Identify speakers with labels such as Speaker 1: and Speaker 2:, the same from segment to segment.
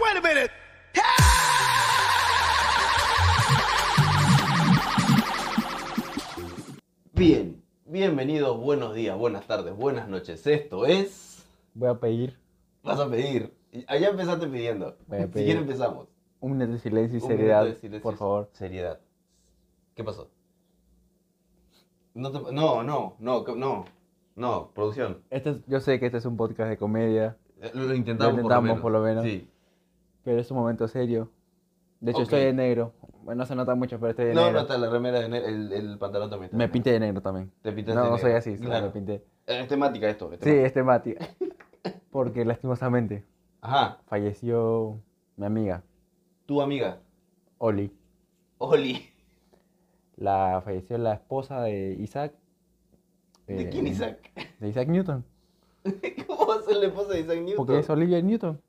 Speaker 1: Wait a minute.
Speaker 2: Bien, bienvenidos, buenos días, buenas tardes, buenas noches. Esto es.
Speaker 3: Voy a pedir
Speaker 2: Vas a pedir. Allá empezaste pidiendo.
Speaker 3: Voy a
Speaker 2: Si
Speaker 3: pedir.
Speaker 2: quieres empezamos.
Speaker 3: un minuto de silencio y
Speaker 2: Un
Speaker 3: seriedad,
Speaker 2: minuto de silencio.
Speaker 3: por favor.
Speaker 2: Seriedad. ¿Qué pasó? No, te- no, no, no, que- no. No, producción.
Speaker 3: Este es- yo sé que este es un podcast de comedia,
Speaker 2: Eh, Lo, lo intentamos,
Speaker 3: Lo intentamos, por lo menos.
Speaker 2: Sí.
Speaker 3: pero es un momento serio. De hecho,
Speaker 2: Ok.
Speaker 3: estoy de negro. Bueno, no se nota mucho, pero estoy de
Speaker 2: No,
Speaker 3: negro.
Speaker 2: no está la remera de ne- el, el pantalón también. está
Speaker 3: Me
Speaker 2: de
Speaker 3: pinté de negro también.
Speaker 2: negro. Te pintaste
Speaker 3: No,
Speaker 2: de
Speaker 3: no soy
Speaker 2: negro.
Speaker 3: así, solo
Speaker 2: Claro.
Speaker 3: me pinté.
Speaker 2: Eh, Es temática esto. es
Speaker 3: Sí,
Speaker 2: temática.
Speaker 3: este Mati. Porque lastimosamente
Speaker 2: Ajá.
Speaker 3: falleció mi amiga,
Speaker 2: Tu amiga,
Speaker 3: Oli.
Speaker 2: Oli.
Speaker 3: La falleció la esposa de Isaac.
Speaker 2: ¿De
Speaker 3: eh,
Speaker 2: quién Isaac?
Speaker 3: De Isaac Newton.
Speaker 2: ¿Cómo va a ser la esposa de Isaac Newton?
Speaker 3: Porque es Olivia Newton.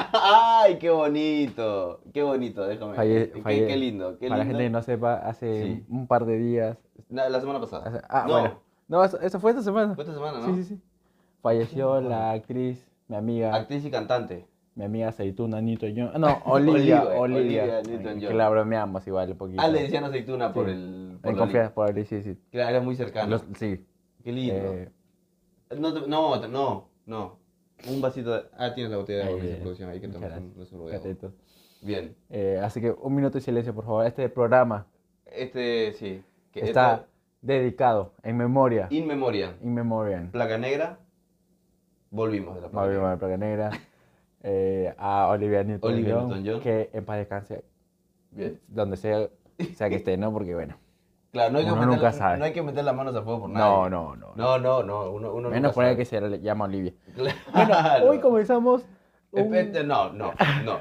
Speaker 2: Ay, qué bonito, qué bonito, déjame.
Speaker 3: Falle-
Speaker 2: qué,
Speaker 3: falle-
Speaker 2: qué lindo, qué
Speaker 3: Para la
Speaker 2: lindo.
Speaker 3: gente que no sepa, hace
Speaker 2: Sí.
Speaker 3: un par de días.
Speaker 2: Na- la semana pasada.
Speaker 3: hace- ah,
Speaker 2: no,
Speaker 3: bueno. No, eso, eso fue esta semana.
Speaker 2: fue esta semana, ¿no?
Speaker 3: Sí, sí, sí. Falleció la actriz, mi amiga,
Speaker 2: Actriz y cantante.
Speaker 3: mi amiga Aceituna Newton-John. Ah, No, Olivia,
Speaker 2: Olivia,
Speaker 3: Olivia.
Speaker 2: Olivia Newton-John.
Speaker 3: Ay, Que la bromeamos igual un poquito.
Speaker 2: Ah, le decían aceituna por
Speaker 3: Sí.
Speaker 2: el. Por
Speaker 3: En
Speaker 2: la
Speaker 3: confianza, por Oli, sí, sí.
Speaker 2: li- Claro, era muy cercano.
Speaker 3: Los- sí.
Speaker 2: Qué lindo.
Speaker 3: eh,
Speaker 2: No, te- no, te- no, no. Un vasito de. Ah, tienes la botella de
Speaker 3: Ahí,
Speaker 2: agua que hizo
Speaker 3: bien.
Speaker 2: producción ahí que
Speaker 3: Muchas
Speaker 2: tomamos un,
Speaker 3: gracias.
Speaker 2: un sorbo de agua.
Speaker 3: catetos.
Speaker 2: Bien.
Speaker 3: Eh, así que un minuto de silencio, por favor. Este programa
Speaker 2: Este, sí. que
Speaker 3: está dedicado en memoria.
Speaker 2: esta- In Memoriam.
Speaker 3: In memoriam.
Speaker 2: Placa negra. Volvimos de la placa.
Speaker 3: Mario
Speaker 2: negra.
Speaker 3: Mario Plaga Negra. eh, a Olivia Newton-John.
Speaker 2: Olivia Newton-John.
Speaker 3: Que en paz descanse.
Speaker 2: Bien.
Speaker 3: Donde sea, sea que esté, ¿no? Porque bueno.
Speaker 2: Claro, no hay, que
Speaker 3: Uno
Speaker 2: meter,
Speaker 3: nunca sabe.
Speaker 2: no hay que meter las manos a fuego por nada.
Speaker 3: No, no, no.
Speaker 2: No, no, no, uno, uno
Speaker 3: Menos
Speaker 2: nunca
Speaker 3: poner
Speaker 2: sabe.
Speaker 3: que se le llama Olivia.
Speaker 2: Claro.
Speaker 3: Hoy comenzamos. un-
Speaker 2: Espérate, No, no, no.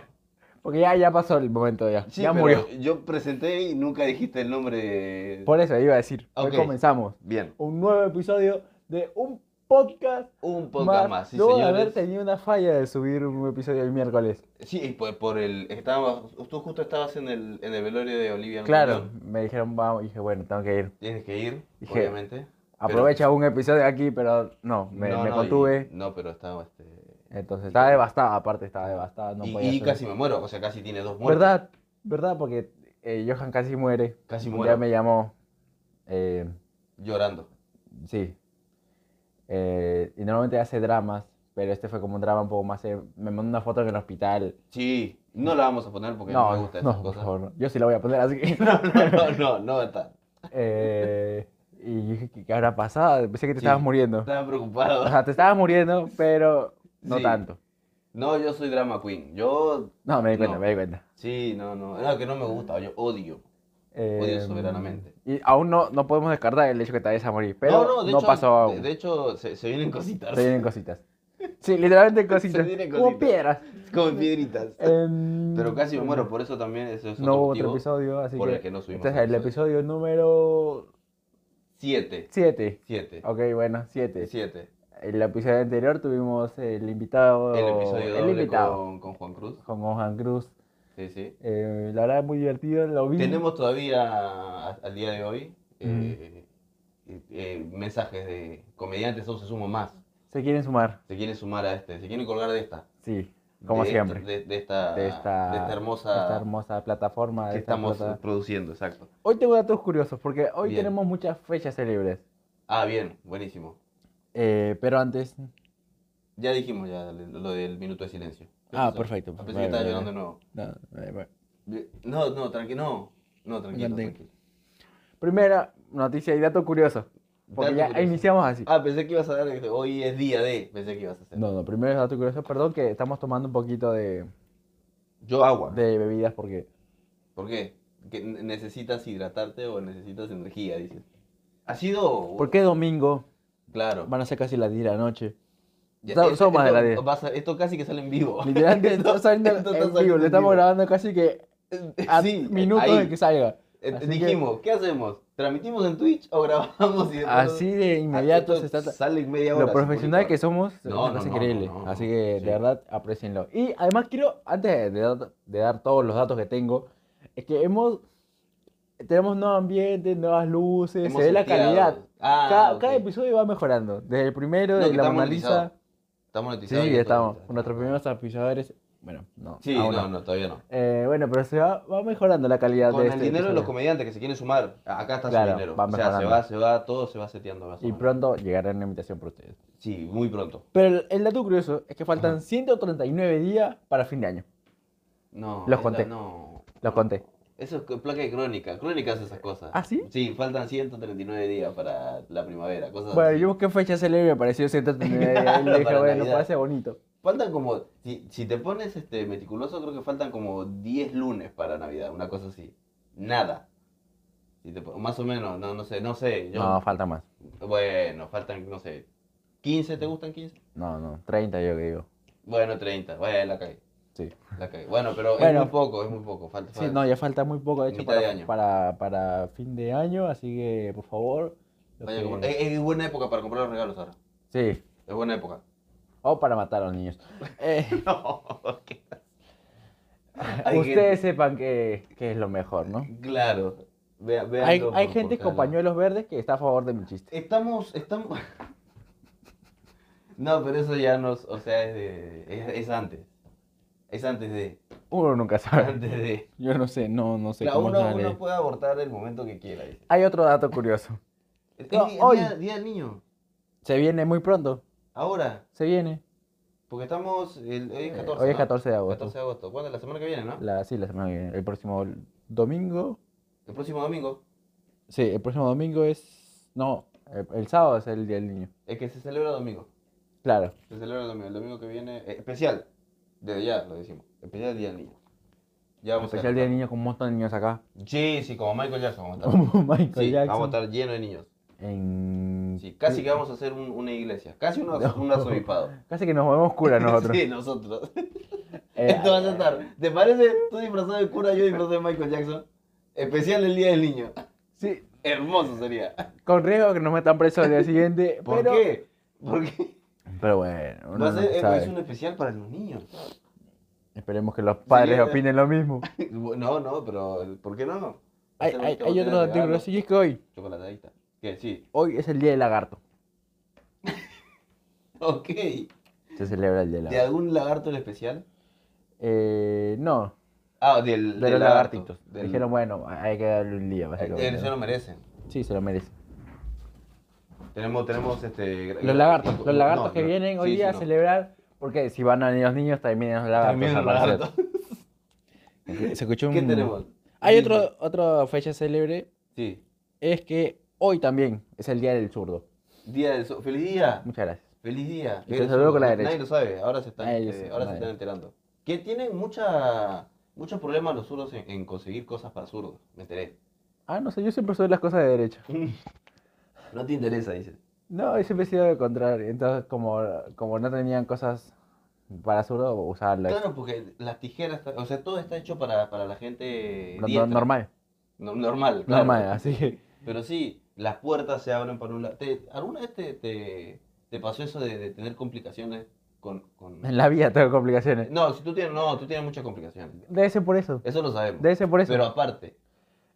Speaker 3: Porque ya, ya pasó el momento, ya.
Speaker 2: Sí,
Speaker 3: ya
Speaker 2: pero
Speaker 3: murió.
Speaker 2: Yo presenté y nunca dijiste el nombre.
Speaker 3: Por eso iba a decir.
Speaker 2: Ok.
Speaker 3: Hoy comenzamos
Speaker 2: Bien.
Speaker 3: un nuevo episodio de un podcast.
Speaker 2: Un podcast más, sí,
Speaker 3: Luego de
Speaker 2: señores.
Speaker 3: haber tenido una falla de subir un episodio el miércoles.
Speaker 2: Sí, y por, por el. Estábamos, tú justo estabas en el, en el velorio de Olivia. Newton-John.
Speaker 3: Claro, me dijeron, vamos. y dije, bueno, tengo que ir.
Speaker 2: Tienes que ir,
Speaker 3: Dije,
Speaker 2: obviamente.
Speaker 3: Aprovecha un episodio aquí, pero no, me,
Speaker 2: No,
Speaker 3: me
Speaker 2: no,
Speaker 3: contuve.
Speaker 2: y- no, pero estaba. Este,
Speaker 3: Entonces estaba devastada, aparte estaba devastada. No
Speaker 2: y
Speaker 3: podía
Speaker 2: y
Speaker 3: subir.
Speaker 2: casi me muero, o sea, casi tiene dos muertes.
Speaker 3: ¿Verdad? ¿Verdad? Porque eh, Johan casi muere.
Speaker 2: Casi
Speaker 3: Un
Speaker 2: muero.
Speaker 3: día me llamó. eh,
Speaker 2: Llorando.
Speaker 3: Sí. Eh, y normalmente hace dramas, pero este fue como un drama un poco más serio. Me mandó una foto en el hospital.
Speaker 2: Sí, no la vamos a poner porque no,
Speaker 3: no,
Speaker 2: me gustan
Speaker 3: no,
Speaker 2: esas
Speaker 3: por
Speaker 2: cosas.
Speaker 3: favor, no. Yo sí la voy a poner así. que-
Speaker 2: No, no, no, no, no está.
Speaker 3: Eh, y yo dije, ¿qué, qué habrá pasado? Pensé que te
Speaker 2: Sí.
Speaker 3: estabas muriendo.
Speaker 2: Estaba
Speaker 3: O
Speaker 2: preocupado.
Speaker 3: sea, te estabas muriendo, pero no
Speaker 2: Sí.
Speaker 3: tanto.
Speaker 2: No, yo soy drama queen. Yo.
Speaker 3: No, me di cuenta,
Speaker 2: No.
Speaker 3: me di cuenta.
Speaker 2: Sí, no, no. No, que no me gusta, yo odio. Odio
Speaker 3: Eh,
Speaker 2: soberanamente.
Speaker 3: Y aún no, no podemos descartar el hecho que te vayas a morir, pero no,
Speaker 2: de hecho,
Speaker 3: pasó
Speaker 2: De,
Speaker 3: aún.
Speaker 2: de hecho, se, se vienen cositas.
Speaker 3: Se vienen cositas. Sí, literalmente cositas.
Speaker 2: vienen
Speaker 3: Como
Speaker 2: cositas.
Speaker 3: piedras.
Speaker 2: Como piedritas.
Speaker 3: Em,
Speaker 2: Pero casi me muero, por eso también eso es
Speaker 3: no
Speaker 2: otro
Speaker 3: hubo otro
Speaker 2: motivo.
Speaker 3: episodio, así
Speaker 2: por
Speaker 3: que,
Speaker 2: el que no subimos
Speaker 3: este es el episodio número
Speaker 2: Siete.
Speaker 3: 7.
Speaker 2: Siete.
Speaker 3: Ah, Ok, bueno, 7.
Speaker 2: Siete.
Speaker 3: El episodio anterior tuvimos el invitado.
Speaker 2: El episodio
Speaker 3: Oh, el
Speaker 2: doble
Speaker 3: invitado
Speaker 2: Con, con Juan Cruz.
Speaker 3: con Johan Cruz.
Speaker 2: Sí, sí.
Speaker 3: Eh, la verdad muy divertido, lo vi.
Speaker 2: Tenemos todavía a- al día de hoy eh, eh, mensajes de comediantes o se sumo más.
Speaker 3: Se quieren sumar,
Speaker 2: Se quieren sumar a este, se quieren colgar de esta.
Speaker 3: sí, como
Speaker 2: de
Speaker 3: siempre.
Speaker 2: esto- de, de esta,
Speaker 3: de, esta,
Speaker 2: de esta hermosa
Speaker 3: de esta hermosa plataforma.
Speaker 2: que
Speaker 3: de esta
Speaker 2: estamos
Speaker 3: plata-
Speaker 2: produciendo, exacto.
Speaker 3: Hoy tengo datos curiosos, porque hoy
Speaker 2: Bien.
Speaker 3: tenemos muchas fechas célebres.
Speaker 2: Ah, bien, buenísimo.
Speaker 3: Eh, pero antes,
Speaker 2: Ya dijimos ya lo lo del minuto de silencio.
Speaker 3: Ah,
Speaker 2: Pensé-
Speaker 3: perfecto,
Speaker 2: Pensé que
Speaker 3: vale,
Speaker 2: estaba
Speaker 3: vale.
Speaker 2: llorando de nuevo.
Speaker 3: no, eh, bueno.
Speaker 2: Bien, No, no, tranquilo, no. No, tranquilo,
Speaker 3: Adelante.
Speaker 2: tranquilo.
Speaker 3: primera noticia y dato curioso. Porque
Speaker 2: Dato
Speaker 3: ya
Speaker 2: curioso.
Speaker 3: iniciamos así.
Speaker 2: Ah, pensé que ibas a dar, este, hoy es día de, pensé que ibas a hacer.
Speaker 3: No, no, primero es dato curioso, perdón que estamos tomando un poquito de,
Speaker 2: Yo agua.
Speaker 3: de bebidas porque...
Speaker 2: ¿Por qué? ¿Que ne- ¿Necesitas hidratarte o necesitas energía, dices? Ha sido...
Speaker 3: ¿Por qué domingo?
Speaker 2: Claro.
Speaker 3: Van a ser casi las 10 de la noche.
Speaker 2: Ya,
Speaker 3: son-
Speaker 2: eh,
Speaker 3: son más de
Speaker 2: esto
Speaker 3: la diez.
Speaker 2: vas a- Esto casi que sale en vivo.
Speaker 3: Literalmente,
Speaker 2: Esto-
Speaker 3: está saliendo
Speaker 2: esto está
Speaker 3: en vivo,
Speaker 2: saliendo
Speaker 3: lo
Speaker 2: en
Speaker 3: estamos
Speaker 2: vivo.
Speaker 3: grabando casi que a
Speaker 2: Sí,
Speaker 3: ah, minutos
Speaker 2: ahí.
Speaker 3: de que salga.
Speaker 2: Eh,
Speaker 3: Así que-
Speaker 2: Dijimos, ¿qué hacemos? ¿Transmitimos en Twitch o grabamos y de pronto-
Speaker 3: Así de inmediato se está...
Speaker 2: Ah, Sale en media hora.
Speaker 3: Lo profesional que somos es
Speaker 2: No,
Speaker 3: una
Speaker 2: no,
Speaker 3: cosa
Speaker 2: no,
Speaker 3: increíble.
Speaker 2: no, no,
Speaker 3: Así
Speaker 2: no,
Speaker 3: que
Speaker 2: sí.
Speaker 3: de verdad aprecienlo. Y además quiero, antes de dar, de dar todos los datos que tengo, es que hemos... Tenemos nuevo ambiente, nuevas luces,
Speaker 2: Hemos
Speaker 3: se ve la
Speaker 2: seteado.
Speaker 3: calidad.
Speaker 2: Ah,
Speaker 3: cada,
Speaker 2: ok.
Speaker 3: cada episodio va mejorando. Desde el primero,
Speaker 2: No,
Speaker 3: de
Speaker 2: que
Speaker 3: la
Speaker 2: está
Speaker 3: Mona
Speaker 2: monetizado.
Speaker 3: Lisa.
Speaker 2: Está
Speaker 3: Sí,
Speaker 2: monetizado.
Speaker 3: sí,
Speaker 2: ya
Speaker 3: estamos.
Speaker 2: está.
Speaker 3: Nuestros primeros episodios Bueno, no.
Speaker 2: Sí,
Speaker 3: aún
Speaker 2: no, no, todavía no.
Speaker 3: Eh, bueno, pero se va, va mejorando la calidad
Speaker 2: Con
Speaker 3: de
Speaker 2: el
Speaker 3: este
Speaker 2: dinero de los
Speaker 3: episodio.
Speaker 2: comediantes que se quieren sumar, a- acá está
Speaker 3: Claro,
Speaker 2: su dinero.
Speaker 3: va
Speaker 2: O sea, se
Speaker 3: mejorando.
Speaker 2: va, se va, todo se va seteando. más o
Speaker 3: Y
Speaker 2: menos.
Speaker 3: pronto llegará una invitación por ustedes.
Speaker 2: Sí, muy pronto.
Speaker 3: Pero el, el dato curioso es que faltan
Speaker 2: Ajá.
Speaker 3: 139 días para fin de año.
Speaker 2: No.
Speaker 3: Los
Speaker 2: es la-
Speaker 3: conté.
Speaker 2: no.
Speaker 3: Los conté.
Speaker 2: Eso es co- placa de crónica. Crónica hace esas cosas.
Speaker 3: ¿Ah, sí?
Speaker 2: Sí, faltan 139 días para la primavera. Cosas
Speaker 3: Bueno,
Speaker 2: así.
Speaker 3: yo busqué fecha célebre y me apareció 139 días. Y le dije,
Speaker 2: Para
Speaker 3: bueno,
Speaker 2: Navidad.
Speaker 3: parece bonito.
Speaker 2: Faltan como. Si, si te pones este meticuloso, creo que faltan como 10 lunes para Navidad, una cosa así. Nada. Si te pon- más o menos, no, no sé, no sé. Yo,
Speaker 3: No, falta más.
Speaker 2: Bueno, faltan, no sé. ¿15? ¿Te gustan 15?
Speaker 3: No, no, 30 yo que digo.
Speaker 2: Bueno, 30. Bueno, la cagué.
Speaker 3: Sí.
Speaker 2: La cagué. Bueno, pero
Speaker 3: Bueno.
Speaker 2: es muy poco, es muy poco. Falta.
Speaker 3: Sí,
Speaker 2: falta.
Speaker 3: no, ya falta muy poco, de hecho,
Speaker 2: Mitad de
Speaker 3: para,
Speaker 2: año.
Speaker 3: para, para fin de año, así que, por favor. lo
Speaker 2: Vaya a
Speaker 3: que-
Speaker 2: comprar- es, es buena época para comprar los regalos ahora.
Speaker 3: Sí,
Speaker 2: Es buena época.
Speaker 3: o para matar a los niños. Eh,
Speaker 2: No, ¿qué? Hay
Speaker 3: ustedes sepan que, que es lo mejor, ¿no?
Speaker 2: gente- Claro. Vea-
Speaker 3: Hay,
Speaker 2: véanlo
Speaker 3: hay
Speaker 2: por-
Speaker 3: gente
Speaker 2: por cada
Speaker 3: con
Speaker 2: lado.
Speaker 3: pañuelos verdes que está a favor de mi chiste.
Speaker 2: Estamos, estamos. No, pero eso ya nos, o sea, es de, es, es antes. Es antes de,
Speaker 3: Uno nunca sabe.
Speaker 2: antes de.
Speaker 3: Yo no sé, no, no sé
Speaker 2: Claro,
Speaker 3: cómo eh? es la
Speaker 2: uno,
Speaker 3: ley.
Speaker 2: uno puede abortar el momento que quiera. dice.
Speaker 3: Hay otro dato curioso.
Speaker 2: Es
Speaker 3: No,
Speaker 2: día,
Speaker 3: hoy.
Speaker 2: día- día del niño,
Speaker 3: Se viene muy pronto.
Speaker 2: ahora,
Speaker 3: Se viene.
Speaker 2: porque estamos, el- hoy es
Speaker 3: Eh,
Speaker 2: 14.
Speaker 3: hoy es
Speaker 2: ¿no?
Speaker 3: 14 de agosto.
Speaker 2: 14 de agosto. ¿Cuándo? La semana que viene, ¿no?
Speaker 3: La, sí, la semana que viene. El próximo domingo.
Speaker 2: El próximo domingo.
Speaker 3: Sí, el próximo domingo es. No, el, el sábado es el día del niño.
Speaker 2: Es que se celebra domingo.
Speaker 3: Claro.
Speaker 2: Se celebra el domingo. El domingo que viene, eh, especial. Desde ya lo decimos. Especial día del niño. Ya vamos
Speaker 3: Especial
Speaker 2: a
Speaker 3: pues día del niño con un montón de niños acá.
Speaker 2: Sí, sí, como Michael Jackson vamos a estar.
Speaker 3: Como Michael
Speaker 2: Sí,
Speaker 3: Jackson.
Speaker 2: vamos a estar lleno de niños.
Speaker 3: En...
Speaker 2: Sí, casi que vamos a hacer un- una iglesia, casi unos-
Speaker 3: No.
Speaker 2: un arzobispado.
Speaker 3: Casi que nos movemos cura nosotros.
Speaker 2: Sí, nosotros.
Speaker 3: Eh,
Speaker 2: Esto va a estar. ¿Te parece tú disfrazado de cura, yo disfrazado de Michael Jackson? Especial el Día del Niño.
Speaker 3: Sí,
Speaker 2: Hermoso sería.
Speaker 3: con riesgo que nos metan presos al día siguiente.
Speaker 2: ¿Por
Speaker 3: pero...
Speaker 2: qué? Porque
Speaker 3: Pero bueno, uno
Speaker 2: va a ser- eh,
Speaker 3: nunca
Speaker 2: es,
Speaker 3: sabe.
Speaker 2: es un especial para los niños.
Speaker 3: Esperemos que los padres
Speaker 2: Sí, eh.
Speaker 3: opinen lo mismo.
Speaker 2: No, no, pero ¿por qué no?
Speaker 3: Hay,
Speaker 2: Hacer
Speaker 3: hay,
Speaker 2: un
Speaker 3: hay
Speaker 2: bote de
Speaker 3: otro dato
Speaker 2: regalo,
Speaker 3: curioso y es que hoy,
Speaker 2: Chocolatadita. Que sí.
Speaker 3: hoy es el día del lagarto.
Speaker 2: Ok.
Speaker 3: Se celebra el día del
Speaker 2: ¿De
Speaker 3: lagarto.
Speaker 2: algún lagarto en especial?
Speaker 3: Eh, no,
Speaker 2: Ah, del, del
Speaker 3: de los
Speaker 2: lagarto,
Speaker 3: lagartitos.
Speaker 2: del-
Speaker 3: Dijeron, bueno, hay que darle un día.
Speaker 2: eh,
Speaker 3: básicamente,
Speaker 2: se lo
Speaker 3: ¿no?
Speaker 2: merecen.
Speaker 3: Sí, se lo merece.
Speaker 2: Tenemos, tenemos este.
Speaker 3: Los lagartos, los
Speaker 2: no,
Speaker 3: lagartos que
Speaker 2: no.
Speaker 3: vienen hoy
Speaker 2: Sí, sí,
Speaker 3: día
Speaker 2: no.
Speaker 3: a celebrar, porque si van a venir los niños, también vienen los lagartos.
Speaker 2: También
Speaker 3: al
Speaker 2: los
Speaker 3: parecer.
Speaker 2: lagartos.
Speaker 3: Se escuchó un...
Speaker 2: ¿Qué tenemos?
Speaker 3: Hay
Speaker 2: Sí.
Speaker 3: otro, otra fecha célebre,
Speaker 2: Sí.
Speaker 3: es que hoy también es el día del zurdo.
Speaker 2: Día del sol. ¡Feliz día!
Speaker 3: Muchas gracias.
Speaker 2: ¡Feliz día!
Speaker 3: Y te
Speaker 2: Eres
Speaker 3: saludo
Speaker 2: un-
Speaker 3: con la
Speaker 2: Nadie
Speaker 3: derecha.
Speaker 2: lo sabe, ahora se están,
Speaker 3: Nadie lo
Speaker 2: eh,
Speaker 3: sabe,
Speaker 2: ahora se
Speaker 3: nadie.
Speaker 2: están enterando. Que tienen mucha, muchos problemas los zurdos en, en conseguir cosas para zurdos, me enteré.
Speaker 3: Ah, no sé, yo siempre soy las cosas de derecha.
Speaker 2: No te interesa, dices.
Speaker 3: No, yo siempre he sido de contrario. Entonces, como, como no tenían cosas para zurdo, usaban lo
Speaker 2: Claro, porque las tijeras, o sea, todo está hecho para, para la gente
Speaker 3: lo- lo
Speaker 2: diestra.
Speaker 3: normal.
Speaker 2: No- normal, claro.
Speaker 3: Normal, así que...
Speaker 2: Pero sí, las puertas se abren para un lado. ¿Te- ¿Alguna vez te, te, te pasó eso de, de tener complicaciones con, con...
Speaker 3: En la vida tengo complicaciones.
Speaker 2: No, si tú tienes, no, tú tienes muchas complicaciones.
Speaker 3: Debe ser por eso.
Speaker 2: Eso lo sabemos.
Speaker 3: Debe ser por eso.
Speaker 2: Pero aparte,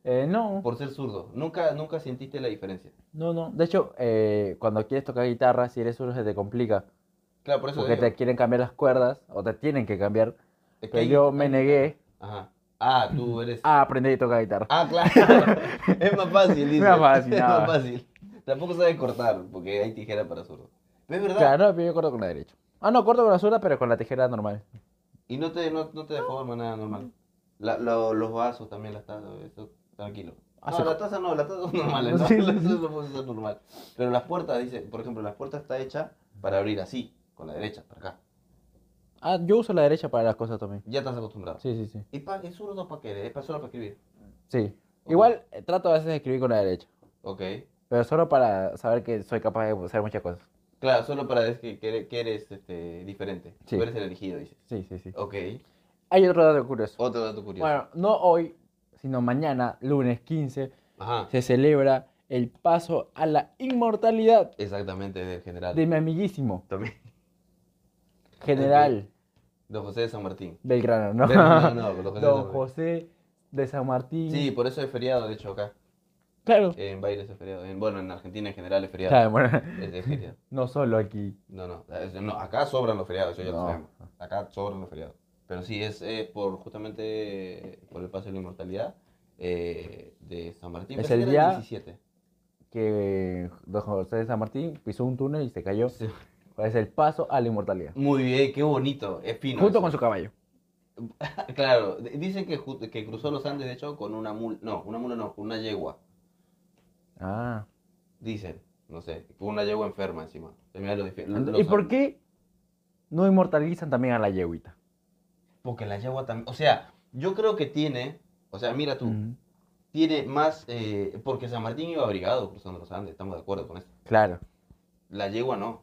Speaker 3: Eh, no,
Speaker 2: por ser zurdo, nunca, nunca sentiste la diferencia.
Speaker 3: no, no. De hecho, eh, cuando quieres tocar guitarra, si eres zurdo se te complica.
Speaker 2: Claro, por eso
Speaker 3: Porque
Speaker 2: digo,
Speaker 3: te quieren cambiar las cuerdas, o te tienen que cambiar.
Speaker 2: es que
Speaker 3: Pero
Speaker 2: hay-
Speaker 3: yo me negué
Speaker 2: Ajá. Ah, tú eres. Ah,
Speaker 3: a aprender y tocar guitarra.
Speaker 2: claro. es más fácil, dice.
Speaker 3: Más fácil,
Speaker 2: Es
Speaker 3: nada.
Speaker 2: más fácil. Tampoco sabes cortar, porque hay tijera para zurdo. Pero es verdad.
Speaker 3: Claro, no, pero yo corto con la derecha. Ah, no, corto con la zurda, pero con la tijera normal.
Speaker 2: Y no te, no, no te deforma nada normal. La- lo- los vasos también, las tazas, eso, tranquilo.
Speaker 3: Ah,
Speaker 2: No,
Speaker 3: sí.
Speaker 2: la taza no, la taza es normal, ¿no?
Speaker 3: Sí, sí,
Speaker 2: la taza
Speaker 3: sí.
Speaker 2: lo puedes usar normal. Pero las puertas, dice, por ejemplo, las puertas está hecha para abrir así, con la derecha, para acá.
Speaker 3: Ah, yo uso la derecha para las cosas también.
Speaker 2: Ya estás acostumbrado.
Speaker 3: Sí, sí, sí.
Speaker 2: ¿Y pa, es zurdo para qué? Es para solo para escribir.
Speaker 3: Sí.
Speaker 2: Ok.
Speaker 3: Igual eh, trato a veces de escribir con la derecha.
Speaker 2: Ok.
Speaker 3: Pero solo para saber que soy capaz de hacer muchas cosas.
Speaker 2: Claro, solo para decir que, que eres, que eres, este, diferente.
Speaker 3: Sí.
Speaker 2: Tú eres el elegido, dice.
Speaker 3: Sí, sí, sí.
Speaker 2: Ok.
Speaker 3: Hay otro dato curioso.
Speaker 2: Otro dato curioso.
Speaker 3: Bueno, no hoy, sino mañana, lunes 15,
Speaker 2: Ajá.
Speaker 3: se celebra el paso a la inmortalidad
Speaker 2: Exactamente, del general.
Speaker 3: de mi amiguísimo
Speaker 2: También.
Speaker 3: general
Speaker 2: Don José de San Martín.
Speaker 3: Belgrano, ¿no?
Speaker 2: No, no, no, don José de San
Speaker 3: Don
Speaker 2: Martín.
Speaker 3: José de San Martín.
Speaker 2: Sí, Eh, por eso es feriado, de hecho, acá.
Speaker 3: claro.
Speaker 2: En bailes es feriado. En- bueno, en Argentina en general es feriado.
Speaker 3: Claro, bueno,
Speaker 2: Es, es feriado.
Speaker 3: no solo aquí.
Speaker 2: No, no, es- no, Acá sobran los feriados, eso ya lo
Speaker 3: No.
Speaker 2: sabemos. Acá sobran los feriados. Pero sí, es eh, por justamente por el paso de la inmortalidad eh, de San Martín.
Speaker 3: Es
Speaker 2: Pensé
Speaker 3: el
Speaker 2: que era
Speaker 3: día-
Speaker 2: 17.
Speaker 3: Que eh, Don José de San Martín pisó un túnel y se cayó.
Speaker 2: Sí.
Speaker 3: Es el paso a la inmortalidad.
Speaker 2: Muy bien, qué bonito. Es fino.
Speaker 3: Junto
Speaker 2: eso.
Speaker 3: con su caballo.
Speaker 2: Claro, d- dicen que, ju- que cruzó los Andes, de hecho, con una mula. No, una mula no, con una yegua.
Speaker 3: Ah.
Speaker 2: Dicen, no sé. Con una yegua enferma encima. Termina los difi-
Speaker 3: Ent-
Speaker 2: los
Speaker 3: ¿Y por
Speaker 2: Andes.
Speaker 3: qué no inmortalizan también a la yeguita?
Speaker 2: Porque la yegua también. O sea, yo creo que tiene. O sea, mira tú.
Speaker 3: Ujú.
Speaker 2: Tiene más. eh, porque San Martín iba abrigado cruzando los Andes, estamos de acuerdo con eso.
Speaker 3: Claro,
Speaker 2: La yegua no.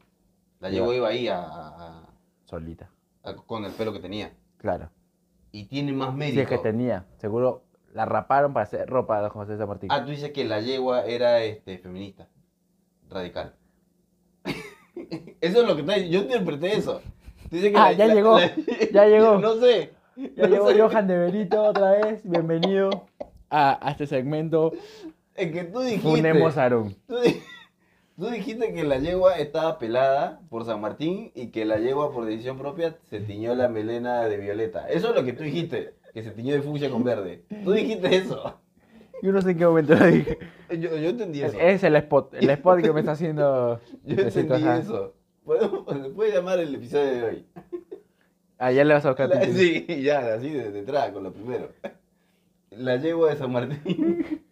Speaker 2: La
Speaker 3: Ya.
Speaker 2: yegua iba ahí a- a- a-
Speaker 3: solita.
Speaker 2: a- con el pelo que tenía.
Speaker 3: Claro.
Speaker 2: Y tiene más mérito.
Speaker 3: Si es que tenía, seguro la raparon para hacer ropa de Don José de San Martín.
Speaker 2: Ah, tú dices que la yegua era este, feminista. Radical. eso es lo que está Yo interpreté eso. Tú dices
Speaker 3: Ah, ya llegó, ya llegó.
Speaker 2: No sé.
Speaker 3: Ya
Speaker 2: no
Speaker 3: llegó
Speaker 2: sé.
Speaker 3: Johan de Benito otra vez. Bienvenido a, a este segmento
Speaker 2: Es que tú dijiste.
Speaker 3: Funemos a Aarón.
Speaker 2: Tú, di- tú dijiste que la yegua estaba pelada por San Martín y que la yegua por decisión propia se tiñó la melena de violeta. Eso es lo que tú dijiste, que se tiñó de fucsia con verde. Tú dijiste eso.
Speaker 3: Yo no sé en qué momento lo dije.
Speaker 2: Yo, yo entendí eso.
Speaker 3: Es el spot, el spot que me está haciendo
Speaker 2: Yo
Speaker 3: decir
Speaker 2: entendí
Speaker 3: cosas.
Speaker 2: eso. Podemos- se puede llamar el episodio de hoy.
Speaker 3: Allá Ah, le vas a buscar
Speaker 2: La-
Speaker 3: título.
Speaker 2: sí, ya, así de de entrada, con lo primero. La yegua de San Martín.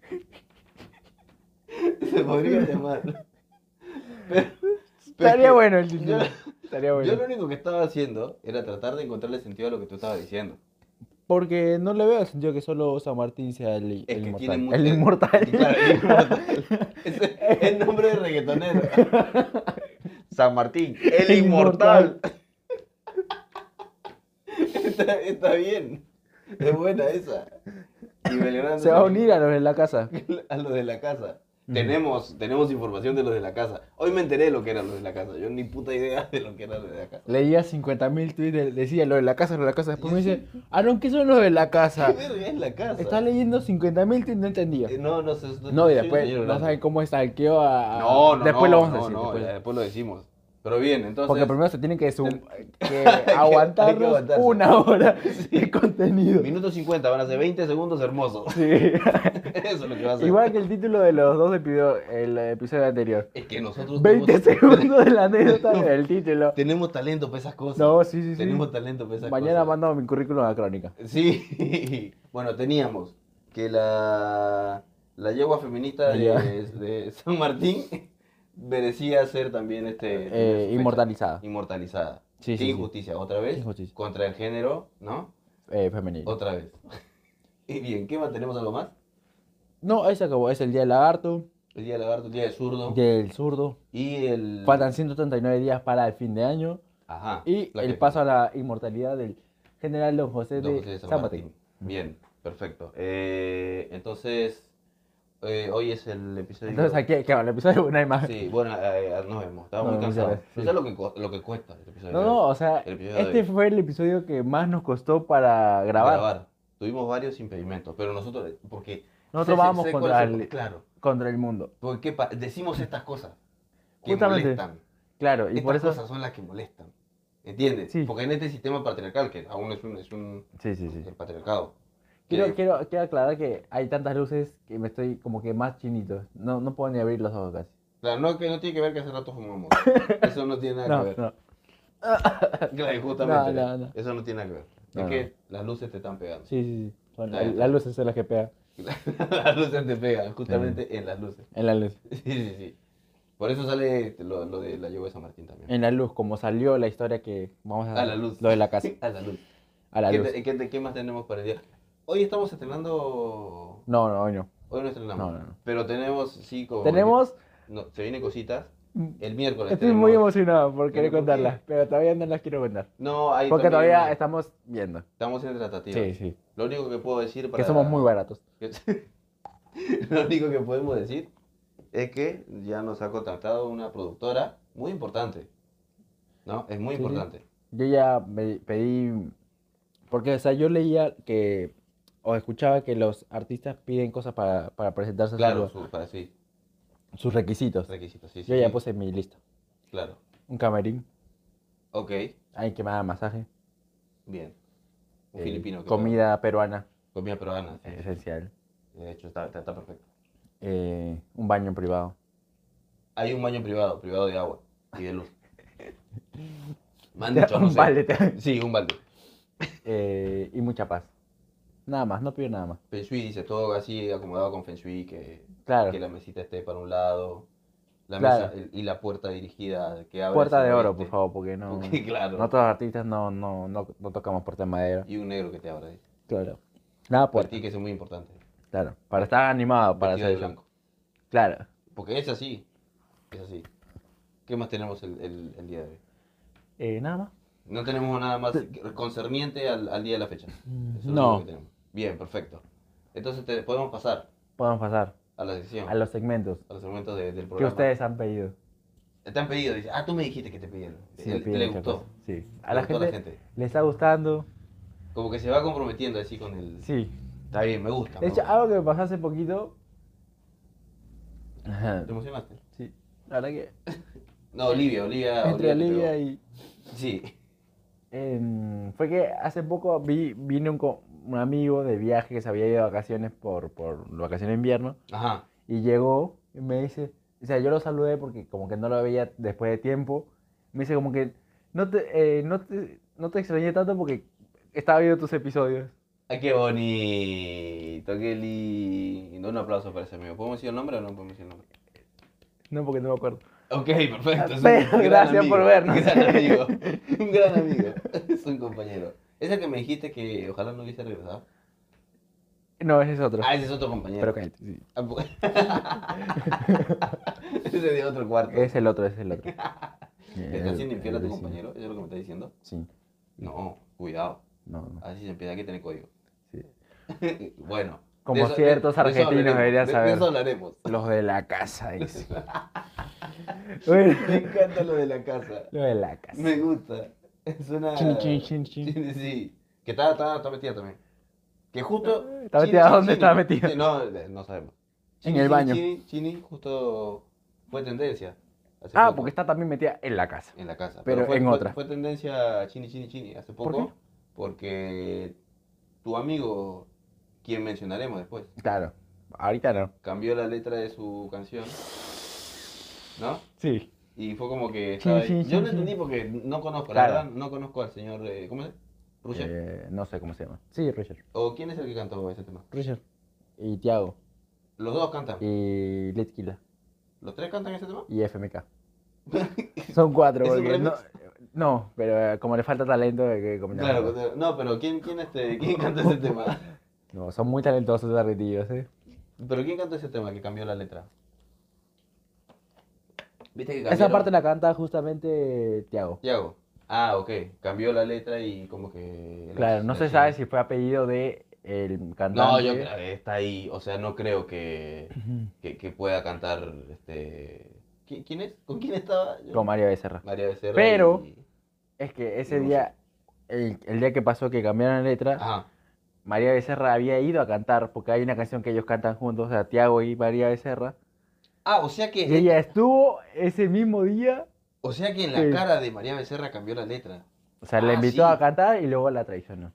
Speaker 2: se podría llamar. Pero- pero
Speaker 3: Estaría
Speaker 2: que-
Speaker 3: bueno el título.
Speaker 2: yo-
Speaker 3: Estaría bueno.
Speaker 2: Yo lo único que estaba haciendo era tratar de encontrarle sentido a lo que tú estabas diciendo.
Speaker 3: Porque no le veo el sentido que solo San Martín sea el,
Speaker 2: Es
Speaker 3: el
Speaker 2: que
Speaker 3: inmortal.
Speaker 2: tiene mucho-
Speaker 3: el inmortal.
Speaker 2: Claro, el inmortal. Es el nombre de reggaetonero. San Martín, el,
Speaker 3: El
Speaker 2: inmortal. está, está bien. Es buena esa. Y Belgrano
Speaker 3: Se va a
Speaker 2: también.
Speaker 3: unir Mm. a los de la casa.
Speaker 2: a los de la casa.
Speaker 3: Ujú.
Speaker 2: Tenemos, tenemos información de los de la casa. Hoy me enteré de lo que eran los de la casa. Yo ni puta idea de lo que eran los de la casa.
Speaker 3: Leía 50.000 tweets, de- decía lo de la casa, lo de la casa. Después
Speaker 2: Yo
Speaker 3: me dice, Aaron, ¿qué son los de la casa?
Speaker 2: ¿Qué verga es la casa?
Speaker 3: Estaba leyendo 50.000 tweets, no entendía.
Speaker 2: Eh, No, no sé.
Speaker 3: No, y
Speaker 2: soy
Speaker 3: después
Speaker 2: señor
Speaker 3: no
Speaker 2: Orlando.
Speaker 3: saben cómo stalkeó a.
Speaker 2: No, no,
Speaker 3: Ah, Después
Speaker 2: no,
Speaker 3: lo vamos a
Speaker 2: no,
Speaker 3: decir.
Speaker 2: no,
Speaker 3: después.
Speaker 2: ya después lo decimos. Pero bien, entonces.
Speaker 3: Porque primero se tienen que, sub- que
Speaker 2: que
Speaker 3: aguantarnos
Speaker 2: aguantarse.
Speaker 3: una hora de contenido.
Speaker 2: Minuto 50, van a ser 20 segundos hermosos.
Speaker 3: Sí.
Speaker 2: Eso es lo que va a ser.
Speaker 3: Igual que el título de los dos episodios, el episodio anterior.
Speaker 2: Es que nosotros
Speaker 3: 20
Speaker 2: tenemos,
Speaker 3: segundos de la anécdota del título.
Speaker 2: tenemos talento para esas cosas.
Speaker 3: No, sí, sí, sí.
Speaker 2: Tenemos talento para esas
Speaker 3: Mañana
Speaker 2: cosas.
Speaker 3: mando mi currículum a la crónica.
Speaker 2: Sí. Bueno, teníamos que la, la yegua feminista
Speaker 3: Ya.
Speaker 2: de, de San Martín merecía ser también este tener
Speaker 3: Eh,
Speaker 2: su fecha.
Speaker 3: inmortalizada.
Speaker 2: Inmortalizada.
Speaker 3: Sí,
Speaker 2: Qué
Speaker 3: sí, sí.
Speaker 2: injusticia, otra vez.
Speaker 3: Injusticia.
Speaker 2: Contra el género, ¿no?
Speaker 3: Eh, femenino.
Speaker 2: Otra vez. Y bien, ¿qué más tenemos algo más?
Speaker 3: No, ahí se acabó. Es el día del lagarto,
Speaker 2: El día del lagarto, el día del zurdo.
Speaker 3: del zurdo.
Speaker 2: Y el.
Speaker 3: Faltan 139 días para el fin de año.
Speaker 2: Ajá.
Speaker 3: Y
Speaker 2: la
Speaker 3: el
Speaker 2: que-
Speaker 3: paso a la inmortalidad del general Don José
Speaker 2: Don
Speaker 3: de
Speaker 2: José de
Speaker 3: San Martín.
Speaker 2: Bien, perfecto. Eh, entonces, eh, hoy es el episodio.
Speaker 3: Entonces aquí hay que hablar el episodio una y más.
Speaker 2: Sí, bueno, eh, eh, nos vemos. Estaba
Speaker 3: Nos
Speaker 2: muy
Speaker 3: vemos,
Speaker 2: cansado.
Speaker 3: sí.
Speaker 2: No sé lo que, co- lo que cuesta el episodio.
Speaker 3: No,
Speaker 2: de
Speaker 3: no,
Speaker 2: hoy.
Speaker 3: o sea,
Speaker 2: El episodio de
Speaker 3: este
Speaker 2: hoy.
Speaker 3: fue el episodio que más nos costó para grabar.
Speaker 2: Tuvimos varios impedimentos, pero nosotros, eh, porque...
Speaker 3: Nosotros
Speaker 2: sé- sé-
Speaker 3: vamos
Speaker 2: sé cuál
Speaker 3: contra
Speaker 2: es el-
Speaker 3: el-
Speaker 2: Claro,
Speaker 3: Contra el mundo.
Speaker 2: porque pa- decimos estas cosas que
Speaker 3: Justamente.
Speaker 2: molestan.
Speaker 3: Claro, y
Speaker 2: Estas
Speaker 3: por eso.
Speaker 2: cosas son las que molestan, ¿entiendes?
Speaker 3: Sí.
Speaker 2: Porque en este sistema patriarcal, que aún es un, es un
Speaker 3: Sí, sí, sí.
Speaker 2: el patriarcado.
Speaker 3: Quiero,
Speaker 2: que-
Speaker 3: quiero, quiero aclarar que hay tantas luces que me estoy como que más chinito. No, no puedo ni abrir los ojos casi.
Speaker 2: Claro, no, que no tiene que ver que hace rato fumamos. Eso no tiene nada
Speaker 3: No,
Speaker 2: que ver.
Speaker 3: no.
Speaker 2: Claro, justamente.
Speaker 3: No, no, no.
Speaker 2: Eso no tiene nada que ver. Es
Speaker 3: No,
Speaker 2: que las luces te están pegando.
Speaker 3: Sí, sí, sí. Son-
Speaker 2: Está bien, está
Speaker 3: las luces son las que pegan.
Speaker 2: las luces te pegan, justamente en las luces.
Speaker 3: En la luz.
Speaker 2: Sí, sí, sí. Por eso sale lo, lo de la lluvia de San Martín también.
Speaker 3: En la luz, como salió la historia que vamos a.
Speaker 2: A la luz.
Speaker 3: Ah, Lo de la casa.
Speaker 2: A la luz.
Speaker 3: A la
Speaker 2: ¿Qué,
Speaker 3: luz.
Speaker 2: te- qué te- qué más tenemos para el día? Hoy estamos estrenando.
Speaker 3: No, no, hoy no.
Speaker 2: Hoy no estrenamos.
Speaker 3: No, no, no.
Speaker 2: Pero tenemos, sí, como.
Speaker 3: Tenemos.
Speaker 2: No, se vienen cositas. El miércoles.
Speaker 3: Estoy muy
Speaker 2: tenemos-
Speaker 3: emocionado por querer
Speaker 2: ¿Por qué?
Speaker 3: contarlas, pero todavía no las quiero contar.
Speaker 2: No, hay
Speaker 3: Porque
Speaker 2: también-
Speaker 3: todavía estamos viendo.
Speaker 2: Estamos en tratativa.
Speaker 3: Sí, sí.
Speaker 2: Lo único que puedo decir para.
Speaker 3: Que somos muy baratos.
Speaker 2: que- Lo único que podemos decir es que ya nos ha contactado una productora muy importante. ¿No? Es muy
Speaker 3: Sí, sí.
Speaker 2: importante.
Speaker 3: Yo ya me pedí. Porque, o sea, yo leía que. O escuchaba que los artistas piden cosas para, para presentarse a
Speaker 2: Claro,
Speaker 3: su-
Speaker 2: su- para sí,
Speaker 3: sus requisitos.
Speaker 2: los requisitos. Sí, sí,
Speaker 3: Yo ya
Speaker 2: sí,
Speaker 3: puse mi lista.
Speaker 2: Claro.
Speaker 3: Un camerín,
Speaker 2: Ok,
Speaker 3: alguien que me haga masaje,
Speaker 2: bien. Un
Speaker 3: eh,
Speaker 2: filipino. que
Speaker 3: comida Eh, peruana,
Speaker 2: trabaja. Comida peruana. sí.
Speaker 3: es esencial.
Speaker 2: De hecho, está, está- está perfecto.
Speaker 3: eh, un baño privado.
Speaker 2: Hay un baño privado, privado de agua y de luz. Me han
Speaker 3: Te-
Speaker 2: dicho, no
Speaker 3: un
Speaker 2: sé.
Speaker 3: balde, te-
Speaker 2: Sí, un balde.
Speaker 3: eh, y mucha paz. Nada más, no pido nada más.
Speaker 2: Feng Shui dice todo así acomodado con Feng Shui, que,
Speaker 3: Claro.
Speaker 2: que la mesita esté para un lado la
Speaker 3: Claro.
Speaker 2: mesa, el- y la puerta dirigida que abre
Speaker 3: Puerta
Speaker 2: hacia
Speaker 3: de
Speaker 2: el
Speaker 3: oro,
Speaker 2: oeste.
Speaker 3: por favor, porque no.
Speaker 2: Porque, claro.
Speaker 3: No todos los artistas no, no, no, no tocamos puerta de madera.
Speaker 2: Y un negro que te abra. dice.
Speaker 3: Claro. Nada
Speaker 2: Para
Speaker 3: puerta.
Speaker 2: ti que eso es muy importante.
Speaker 3: Claro. Para estar animado, para
Speaker 2: Vestido
Speaker 3: hacer
Speaker 2: de
Speaker 3: eso.
Speaker 2: blanco.
Speaker 3: Claro.
Speaker 2: Porque es así. Es así. ¿Qué más tenemos el, el- el día de hoy?
Speaker 3: Eh, nada más.
Speaker 2: No tenemos nada más concerniente al, al día de la fecha. Eso es lo
Speaker 3: Mm. No.
Speaker 2: único que tenemos. Bien, perfecto. Entonces te- podemos pasar
Speaker 3: Podemos pasar
Speaker 2: a la sección,
Speaker 3: a los segmentos
Speaker 2: a los segmentos de- del
Speaker 3: que
Speaker 2: programa.
Speaker 3: ustedes han pedido.
Speaker 2: Te han pedido, dice, ah, tú me dijiste que te pidieron.
Speaker 3: Sí,
Speaker 2: El-
Speaker 3: piden
Speaker 2: le
Speaker 3: muchas
Speaker 2: gustó.
Speaker 3: cosas. Sí.
Speaker 2: Le
Speaker 3: A la
Speaker 2: gustó
Speaker 3: gente, le está gustando.
Speaker 2: Como que se va comprometiendo así con el...
Speaker 3: Sí.
Speaker 2: Está bien, me gusta. me
Speaker 3: De hecho,
Speaker 2: gusta.
Speaker 3: algo que me pasó hace poquito. Ajá.
Speaker 2: ¿Te emocionaste?
Speaker 3: Sí. La verdad que.
Speaker 2: No, Olivia, Olivia.
Speaker 3: Entre
Speaker 2: te
Speaker 3: Olivia
Speaker 2: pegó.
Speaker 3: y.
Speaker 2: Sí.
Speaker 3: em, fue que hace poco vi, vino un, co- un amigo de viaje que se había ido de vacaciones por, por vacaciones de invierno.
Speaker 2: Ajá.
Speaker 3: Y llegó y me dice, o sea, yo lo saludé porque como que no lo veía después de tiempo. Me dice como que no te, eh, no te, no te extrañé tanto porque estaba viendo tus episodios.
Speaker 2: Ay, qué bonito, qué lindo. Un aplauso para ese amigo. ¿Podemos decir el nombre o no podemos decir el nombre?
Speaker 3: No, porque no me acuerdo.
Speaker 2: Ok, perfecto. es un
Speaker 3: Pero
Speaker 2: gran
Speaker 3: gracias
Speaker 2: amigo,
Speaker 3: por vernos.
Speaker 2: Un gran amigo. Un gran amigo. Es un compañero. Ese que me dijiste que ojalá no hubiese regresado.
Speaker 3: No, ese es otro.
Speaker 2: Ah, ese es otro compañero.
Speaker 3: Pero cállate, sí.
Speaker 2: Ah, bu- ese de otro cuarto.
Speaker 3: Es el otro, es el otro.
Speaker 2: ¿Te estás haciendo infiel a tu
Speaker 3: Sí,
Speaker 2: compañero? ¿Eso es lo que me estás diciendo?
Speaker 3: Sí.
Speaker 2: No, cuidado.
Speaker 3: No, no.
Speaker 2: Así se empieza, hay que tener código.
Speaker 3: Sí.
Speaker 2: bueno.
Speaker 3: Como
Speaker 2: de eso- de-
Speaker 3: ciertos
Speaker 2: de eso
Speaker 3: argentinos
Speaker 2: hablaremos,
Speaker 3: deberían
Speaker 2: de-
Speaker 3: saber.
Speaker 2: De eso hablaremos.
Speaker 3: Los de la casa, dice. Bueno,
Speaker 2: Me encanta lo de la casa.
Speaker 3: los de la casa.
Speaker 2: Me gusta. Es una.
Speaker 3: Chin, chin, chin, chin.
Speaker 2: Sí, sí. Que está, está, está metida también. Que justo.
Speaker 3: Eh, ¿Está metida? ¿Dónde está metida?
Speaker 2: Sí, No, eh, no sabemos.
Speaker 3: En el baño.
Speaker 2: Chini, Chini justo fue tendencia. hace
Speaker 3: Ah,
Speaker 2: poco
Speaker 3: porque está también metida en la casa.
Speaker 2: En la casa.
Speaker 3: Pero
Speaker 2: fue,
Speaker 3: en
Speaker 2: fue-
Speaker 3: otra.
Speaker 2: Fue tendencia Chini, Chini, Chini hace
Speaker 3: ¿Por
Speaker 2: poco.
Speaker 3: qué?
Speaker 2: Porque tu amigo, quien mencionaremos después,
Speaker 3: Claro. Ahorita no.
Speaker 2: cambió la letra de su canción. ¿No?
Speaker 3: Sí.
Speaker 2: Y fue como que
Speaker 3: Sí,
Speaker 2: estaba ahí.
Speaker 3: sí,
Speaker 2: Yo
Speaker 3: sí,
Speaker 2: no
Speaker 3: sí.
Speaker 2: entendí porque no conozco,
Speaker 3: Claro.
Speaker 2: la verdad, no conozco al señor, eh, ¿cómo es? Rusia.
Speaker 3: Eh, no sé cómo se llama. Sí, Richard.
Speaker 2: ¿O quién es el que cantó ese tema?
Speaker 3: Richard. Y Tiago.
Speaker 2: Los dos cantan.
Speaker 3: Y Litquila.
Speaker 2: ¿Los tres cantan ese tema?
Speaker 3: Y FMK. Son cuatro,
Speaker 2: ¿Es un
Speaker 3: porque no,
Speaker 2: remix?
Speaker 3: no, pero eh, como le falta talento, hay que combinar
Speaker 2: Claro,
Speaker 3: los dos.
Speaker 2: pero- no, pero ¿quién, quién, este, ¿quién canta ese tema?
Speaker 3: No, son muy talentosos los arretillos, ¿eh?
Speaker 2: ¿Pero quién canta ese tema que cambió la letra? ¿Viste que
Speaker 3: Esa parte la canta justamente Tiago.
Speaker 2: Tiago. Ah, ok. Cambió la letra y como que... la-
Speaker 3: Claro, no
Speaker 2: la
Speaker 3: se
Speaker 2: chica-
Speaker 3: sabe si fue apellido de el cantante.
Speaker 2: No, yo creo que está ahí. O sea, no creo que,
Speaker 3: Ujú.
Speaker 2: que, que pueda cantar este... ¿Qui- ¿Quién es? ¿Con quién estaba? Yo-
Speaker 3: Con María Becerra.
Speaker 2: María Becerra
Speaker 3: Pero-
Speaker 2: y-
Speaker 3: Es que ese
Speaker 2: No sé.
Speaker 3: día, el, el día que pasó que cambiaron la letra,
Speaker 2: Ajá.
Speaker 3: María Becerra había ido a cantar, porque hay una canción que ellos cantan juntos, o sea, Tiago y María Becerra.
Speaker 2: Ah, o sea que...
Speaker 3: Y ella estuvo ese mismo día,
Speaker 2: O sea que en la
Speaker 3: Sí.
Speaker 2: cara de María Becerra cambió la letra.
Speaker 3: o sea,
Speaker 2: Ah,
Speaker 3: la invitó
Speaker 2: sí.
Speaker 3: a cantar y luego la traicionó.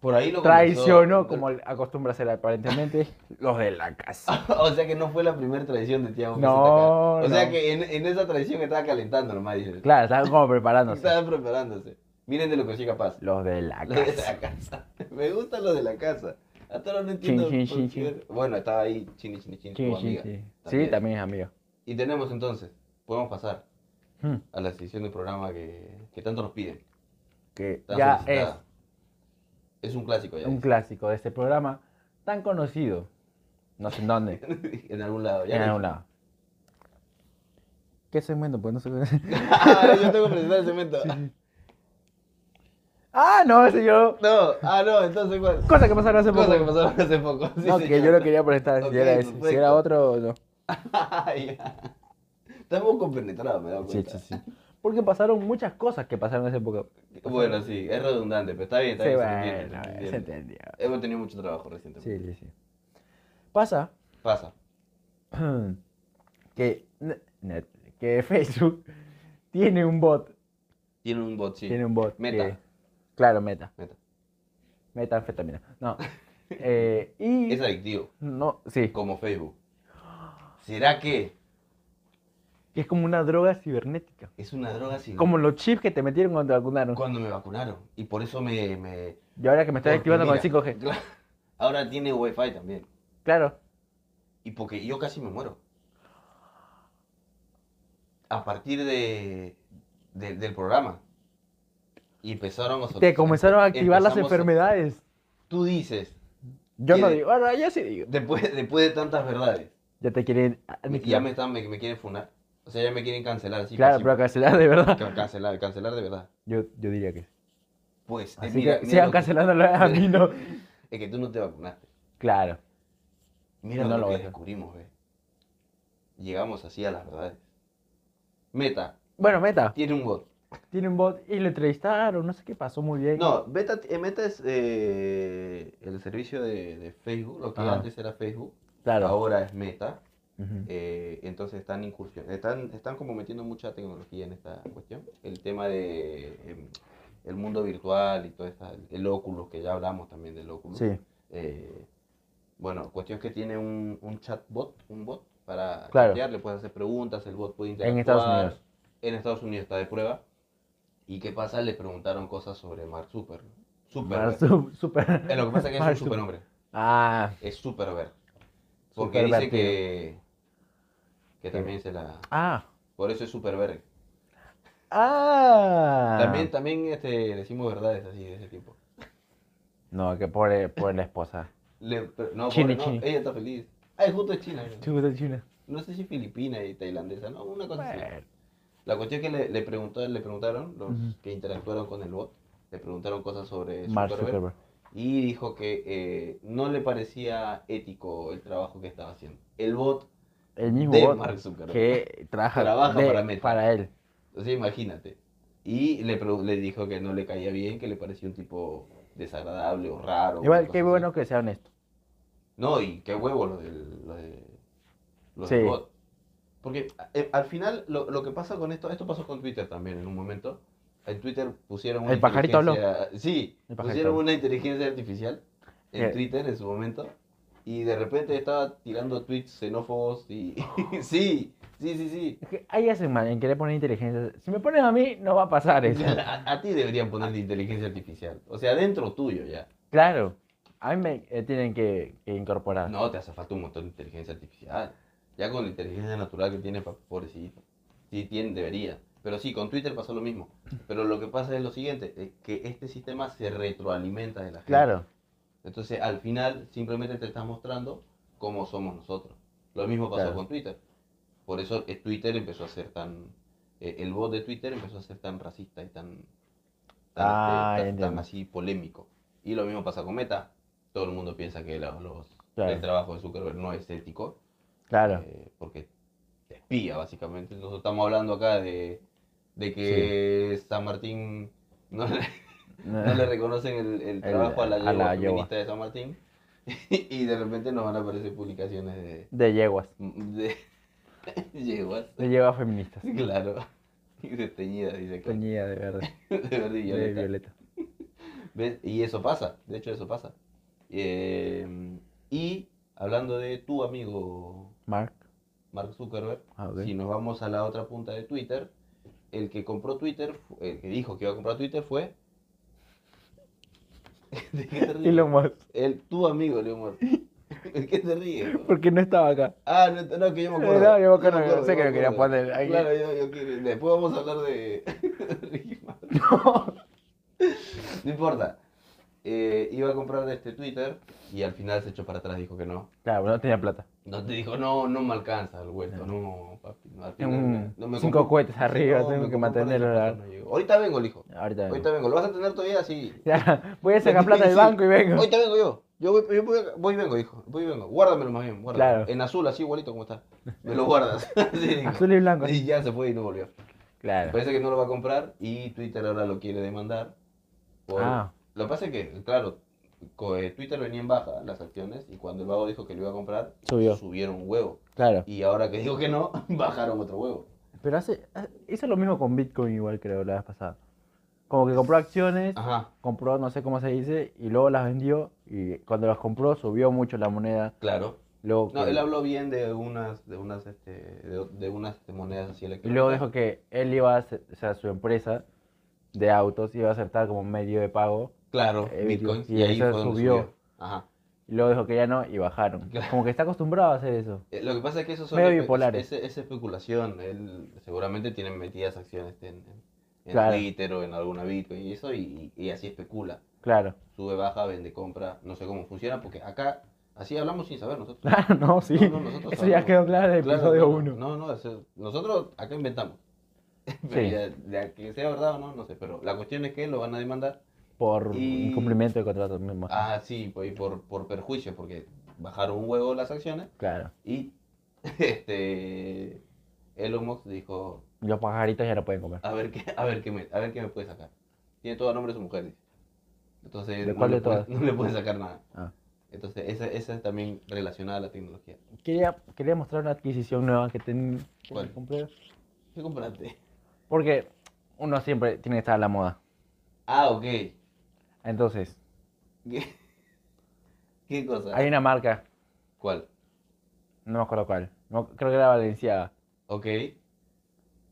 Speaker 2: Por ahí lo comenzó-
Speaker 3: Traicionó, como acostumbra hacer aparentemente, los de la casa.
Speaker 2: o sea que no fue la primera traición de Tiago. que
Speaker 3: No,
Speaker 2: se te acaba. O sea
Speaker 3: no.
Speaker 2: que en, en esa traición estaba calentando nomás. dice.
Speaker 3: Claro, estaban como preparándose.
Speaker 2: Estaba preparándose. Miren de lo que soy capaz.
Speaker 3: Los de la
Speaker 2: Lo de
Speaker 3: casa.
Speaker 2: la casa. Me gusta lo de la casa. Hasta ahora no entiendo.
Speaker 3: Chin,
Speaker 2: por
Speaker 3: chin,
Speaker 2: qué-
Speaker 3: chin,
Speaker 2: Bueno, estaba ahí chini chini chini.
Speaker 3: Sí,
Speaker 2: tu
Speaker 3: sí,
Speaker 2: amiga
Speaker 3: sí. Sí,
Speaker 2: también.
Speaker 3: también es amigo.
Speaker 2: Y tenemos entonces, podemos pasar
Speaker 3: Hmm,
Speaker 2: a la sección del programa que, que tanto nos piden.
Speaker 3: Que
Speaker 2: Tan
Speaker 3: ya es
Speaker 2: solicitada. Es un clásico ya.
Speaker 3: un
Speaker 2: dice.
Speaker 3: clásico de este programa tan conocido. No sé en dónde.
Speaker 2: en algún lado. Ya
Speaker 3: en
Speaker 2: lo
Speaker 3: algún
Speaker 2: dije.
Speaker 3: lado. ¿Qué segmento? Pues no sé.
Speaker 2: Ah, yo tengo que presentar el cemento.
Speaker 3: ah, no, ese yo.
Speaker 2: No, ah, no, entonces cuál.
Speaker 3: Cosa que pasaron hace poco.
Speaker 2: Cosa que pasó hace poco. sí,
Speaker 3: no, que
Speaker 2: señor.
Speaker 3: yo lo quería presentar.
Speaker 2: Ok,
Speaker 3: si, era ese. si era
Speaker 2: perfecto.
Speaker 3: otro, no.
Speaker 2: Ay, ya. Estamos compenetrados, me da
Speaker 3: Sí,
Speaker 2: cuenta.
Speaker 3: sí, sí. Porque pasaron muchas cosas que pasaron en esa época.
Speaker 2: Bueno, sí, es redundante, pero está bien, está
Speaker 3: Sí,
Speaker 2: bien. se
Speaker 3: bueno,
Speaker 2: entiende, se
Speaker 3: eh, se
Speaker 2: entiende.
Speaker 3: entendió.
Speaker 2: Hemos tenido mucho trabajo
Speaker 3: Sí,
Speaker 2: recientemente.
Speaker 3: sí, sí. Pasa
Speaker 2: Pasa.
Speaker 3: que, ne- net- que Facebook tiene un bot.
Speaker 2: Tiene un bot, sí.
Speaker 3: Tiene un bot.
Speaker 2: Meta.
Speaker 3: que- Claro, meta.
Speaker 2: Meta.
Speaker 3: Metanfetamina. No. Eh, y.
Speaker 2: Es adictivo,
Speaker 3: No, sí.
Speaker 2: como Facebook. ¿Será que
Speaker 3: Que es como una droga cibernética.
Speaker 2: es una droga sin
Speaker 3: Como los chips que te metieron cuando te vacunaron.
Speaker 2: cuando me vacunaron? Y por eso me... me...
Speaker 3: Y ahora que me estoy
Speaker 2: por
Speaker 3: activando con
Speaker 2: primera.
Speaker 3: 5G.
Speaker 2: Claro. Ahora tiene wifi también.
Speaker 3: Claro.
Speaker 2: Y porque yo casi me muero. A partir de, de- del programa. Y empezaron a
Speaker 3: Te comenzaron a activar las
Speaker 2: empezamos a-
Speaker 3: enfermedades.
Speaker 2: Tú dices,
Speaker 3: Yo no
Speaker 2: ¿Quién?
Speaker 3: digo. Ahora yo sí digo.
Speaker 2: después, después de tantas verdades,
Speaker 3: Ya te quieren.
Speaker 2: me- ya me, están, me, me quieren funar. O sea, ya me quieren cancelar. Así
Speaker 3: Claro,
Speaker 2: fácil.
Speaker 3: pero cancelar de verdad.
Speaker 2: Ca- Cancelar, cancelar de verdad.
Speaker 3: Yo, yo diría que sí.
Speaker 2: Pues, eh,
Speaker 3: Así
Speaker 2: mira,
Speaker 3: que
Speaker 2: mira
Speaker 3: sigan
Speaker 2: lo que-
Speaker 3: cancelándolo a mí, no.
Speaker 2: es que tú no te vacunaste.
Speaker 3: Claro.
Speaker 2: Mira
Speaker 3: No
Speaker 2: lo,
Speaker 3: lo
Speaker 2: que
Speaker 3: voy a hacer.
Speaker 2: descubrimos, ve. Llegamos así a las verdades. Meta,
Speaker 3: Bueno, Meta,
Speaker 2: tiene un bot.
Speaker 3: tiene un bot y lo entrevistaron, no sé qué pasó muy bien.
Speaker 2: No, Beta, eh, Meta es eh, el servicio de, de Facebook, lo que
Speaker 3: Ah.
Speaker 2: antes era Facebook,
Speaker 3: claro.
Speaker 2: ahora es Meta.
Speaker 3: Ujú.
Speaker 2: eh, entonces están incursion, están, están como metiendo mucha tecnología en esta cuestión. El tema de em, el mundo virtual y todo esta, el Oculus, que ya hablamos también del Oculus.
Speaker 3: Sí,
Speaker 2: Eh, bueno, cuestión que tiene un, un chatbot, un bot para
Speaker 3: Claro.
Speaker 2: chatear, le puedes hacer preguntas, el bot puede interactuar.
Speaker 3: en Estados Unidos.
Speaker 2: En Estados Unidos está de prueba. ¿Y qué pasa? Le preguntaron cosas sobre Mark Zucker.
Speaker 3: Mar-
Speaker 2: Zuckerberg.
Speaker 3: su- super-
Speaker 2: Eh, lo que pasa es que es
Speaker 3: Mark
Speaker 2: un
Speaker 3: Zuck-
Speaker 2: superhombre.
Speaker 3: Ah,
Speaker 2: Es Superver. Porque dice
Speaker 3: Supervertido.
Speaker 2: que, que también se la...
Speaker 3: ah,
Speaker 2: Por eso es Superver.
Speaker 3: ah.
Speaker 2: También, también este, decimos verdades así de ese tipo.
Speaker 3: No, que pobre, pobre la esposa.
Speaker 2: Le- pero- no,
Speaker 3: Chini,
Speaker 2: pobre, no,
Speaker 3: chini.
Speaker 2: ella está feliz. Ay, justo es china. ¿no?
Speaker 3: Chuta china.
Speaker 2: No sé si filipina y tailandesa, no, una cosa así.
Speaker 3: Bueno,
Speaker 2: La cuestión es que le, le, preguntó, le preguntaron, los
Speaker 3: Ujú.
Speaker 2: que interactuaron con el bot, le preguntaron cosas sobre
Speaker 3: Mark
Speaker 2: Zuckerberg,
Speaker 3: Zuckerberg.
Speaker 2: y dijo que eh, no le parecía ético el trabajo que estaba haciendo. El bot,
Speaker 3: El mismo
Speaker 2: de
Speaker 3: bot
Speaker 2: Mark Zuckerberg.
Speaker 3: que trabaja,
Speaker 2: Trabaja
Speaker 3: de-
Speaker 2: para Meta.
Speaker 3: para él.
Speaker 2: o sea, imagínate. Y le, pregu- le dijo que no le caía bien, que le parecía un tipo desagradable o raro.
Speaker 3: Igual,
Speaker 2: una
Speaker 3: qué
Speaker 2: cosa
Speaker 3: bueno
Speaker 2: así.
Speaker 3: que sea honesto.
Speaker 2: No, y qué huevo lo del, lo de, lo
Speaker 3: Sí.
Speaker 2: del bot. Porque eh, al final lo, lo que pasa con esto, esto pasó con Twitter también en un momento. En Twitter pusieron una
Speaker 3: El pajarito habló.
Speaker 2: inteligencia- Sí,
Speaker 3: El pajarito
Speaker 2: pusieron
Speaker 3: habló.
Speaker 2: una inteligencia artificial en
Speaker 3: Eh.
Speaker 2: Twitter en su momento. Y de repente estaba tirando tweets xenófobos y... sí, sí, sí, sí.
Speaker 3: Es que ahí hacen mal en querer poner inteligencia. Si me pones a mí, no va a pasar eso.
Speaker 2: A, a ti deberían ponerle inteligencia artificial. O sea, dentro tuyo ya.
Speaker 3: Claro. A mí me eh, tienen que, que incorporar.
Speaker 2: No, te hace falta un montón de inteligencia artificial. Ya con la inteligencia natural que tiene, pa- pobrecito. Sí, tiene, debería. Pero sí, con Twitter pasó lo mismo. Pero lo que pasa es lo siguiente, es que este sistema se retroalimenta de la gente.
Speaker 3: Claro.
Speaker 2: Entonces, al final, simplemente te estás mostrando cómo somos nosotros. Lo mismo pasó
Speaker 3: Claro.
Speaker 2: con Twitter. Por eso eh, Twitter empezó a ser tan... eh, el bot de Twitter empezó a ser tan racista y tan... tan,
Speaker 3: Ah,
Speaker 2: este, tan-
Speaker 3: ya
Speaker 2: tan
Speaker 3: entiendo.
Speaker 2: así polémico. Y lo mismo pasa con Meta. Todo el mundo piensa que los, los-
Speaker 3: Claro.
Speaker 2: el trabajo de Zuckerberg no es ético.
Speaker 3: Claro.
Speaker 2: eh, porque te espía, básicamente. Nosotros estamos hablando acá de, de que San Martín... No le- no le reconocen el, el trabajo a la
Speaker 3: a la
Speaker 2: yegua
Speaker 3: yegua.
Speaker 2: feminista de San Martín y de repente nos van a aparecer publicaciones de,
Speaker 3: De yeguas.
Speaker 2: de yeguas,
Speaker 3: De yeguas feministas.
Speaker 2: claro, y de teñidas, dice acá,
Speaker 3: Teñida de verde.
Speaker 2: de verde y
Speaker 3: De
Speaker 2: violeta.
Speaker 3: violeta.
Speaker 2: ¿Ves? Y eso pasa, de hecho eso pasa. Eh, y hablando de tu amigo
Speaker 3: Mark.
Speaker 2: Mark Zuckerberg,
Speaker 3: Ah, ok.
Speaker 2: si nos vamos a la otra punta de Twitter, el que compró Twitter, fu- el que dijo que iba a comprar Twitter fue... ¿De qué te ríes?
Speaker 3: Y lo más.
Speaker 2: El, tu amigo, Leo Mor. ¿De qué te ríes? bro?
Speaker 3: Porque no estaba acá.
Speaker 2: Ah, no, no, que yo me acuerdo.
Speaker 3: No, yo me acuerdo, sé
Speaker 2: yo
Speaker 3: que
Speaker 2: me
Speaker 3: lo quería
Speaker 2: acuerdo.
Speaker 3: poner ahí.
Speaker 2: Claro, yo, yo quiero- Después vamos a hablar de. Ricky Martin. no importa. Eh, iba a comprar este Twitter y al final se echó para atrás, dijo que no.
Speaker 3: Claro, no tenía plata.
Speaker 2: No te dijo, no, no me alcanza el vuelto, no, papi. No, al final,
Speaker 3: Un-
Speaker 2: no me
Speaker 3: Mm, cinco
Speaker 2: compró-
Speaker 3: cohetes arriba, tengo
Speaker 2: me
Speaker 3: que
Speaker 2: compró para
Speaker 3: mantenerlo,
Speaker 2: esa
Speaker 3: la-
Speaker 2: cosa, no llegó. Ahorita vengo, le dijo.
Speaker 3: Ahorita.
Speaker 2: Ahorita vengo. ¿Lo vas a tener todavía? Sí.
Speaker 3: Ya, voy a sacar plata del banco y vengo.
Speaker 2: Hoy te vengo yo. Yo voy, yo voy, voy y vengo, hijo. Voy y vengo. Guárdamelo más bien. guárdamelo.
Speaker 3: Claro.
Speaker 2: En azul, así igualito como está. Me lo guardas. Así dijo.
Speaker 3: Azul y blanco.
Speaker 2: Y ya se fue y no volvió.
Speaker 3: Claro.
Speaker 2: Parece que no lo va a comprar y Twitter ahora lo quiere demandar. por-
Speaker 3: Ah.
Speaker 2: Lo que pasa es que, claro, co- eh, Twitter venía en baja las acciones y cuando el vago dijo que lo iba a comprar,
Speaker 3: Subió.
Speaker 2: subieron un huevo.
Speaker 3: Claro.
Speaker 2: Y ahora que dijo que no, bajaron otro huevo.
Speaker 3: ah, Pero hace, ha- hizo lo mismo con Bitcoin igual creo la vez pasada. Como que compró acciones,
Speaker 2: Ajá,
Speaker 3: compró, no sé cómo se dice, y luego las vendió. Y cuando las compró, subió mucho la moneda.
Speaker 2: claro.
Speaker 3: Luego
Speaker 2: No,
Speaker 3: que-
Speaker 2: él habló bien de unas, de unas, este, de, de unas este, monedas así
Speaker 3: Y luego
Speaker 2: electrónicas.
Speaker 3: dijo que él iba a hacer, o sea, su empresa de autos iba a aceptar como medio de pago.
Speaker 2: Claro,
Speaker 3: eh,
Speaker 2: bitcoins.
Speaker 3: y
Speaker 2: Y ahí
Speaker 3: eso
Speaker 2: fue donde
Speaker 3: subió.
Speaker 2: subió. Ajá.
Speaker 3: Y luego dijo que ya no y bajaron.
Speaker 2: Claro.
Speaker 3: Como que está acostumbrado a hacer eso.
Speaker 2: Eh, Lo que pasa es que eso son
Speaker 3: Medio
Speaker 2: espe-
Speaker 3: bipolares.
Speaker 2: es, es especulación. Él seguramente tiene metidas acciones en, en- en
Speaker 3: Claro.
Speaker 2: Twitter o en alguna Bitcoin y eso, y, y así especula.
Speaker 3: Claro.
Speaker 2: Sube, baja, vende, compra. No sé cómo funciona, porque acá así hablamos sin saber nosotros.
Speaker 3: Claro, no, sí.
Speaker 2: No, no, nosotros
Speaker 3: eso ya
Speaker 2: hablamos.
Speaker 3: quedó claro en Ah, el
Speaker 2: Claro,
Speaker 3: episodio
Speaker 2: claro.
Speaker 3: 1.
Speaker 2: No, no, eso- nosotros acá inventamos. Pero
Speaker 3: Sí.
Speaker 2: ya, ya que sea verdad o no, no sé. Pero la cuestión es que lo van a demandar.
Speaker 3: Por
Speaker 2: Y-
Speaker 3: incumplimiento de contrato mismo.
Speaker 2: Ah, sí, pues, y por, por perjuicio, porque bajaron un huevo las acciones
Speaker 3: Claro.
Speaker 2: y este Elon Musk dijo,
Speaker 3: Y Los pajaritos ya no pueden comer.
Speaker 2: a ver qué, a ver qué me, a ver qué me puede sacar. Tiene todo a nombre de su mujer, dice. Entonces
Speaker 3: ¿De
Speaker 2: no,
Speaker 3: cuál
Speaker 2: le
Speaker 3: de
Speaker 2: puede,
Speaker 3: todas?
Speaker 2: no le puede sacar nada.
Speaker 3: Ah.
Speaker 2: Entonces, esa, esa es también relacionada a la tecnología.
Speaker 3: Quería, quería mostrar una adquisición nueva que, ten, que
Speaker 2: ¿Cuál?
Speaker 3: compré.
Speaker 2: ¿Qué compraste?
Speaker 3: Porque uno siempre tiene que estar a la moda.
Speaker 2: Ah, ok. ¿Qué,
Speaker 3: Entonces,
Speaker 2: qué cosa?
Speaker 3: hay una marca,
Speaker 2: ¿Cuál?
Speaker 3: no me acuerdo cuál. no- creo que era Valenciaga.
Speaker 2: Ok,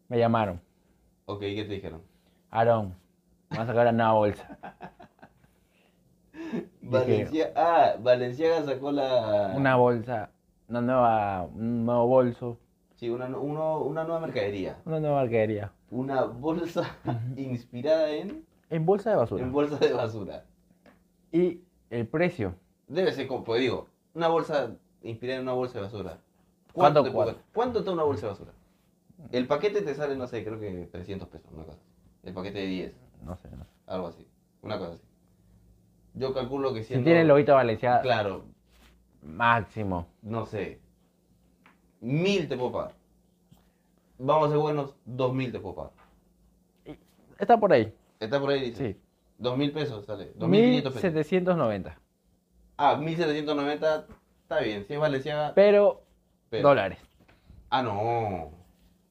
Speaker 3: Me llamaron.
Speaker 2: ok, ¿qué te dijeron?
Speaker 3: Aarón, me vas a sacar una bolsa.
Speaker 2: Valencia, ah, Valenciaga sacó la...
Speaker 3: Una bolsa, una nueva, un nuevo bolso,
Speaker 2: Sí, una, nu- uno- una nueva mercadería.
Speaker 3: una nueva marquería.
Speaker 2: Una bolsa inspirada en,
Speaker 3: En bolsa de basura.
Speaker 2: en bolsa de basura.
Speaker 3: y el precio,
Speaker 2: Debe ser como, pues, digo, una bolsa inspirada en una bolsa de basura.
Speaker 3: ¿Cuánto
Speaker 2: te puede-
Speaker 3: cuesta?
Speaker 2: ¿Cuánto está una bolsa de basura? El paquete te sale, no sé, creo que 300 pesos, una cosa. El paquete de 10,
Speaker 3: no sé. No sé.
Speaker 2: algo así. Una cosa así. Yo calculo que
Speaker 3: Si
Speaker 2: siendo...
Speaker 3: tiene el loguito valenciano,
Speaker 2: Claro,
Speaker 3: máximo.
Speaker 2: no sé. Mil te puedo pagar. Vamos a ser buenos, dos mil te puedo pagar.
Speaker 3: Está por ahí,
Speaker 2: Está por ahí, dice.
Speaker 3: sí.
Speaker 2: Dos mil pesos sale. Dos mil quinientos pesos.
Speaker 3: 1790.
Speaker 2: Ah, 1790 está bien, si es Valenciaga.
Speaker 3: Pero,
Speaker 2: pero-
Speaker 3: dólares.
Speaker 2: Ah, no.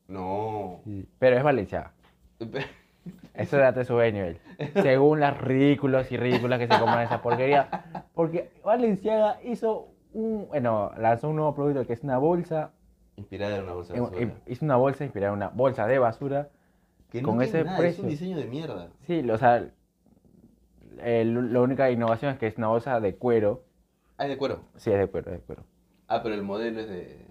Speaker 2: No.
Speaker 3: Pero es Valenciaga. Eso era te sube de nivel. Según las ridículas y ridículas que se compran esas porquerías. Porque Valenciaga hizo un. Bueno, lanzó un nuevo producto que es una bolsa.
Speaker 2: Inspirada en una bolsa de
Speaker 3: eh,
Speaker 2: basura.
Speaker 3: Hizo una bolsa inspirada en una bolsa de basura.
Speaker 2: Que no
Speaker 3: con
Speaker 2: tiene
Speaker 3: ese
Speaker 2: nada, es un
Speaker 3: precio.
Speaker 2: diseño de mierda.
Speaker 3: Sí, lo- o sea. eh, lo- la única innovación es que es una bolsa de cuero.
Speaker 2: Ah, es de cuero.
Speaker 3: Sí, es de cuero, es de cuero.
Speaker 2: Ah, pero el modelo es de.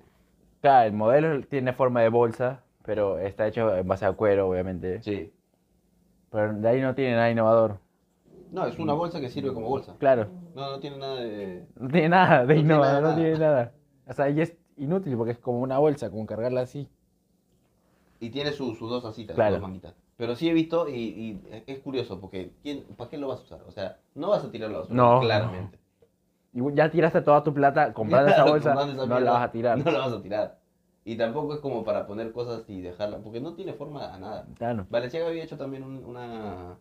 Speaker 3: Claro, el modelo tiene forma de bolsa, pero está hecho en base a cuero, obviamente.
Speaker 2: Sí.
Speaker 3: Pero de ahí no tiene nada innovador.
Speaker 2: No, es una bolsa que sirve como bolsa.
Speaker 3: Mm. Claro,
Speaker 2: No, no tiene nada de.
Speaker 3: no tiene nada de
Speaker 2: No tiene
Speaker 3: innovador,
Speaker 2: nada.
Speaker 3: no tiene nada. O sea, y es inútil porque es como una bolsa, como cargarla así.
Speaker 2: Y tiene su- sus dos asitas,
Speaker 3: Claro.
Speaker 2: sus dos manguitas. Pero sí he visto y, y es- es curioso porque ¿quién, ¿para qué lo vas a usar? O sea, no vas a tirar la basura,
Speaker 3: No.
Speaker 2: claramente.
Speaker 3: Y ya tiraste toda tu plata comprando esa
Speaker 2: Claro,
Speaker 3: bolsa,
Speaker 2: comprando esa
Speaker 3: no la
Speaker 2: mierda,
Speaker 3: vas a tirar.
Speaker 2: No la vas a tirar. Y tampoco es como para poner cosas y dejarla, porque no tiene forma a nada.
Speaker 3: Claro.
Speaker 2: Valenciaga había hecho también un- una,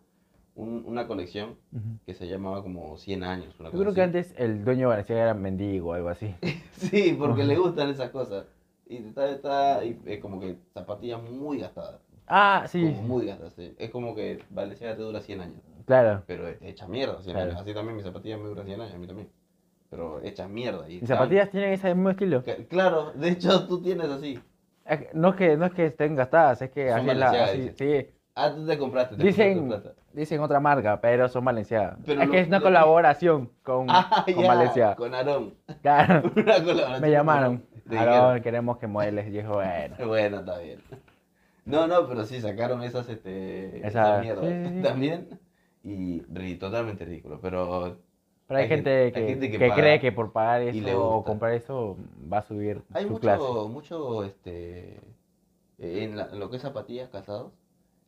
Speaker 2: un- una colección
Speaker 3: Ujú.
Speaker 2: que se llamaba como 100 años. Una
Speaker 3: Yo creo
Speaker 2: cosa
Speaker 3: que
Speaker 2: así.
Speaker 3: antes el dueño de Valenciaga era mendigo o algo así.
Speaker 2: Sí, porque le gustan esas cosas. Y está, está y es como que zapatillas muy gastadas.
Speaker 3: Ah, sí,
Speaker 2: como muy gastadas. sí. Es como que Valenciaga te dura 100 años.
Speaker 3: claro.
Speaker 2: Pero he- hecha mierda, 100
Speaker 3: Claro.
Speaker 2: años. Así también mis zapatillas me duran 100 años, a mí también. Pero hecha mierda. Y
Speaker 3: Mis
Speaker 2: estaban-
Speaker 3: zapatillas tienen ese mismo estilo.
Speaker 2: Ca- Claro, de hecho tú tienes así.
Speaker 3: Es que- No es que, no es que estén gastadas, es que
Speaker 2: Son
Speaker 3: así es la-
Speaker 2: Balenciaga,
Speaker 3: así- sí.
Speaker 2: Ah, tú te compraste. Te
Speaker 3: Dicen,
Speaker 2: compraste tu plata.
Speaker 3: dicen otra marca, pero son Valenciaga.
Speaker 2: Pero
Speaker 3: es
Speaker 2: lo-
Speaker 3: que es una
Speaker 2: lo-
Speaker 3: colaboración con,
Speaker 2: Ah,
Speaker 3: con
Speaker 2: ya,
Speaker 3: Valenciaga.
Speaker 2: Con Aarón.
Speaker 3: Claro.
Speaker 2: Una colaboración
Speaker 3: Me llamaron.
Speaker 2: con Aarón. Te
Speaker 3: Ahora queremos que modeles. Y dijo, bueno.
Speaker 2: dijeron, Bueno, está bien. No, no, pero sí sacaron esas, este,
Speaker 3: Esa-
Speaker 2: esas mierdas
Speaker 3: sí, sí, sí.
Speaker 2: también. Y ri- totalmente ridículo. Pero
Speaker 3: Pero hay,
Speaker 2: Hay
Speaker 3: gente,
Speaker 2: gente-
Speaker 3: que,
Speaker 2: hay gente que
Speaker 3: que
Speaker 2: paga
Speaker 3: cree que por pagar
Speaker 2: y le
Speaker 3: eso o
Speaker 2: gusta.
Speaker 3: comprar eso va a subir
Speaker 2: hay
Speaker 3: su
Speaker 2: mucho,
Speaker 3: clase.
Speaker 2: mucho, este, eh, en, la- en lo que es zapatillas casados,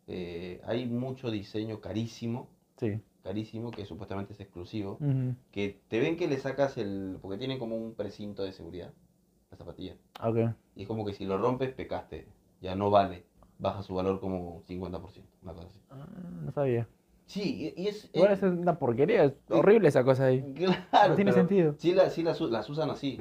Speaker 2: eh, hay mucho diseño carísimo,
Speaker 3: Sí.
Speaker 2: carísimo, que supuestamente es exclusivo,
Speaker 3: Ujú.
Speaker 2: que te ven que le sacas el, porque tienen como un precinto de seguridad, la zapatilla.
Speaker 3: Ok.
Speaker 2: Y es como que si lo rompes, pecaste. Ya no vale. Baja su valor como 50%. Una cosa así.
Speaker 3: Ah, No
Speaker 2: Eh,
Speaker 3: sabía.
Speaker 2: Sí, y, y es.
Speaker 3: Igual
Speaker 2: es-
Speaker 3: es una porquería. Es horrible esa cosa ahí.
Speaker 2: Claro.
Speaker 3: no tiene
Speaker 2: pero
Speaker 3: sentido.
Speaker 2: Sí, la- sí las, u- las usan así.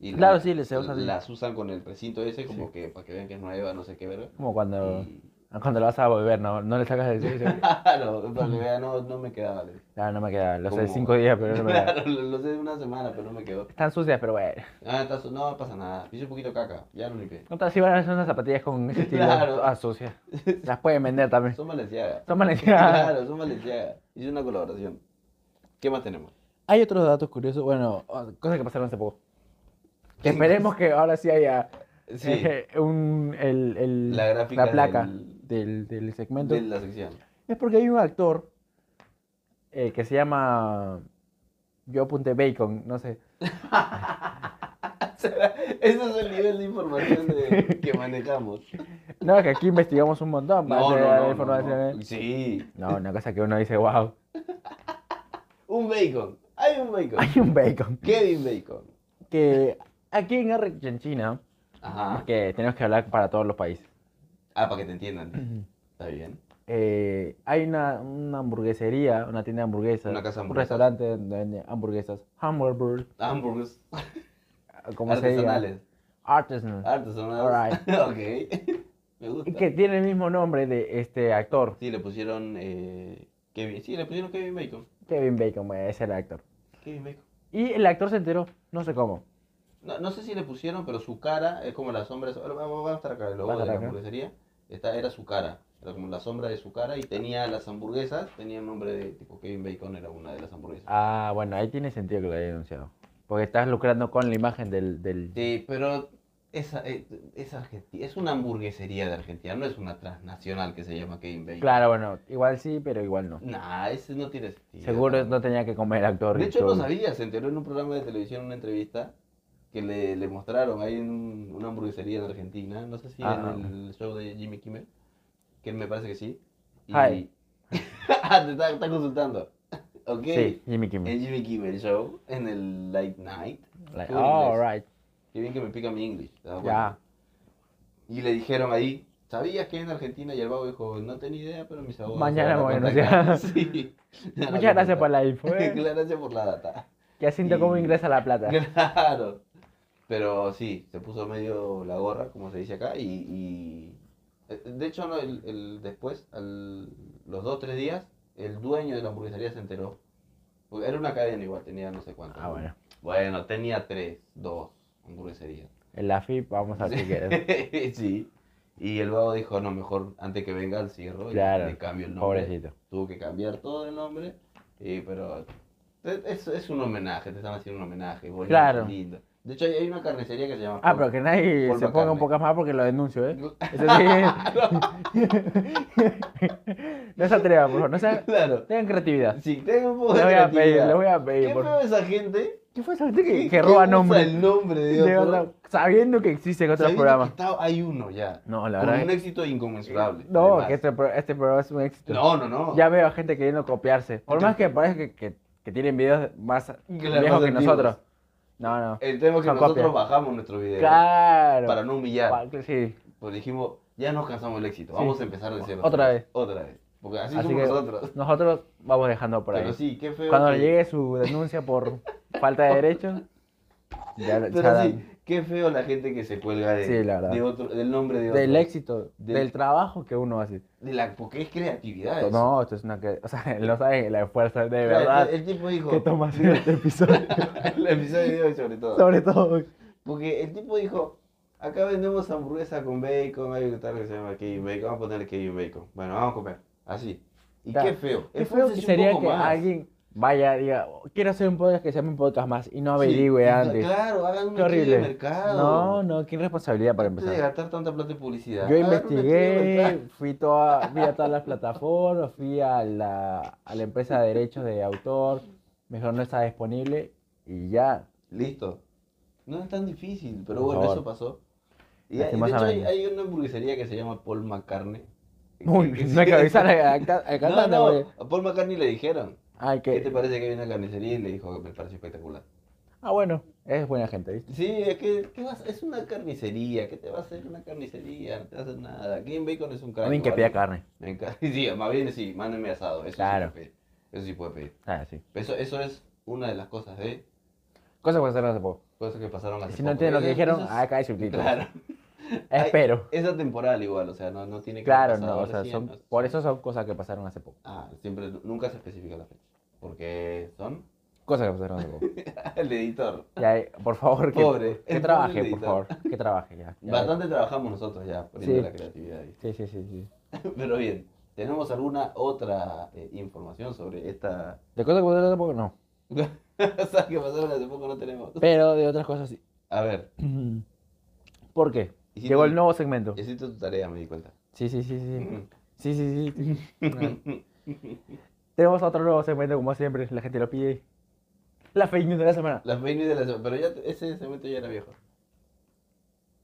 Speaker 2: Y la-
Speaker 3: Claro, sí, se usa así.
Speaker 2: Las usan con el precinto ese, como que para que vean que es nueva, no sé qué verga.
Speaker 3: Como cuando
Speaker 2: Y-
Speaker 3: Cuando lo vas a volver, no, no le sacas el
Speaker 2: Claro, para vea, no, no me quedaba. le-
Speaker 3: Claro, no me queda. Lo sé de
Speaker 2: ¿Cómo?
Speaker 3: cinco días, pero no me queda.
Speaker 2: Claro, lo, lo sé de una semana, pero no me quedó.
Speaker 3: Están sucias, pero bueno.
Speaker 2: Ah, está su- no pasa nada. Hice un poquito de caca, ya lo limpié.
Speaker 3: No te si van a hacer unas zapatillas con ese estilo.
Speaker 2: Claro.
Speaker 3: todas sucias. Las pueden vender también.
Speaker 2: Son Valenciaga.
Speaker 3: Son valencianas.
Speaker 2: Claro, son Valenciaga. Hice una colaboración. ¿Qué más tenemos?
Speaker 3: Hay otros datos curiosos, bueno, o- Ah, cosas que pasaron hace poco. Que esperemos que ahora sí haya
Speaker 2: Sí,
Speaker 3: eh, un, el, el-
Speaker 2: La gráfica
Speaker 3: placa
Speaker 2: del-
Speaker 3: del, del segmento.
Speaker 2: de la sección.
Speaker 3: Es porque hay un actor eh, que se llama. Yo apunté Bacon, no sé.
Speaker 2: Ese es el nivel de información de- que manejamos.
Speaker 3: No, es que aquí investigamos un montón para hacer la información. ¿eh?
Speaker 2: Sí.
Speaker 3: No. una cosa que uno dice, wow,
Speaker 2: Un bacon. Hay un bacon.
Speaker 3: hay un Bacon.
Speaker 2: Kevin Bacon.
Speaker 3: Que aquí en Argentina,
Speaker 2: Ajá.
Speaker 3: que tenemos que hablar para todos los países.
Speaker 2: Ah, para que te entiendan. Está bien.
Speaker 3: eh, hay una, una hamburguesería, una tienda de hamburguesas,
Speaker 2: Una casa de
Speaker 3: un
Speaker 2: hamburguesas.
Speaker 3: restaurante donde venden hamburguesas, hamburger,
Speaker 2: Hamburgers.
Speaker 3: como se diga,
Speaker 2: Artesanales.
Speaker 3: artisanal,
Speaker 2: Artesanales. ok. Me gusta.
Speaker 3: que tiene el mismo nombre de este actor,
Speaker 2: Sí, le pusieron eh, Kevin. Sí, le pusieron Kevin Bacon.
Speaker 3: Kevin Bacon, bueno, es el actor.
Speaker 2: Kevin Bacon.
Speaker 3: Y el actor se enteró, no sé cómo,
Speaker 2: No, no sé si le pusieron, pero su cara es como la sombra. de su- Ahora Vamos, vamos a estar acá. El logo
Speaker 3: Vamos a
Speaker 2: de la
Speaker 3: estar acá.
Speaker 2: hamburguesería esta era su cara. Era como la sombra de su cara y tenía las hamburguesas. Tenía el nombre de tipo Kevin Bacon, era una de las hamburguesas.
Speaker 3: ah, bueno, ahí tiene sentido que lo haya denunciado, porque estás lucrando con la imagen del, del-
Speaker 2: Sí, pero esa, eh, es, argenti- es una hamburguesería de Argentina, no es una transnacional que se llama Kevin Bacon.
Speaker 3: claro, bueno, igual sí, pero igual no,
Speaker 2: Nah, ese no tiene sentido.
Speaker 3: seguro no tenía que comer el actor.
Speaker 2: De
Speaker 3: y
Speaker 2: hecho, él
Speaker 3: todo.
Speaker 2: lo sabía, se enteró en un programa de televisión, en una entrevista, que le, le mostraron ahí en un- una hamburguesería en Argentina, no sé si
Speaker 3: Ah,
Speaker 2: en el show de Jimmy Kimmel, que me parece que sí.
Speaker 3: Hi.
Speaker 2: ah, te está, está consultando. Ok.
Speaker 3: Sí, Jimmy Kimmel,
Speaker 2: En Jimmy Kimmel Show, en el Late Night.
Speaker 3: Like,
Speaker 2: Fue en
Speaker 3: oh,
Speaker 2: inglés.
Speaker 3: right,
Speaker 2: Qué bien que me pica mi English. ¿te das
Speaker 3: ya,
Speaker 2: cuenta? Y le dijeron ahí, ¿sabías que en Argentina? Y el vago dijo, no tenía idea, pero mis abogados. se
Speaker 3: Mañana
Speaker 2: van a
Speaker 3: voy a
Speaker 2: contactar".
Speaker 3: anunciar.
Speaker 2: Sí. Se van a
Speaker 3: muchas gracias por la info,
Speaker 2: contactar.
Speaker 3: eh.
Speaker 2: Gracias por la data.
Speaker 3: Ya siento cómo
Speaker 2: Y-
Speaker 3: ingresa la plata.
Speaker 2: Claro. Pero sí, se puso medio la gorra, como se dice acá, y... y- eh, De hecho, no, el, el- después, al- los dos, tres días, el dueño de la hamburguesería se enteró. Porque era una cadena igual, tenía no sé cuánto.
Speaker 3: Ah, bueno.
Speaker 2: Bueno, tenía tres, dos hamburgueserías.
Speaker 3: En la FIP vamos a ver qué quieres.
Speaker 2: sí. Y el vago dijo, no, mejor antes que venga el cierro y
Speaker 3: Claro,
Speaker 2: le cambio el nombre.
Speaker 3: Pobrecito.
Speaker 2: Tuvo que cambiar todo el nombre, y, pero es, es- es un homenaje, te están haciendo un homenaje. Bonito,
Speaker 3: Claro.
Speaker 2: lindo. De hecho, hay, hay una carnicería que se llama...
Speaker 3: Ah,
Speaker 2: Paul.
Speaker 3: pero que nadie
Speaker 2: Paul
Speaker 3: se ponga un
Speaker 2: McCartney.
Speaker 3: poco más porque lo denuncio, ¿eh? Eso sí. no se atrevan, por favor. No se...
Speaker 2: Claro.
Speaker 3: Tengan creatividad.
Speaker 2: Sí, tengo un poco
Speaker 3: Les
Speaker 2: de
Speaker 3: voy a pedir,
Speaker 2: creatividad.
Speaker 3: les voy a
Speaker 2: ¿Qué
Speaker 3: pedir. Por...
Speaker 2: feo esa gente
Speaker 3: ¿Qué fue esa gente que, que
Speaker 2: que
Speaker 3: roba
Speaker 2: usa
Speaker 3: nombres?
Speaker 2: el nombre de
Speaker 3: de
Speaker 2: otro?
Speaker 3: verdad, Sabiendo que existen otros
Speaker 2: Sabiendo
Speaker 3: programas.
Speaker 2: que está- hay uno ya.
Speaker 3: No, la
Speaker 2: con
Speaker 3: verdad.
Speaker 2: un
Speaker 3: es-
Speaker 2: éxito inconmensurable.
Speaker 3: No,
Speaker 2: además.
Speaker 3: que este, pro- este programa es un éxito.
Speaker 2: No, no, no.
Speaker 3: Ya veo a gente queriendo copiarse. Por más que parece que, que, que tienen videos más
Speaker 2: más
Speaker 3: viejos que
Speaker 2: antiguos.
Speaker 3: nosotros. No, no.
Speaker 2: El tema es que
Speaker 3: Son
Speaker 2: nosotros
Speaker 3: copias.
Speaker 2: bajamos nuestro video
Speaker 3: Claro.
Speaker 2: para no humillar.
Speaker 3: Pa- Sí.
Speaker 2: Pues dijimos, ya nos cansamos el éxito,
Speaker 3: Sí.
Speaker 2: vamos a empezar de cero.
Speaker 3: Otra vez.
Speaker 2: Otra vez. Porque así,
Speaker 3: Así
Speaker 2: somos
Speaker 3: que-
Speaker 2: nosotros.
Speaker 3: Nosotros vamos dejando por
Speaker 2: Pero
Speaker 3: ahí.
Speaker 2: sí, qué feo.
Speaker 3: Cuando
Speaker 2: que-
Speaker 3: le llegue su denuncia por falta de derechos, ya lo-
Speaker 2: Pero
Speaker 3: ya
Speaker 2: sí, qué feo la gente que se cuelga de,
Speaker 3: Sí, la verdad.
Speaker 2: de otro, del nombre de
Speaker 3: la-
Speaker 2: otro.
Speaker 3: del éxito,
Speaker 2: Del-
Speaker 3: del, trabajo que uno hace.
Speaker 2: De la, porque es creatividad. Ah, eso.
Speaker 3: No, esto es una que. O sea, no saben el esfuerzo de
Speaker 2: Claro,
Speaker 3: verdad
Speaker 2: El, el tipo dijo.
Speaker 3: que toma hacer este episodio.
Speaker 2: el episodio de hoy, sobre todo.
Speaker 3: Sobre todo.
Speaker 2: Porque el tipo dijo, acá vendemos hamburguesa con bacon, hay un tal que se llama Kevin Bacon, vamos a ponerle Kevin Bacon. Bueno, vamos a comer. Así. Y
Speaker 3: Claro.
Speaker 2: qué feo.
Speaker 3: Qué feo que
Speaker 2: Esfuércense un
Speaker 3: sería
Speaker 2: poco
Speaker 3: que
Speaker 2: más.
Speaker 3: alguien vaya y diga, "Oh, quiero hacer un podcast que se llame un podcast más y no
Speaker 2: Sí,
Speaker 3: averigüe
Speaker 2: y-
Speaker 3: antes.
Speaker 2: Claro, hagan un
Speaker 3: Qué
Speaker 2: estudio de
Speaker 3: horrible.
Speaker 2: mercado.
Speaker 3: No, no, qué irresponsabilidad para
Speaker 2: Antes de
Speaker 3: empezar.
Speaker 2: gastar tanta plata en publicidad.
Speaker 3: Yo
Speaker 2: hagan un estudio de mercado.
Speaker 3: investigué, fui, toda, fui a todas las plataformas, fui a la, a la empresa de derechos de autor, mejor no está disponible y ya.
Speaker 2: Listo. No es tan difícil, pero
Speaker 3: Por
Speaker 2: bueno,
Speaker 3: favor.
Speaker 2: eso pasó. Y hay- de hecho, hay,
Speaker 3: Lastimosamente.
Speaker 2: hay una hamburguesería que se llama Paul McCartney.
Speaker 3: Uy, no hay que avisar al, ca- al
Speaker 2: No,
Speaker 3: cantante,
Speaker 2: no,
Speaker 3: güey.
Speaker 2: a Paul McCartney le dijeron,
Speaker 3: Ay,
Speaker 2: ¿qué
Speaker 3: que-
Speaker 2: te parece que hay una carnicería? Y le dijo, me parece espectacular.
Speaker 3: Ah, bueno, es buena gente, ¿viste?
Speaker 2: Sí, es que ¿qué vas- es una carnicería, ¿qué te va a hacer una carnicería? No te va a hacer nada. Game Bacon es un crack.
Speaker 3: Alguien que
Speaker 2: igual.
Speaker 3: pida carne.
Speaker 2: Me encanta. Sí, más bien sí, mándeme asado. Eso sí puede
Speaker 3: Claro.
Speaker 2: pedir. Eso sí puede pedir.
Speaker 3: Ah, sí.
Speaker 2: Eso, eso es una de las cosas de
Speaker 3: Cosas que pasaron hace poco.
Speaker 2: cosas que pasaron hace
Speaker 3: Si no
Speaker 2: poco. Eh,
Speaker 3: entienden lo que
Speaker 2: pues, Eso-
Speaker 3: dijeron, ah,
Speaker 2: eso es-
Speaker 3: acá hay subtítulos.
Speaker 2: Claro. Ay,
Speaker 3: Espero.
Speaker 2: Esa temporal igual, o sea, no, no tiene que
Speaker 3: Claro,
Speaker 2: pasar
Speaker 3: no, o sea,
Speaker 2: recién,
Speaker 3: son,
Speaker 2: o sea,
Speaker 3: por eso son cosas que pasaron hace poco.
Speaker 2: Ah, siempre, nunca se especifica la fecha. Porque son
Speaker 3: Cosas que pasaron hace poco.
Speaker 2: el editor.
Speaker 3: Ya, eh, por favor, que,
Speaker 2: Pobre, el
Speaker 3: que
Speaker 2: pobre
Speaker 3: trabaje, por
Speaker 2: editor.
Speaker 3: favor. Que trabaje ya. ya.
Speaker 2: Bastante trabajamos nosotros ya poniendo
Speaker 3: Sí.
Speaker 2: la creatividad ahí.
Speaker 3: Sí, sí, sí, sí.
Speaker 2: Pero bien, ¿tenemos alguna otra eh, información sobre esta...
Speaker 3: De cosas que pasaron hace poco, no.
Speaker 2: ¿Sabes qué pasaron hace poco? No tenemos.
Speaker 3: Pero de otras cosas sí.
Speaker 2: A ver,
Speaker 3: ¿Por qué?
Speaker 2: Hiciste-
Speaker 3: Llegó el nuevo segmento.
Speaker 2: hiciste tu tarea, me di cuenta.
Speaker 3: Sí, sí, sí, sí. Sí, sí, sí. Tenemos otro nuevo segmento, como siempre, la gente lo pide. La fake news de la semana.
Speaker 2: Las fake news de la semana, pero ya te- ese segmento ya era viejo.
Speaker 3: Eh.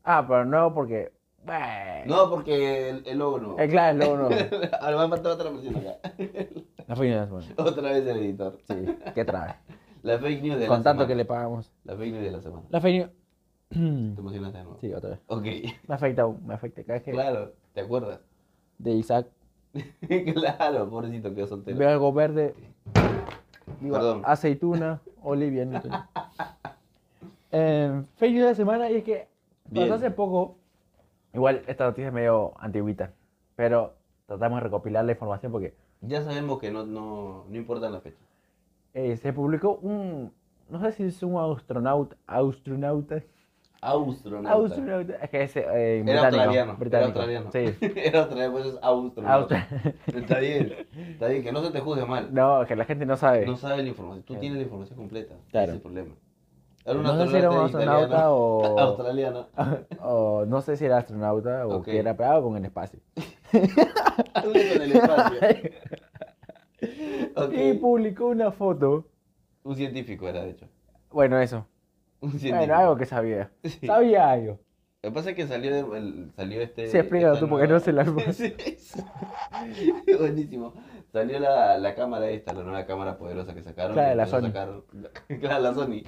Speaker 3: Ah, pero no porque. bueno,
Speaker 2: No, porque el, el logo no.
Speaker 3: eh, claro, luego no.
Speaker 2: Ahora me ha faltado otra versión acá.
Speaker 3: La fake news de la semana.
Speaker 2: Otra vez el editor.
Speaker 3: Sí, qué trae.
Speaker 2: La fake news de
Speaker 3: Con
Speaker 2: la
Speaker 3: tanto
Speaker 2: semana.
Speaker 3: que le pagamos.
Speaker 2: La fake news de la semana.
Speaker 3: La fake
Speaker 2: ¿Te
Speaker 3: news.
Speaker 2: emocionaste de nuevo?
Speaker 3: sí, otra vez.
Speaker 2: Ok,
Speaker 3: Me afecta aún, me afecta. Cada vez que
Speaker 2: claro, ¿te acuerdas?
Speaker 3: de Isaac
Speaker 2: claro, pobrecito, quedó soltero.
Speaker 3: veo algo verde, digo, ah.
Speaker 2: Perdón.
Speaker 3: aceituna, Olivia Newton. eh, fake news de la semana y es que
Speaker 2: Bien.
Speaker 3: pasó hace poco, igual esta noticia es medio antiguita, pero tratamos de recopilar la información porque
Speaker 2: Ya sabemos que no, no, no importan las fechas.
Speaker 3: eh, se publicó un, no sé si es un astronauta, astronauta,
Speaker 2: Austronauta.
Speaker 3: astronauta, es que es eh,
Speaker 2: Era australiano.
Speaker 3: británico,
Speaker 2: Era
Speaker 3: británico,
Speaker 2: australiano.
Speaker 3: sí,
Speaker 2: Era australiano, pues es austronauta.
Speaker 3: austra-
Speaker 2: Está bien. Está bien, que no se te juzgue mal.
Speaker 3: no, que la gente no sabe,
Speaker 2: No sabes la información. Tú
Speaker 3: Claro.
Speaker 2: tienes la información completa. Ese es
Speaker 3: Claro.
Speaker 2: el problema.
Speaker 3: no sé si era un astronauta o...
Speaker 2: Australiano.
Speaker 3: o no sé si era astronauta o
Speaker 2: Ok.
Speaker 3: que era bravo con el espacio.
Speaker 2: Algo con el espacio.
Speaker 3: Y
Speaker 2: Ok.
Speaker 3: publicó una foto.
Speaker 2: Un científico era, de hecho.
Speaker 3: Bueno, eso.
Speaker 2: Un científico.
Speaker 3: Bueno, algo que sabía.
Speaker 2: Sí.
Speaker 3: Sabía algo.
Speaker 2: Lo que pasa es que salió, de- el- salió este.
Speaker 3: Sí, explícalo
Speaker 2: esta
Speaker 3: tú, porque
Speaker 2: nueva-
Speaker 3: no sé la arma.
Speaker 2: Sí, sí. Buenísimo. Salió la, la cámara esta, la nueva cámara poderosa que sacaron.
Speaker 3: Claro,
Speaker 2: que
Speaker 3: la
Speaker 2: empezó a
Speaker 3: Sony.
Speaker 2: sacar- claro, la Sony.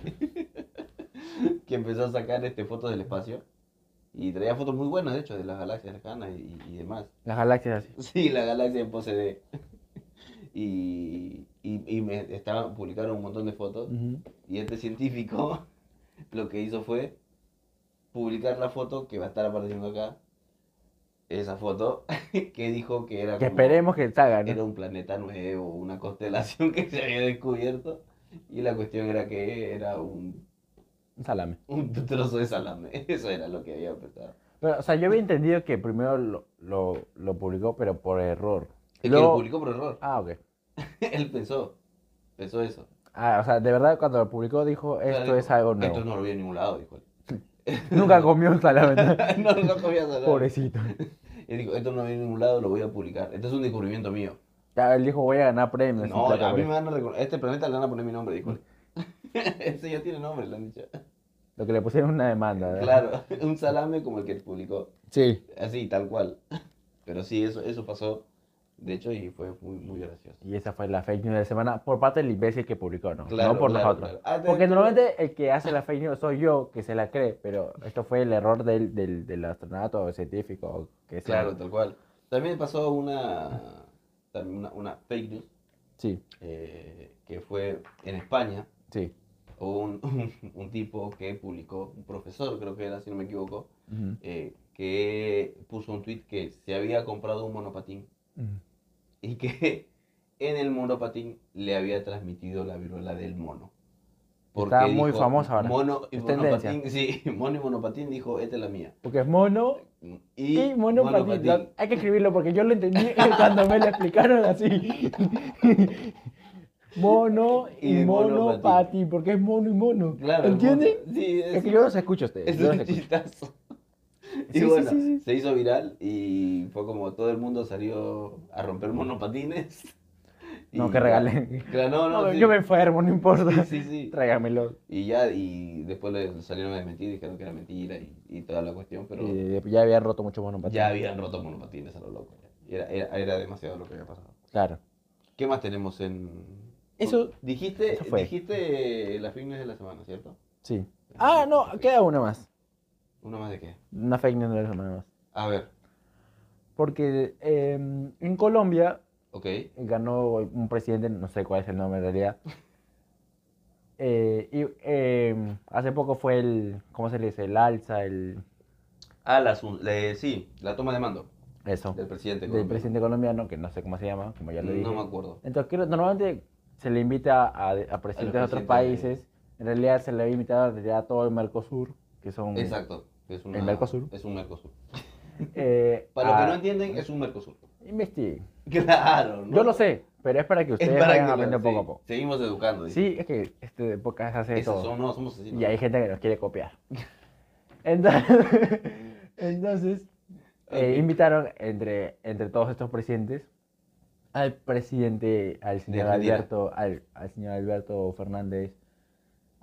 Speaker 2: que empezó a sacar este, fotos del espacio. Y traía fotos muy buenas, de hecho, de las galaxias lejanas y, y demás.
Speaker 3: Las galaxias así.
Speaker 2: Sí, la galaxia en pose de. Y, y, y me estaban, publicaron un montón de fotos. Y este científico lo que hizo fue publicar la foto que va a estar apareciendo acá. Esa foto que dijo que era
Speaker 3: Que
Speaker 2: como-
Speaker 3: esperemos que salga,
Speaker 2: era
Speaker 3: ¿no?
Speaker 2: un planeta nuevo, una constelación que se había descubierto. Y la cuestión era que era un,
Speaker 3: Un salame.
Speaker 2: un trozo de salame. Eso era lo que había pensado.
Speaker 3: Pero, o sea, yo había entendido que primero lo, lo, lo publicó, pero por error.
Speaker 2: Es que lo
Speaker 3: Luego-
Speaker 2: publicó por error.
Speaker 3: Ah, ok.
Speaker 2: Él pensó. Pensó eso.
Speaker 3: Ah, o sea, de verdad, cuando lo publicó dijo,
Speaker 2: O sea,
Speaker 3: esto
Speaker 2: dijo,
Speaker 3: es algo
Speaker 2: Esto
Speaker 3: nuevo.
Speaker 2: no lo vi en ningún lado, dijo él.
Speaker 3: Nunca comió un salame. ¿no?
Speaker 2: no, no comía salame.
Speaker 3: Pobrecito.
Speaker 2: Él dijo, esto no lo vi en ningún lado, lo voy a publicar. Esto es un descubrimiento mío.
Speaker 3: Ya, él dijo, voy a ganar premios.
Speaker 2: No,
Speaker 3: y plata
Speaker 2: a
Speaker 3: por
Speaker 2: mí me
Speaker 3: esto.
Speaker 2: van a reconocer. Este planeta le van a poner mi nombre, dijo. Ese ya tiene nombre, le han dicho.
Speaker 3: Lo que le pusieron una demanda. ¿verdad?
Speaker 2: Claro, un salame como el que publicó.
Speaker 3: Sí.
Speaker 2: Así, tal cual. Pero sí, eso, eso pasó. De hecho, y fue muy, muy gracioso.
Speaker 3: Y esa fue la fake news de la semana por parte del imbécil que publicó, ¿no?
Speaker 2: Claro,
Speaker 3: no por
Speaker 2: claro,
Speaker 3: nosotros.
Speaker 2: claro. Ah, te-
Speaker 3: Porque normalmente el que hace la fake news soy yo, que se la cree, pero esto fue el error del, del, del astronauta o científico. o que sea.
Speaker 2: Claro, tal cual. También pasó una, también una, una fake news
Speaker 3: Sí,
Speaker 2: eh, que fue en España.
Speaker 3: sí.
Speaker 2: Hubo un, un, tipo que publicó, un profesor creo que era, si no me equivoco,
Speaker 3: Ujú.
Speaker 2: eh, que puso un tweet que se había comprado un monopatín
Speaker 3: Ujú.
Speaker 2: y que en el monopatín le había transmitido la viruela del mono.
Speaker 3: Está muy famosa ahora.
Speaker 2: Mono y
Speaker 3: Es
Speaker 2: monopatín, sí, mono y monopatín dijo, esta es la mía.
Speaker 3: Porque es mono
Speaker 2: Y,
Speaker 3: y monopatín. Lo- Hay que escribirlo porque yo lo entendí cuando me lo explicaron así. mono y,
Speaker 2: Y monopatín.
Speaker 3: monopatín, porque es mono y mono.
Speaker 2: Claro, el
Speaker 3: ¿Entienden?
Speaker 2: mono- Sí, es,
Speaker 3: Es que yo los escucho a ustedes.
Speaker 2: es
Speaker 3: yo los
Speaker 2: un
Speaker 3: escucho.
Speaker 2: chistazo. Y
Speaker 3: Sí, sí,
Speaker 2: bueno,
Speaker 3: sí, sí.
Speaker 2: se hizo viral y fue como todo el mundo salió a romper monopatines.
Speaker 3: No,
Speaker 2: Y-
Speaker 3: que regalen.
Speaker 2: Claro, no, no,
Speaker 3: No,
Speaker 2: sí.
Speaker 3: Yo me enfermo, no importa.
Speaker 2: Sí, sí.
Speaker 3: Tráigamelo.
Speaker 2: Y ya, y después le salieron a desmentir, dijeron que era mentira y, y toda la cuestión, pero
Speaker 3: Eh, ya habían roto mucho monopatín.
Speaker 2: ya habían roto monopatines a lo loco. Era, era, era demasiado lo que había pasado.
Speaker 3: Claro.
Speaker 2: ¿Qué más tenemos en...?
Speaker 3: Eso-
Speaker 2: Dijiste,
Speaker 3: eso fue.
Speaker 2: dijiste las fitness de la semana, ¿cierto?
Speaker 3: Sí. Ah, no, queda una más.
Speaker 2: ¿Una más de qué?
Speaker 3: Una fake news de la semana más.
Speaker 2: A ver,
Speaker 3: Porque eh, en Colombia
Speaker 2: ok.
Speaker 3: ganó un presidente, no sé cuál es el nombre en realidad. em, Eh, y eh, hace poco fue el, ¿cómo se le dice? El alza, el...
Speaker 2: Ah, la, asun- le- sí, la toma de mando
Speaker 3: Eso.
Speaker 2: del presidente.
Speaker 3: Del
Speaker 2: colombiano.
Speaker 3: presidente colombiano, que no sé cómo se llama, como ya lo dije.
Speaker 2: No me acuerdo.
Speaker 3: Entonces, creo- normalmente se le invita a, a presidentes de
Speaker 2: presidentes
Speaker 3: otros
Speaker 2: de-
Speaker 3: países. En realidad se le había invitado desde ya todo el Mercosur, que son...
Speaker 2: Exacto. Es una-
Speaker 3: ¿El Mercosur?
Speaker 2: Es un Mercosur.
Speaker 3: eh,
Speaker 2: Para los
Speaker 3: a-
Speaker 2: que no entienden, es un Mercosur.
Speaker 3: investiguen.
Speaker 2: Claro, ¿no?
Speaker 3: Yo lo sé, pero es para que
Speaker 2: Es
Speaker 3: ustedes
Speaker 2: para
Speaker 3: vayan
Speaker 2: que lo-
Speaker 3: aprendiendo poco a
Speaker 2: sí,
Speaker 3: poco.
Speaker 2: Seguimos educando. dice.
Speaker 3: Sí, es que este de podcast hace
Speaker 2: Esos
Speaker 3: todo.
Speaker 2: son, no, somos así.
Speaker 3: Y hay gente que nos quiere copiar. Entonces, entonces, eh,
Speaker 2: Ok.
Speaker 3: invitaron entre, entre todos estos presidentes al presidente, al señor
Speaker 2: Argentina.
Speaker 3: Alberto, al, al señor Alberto Fernández,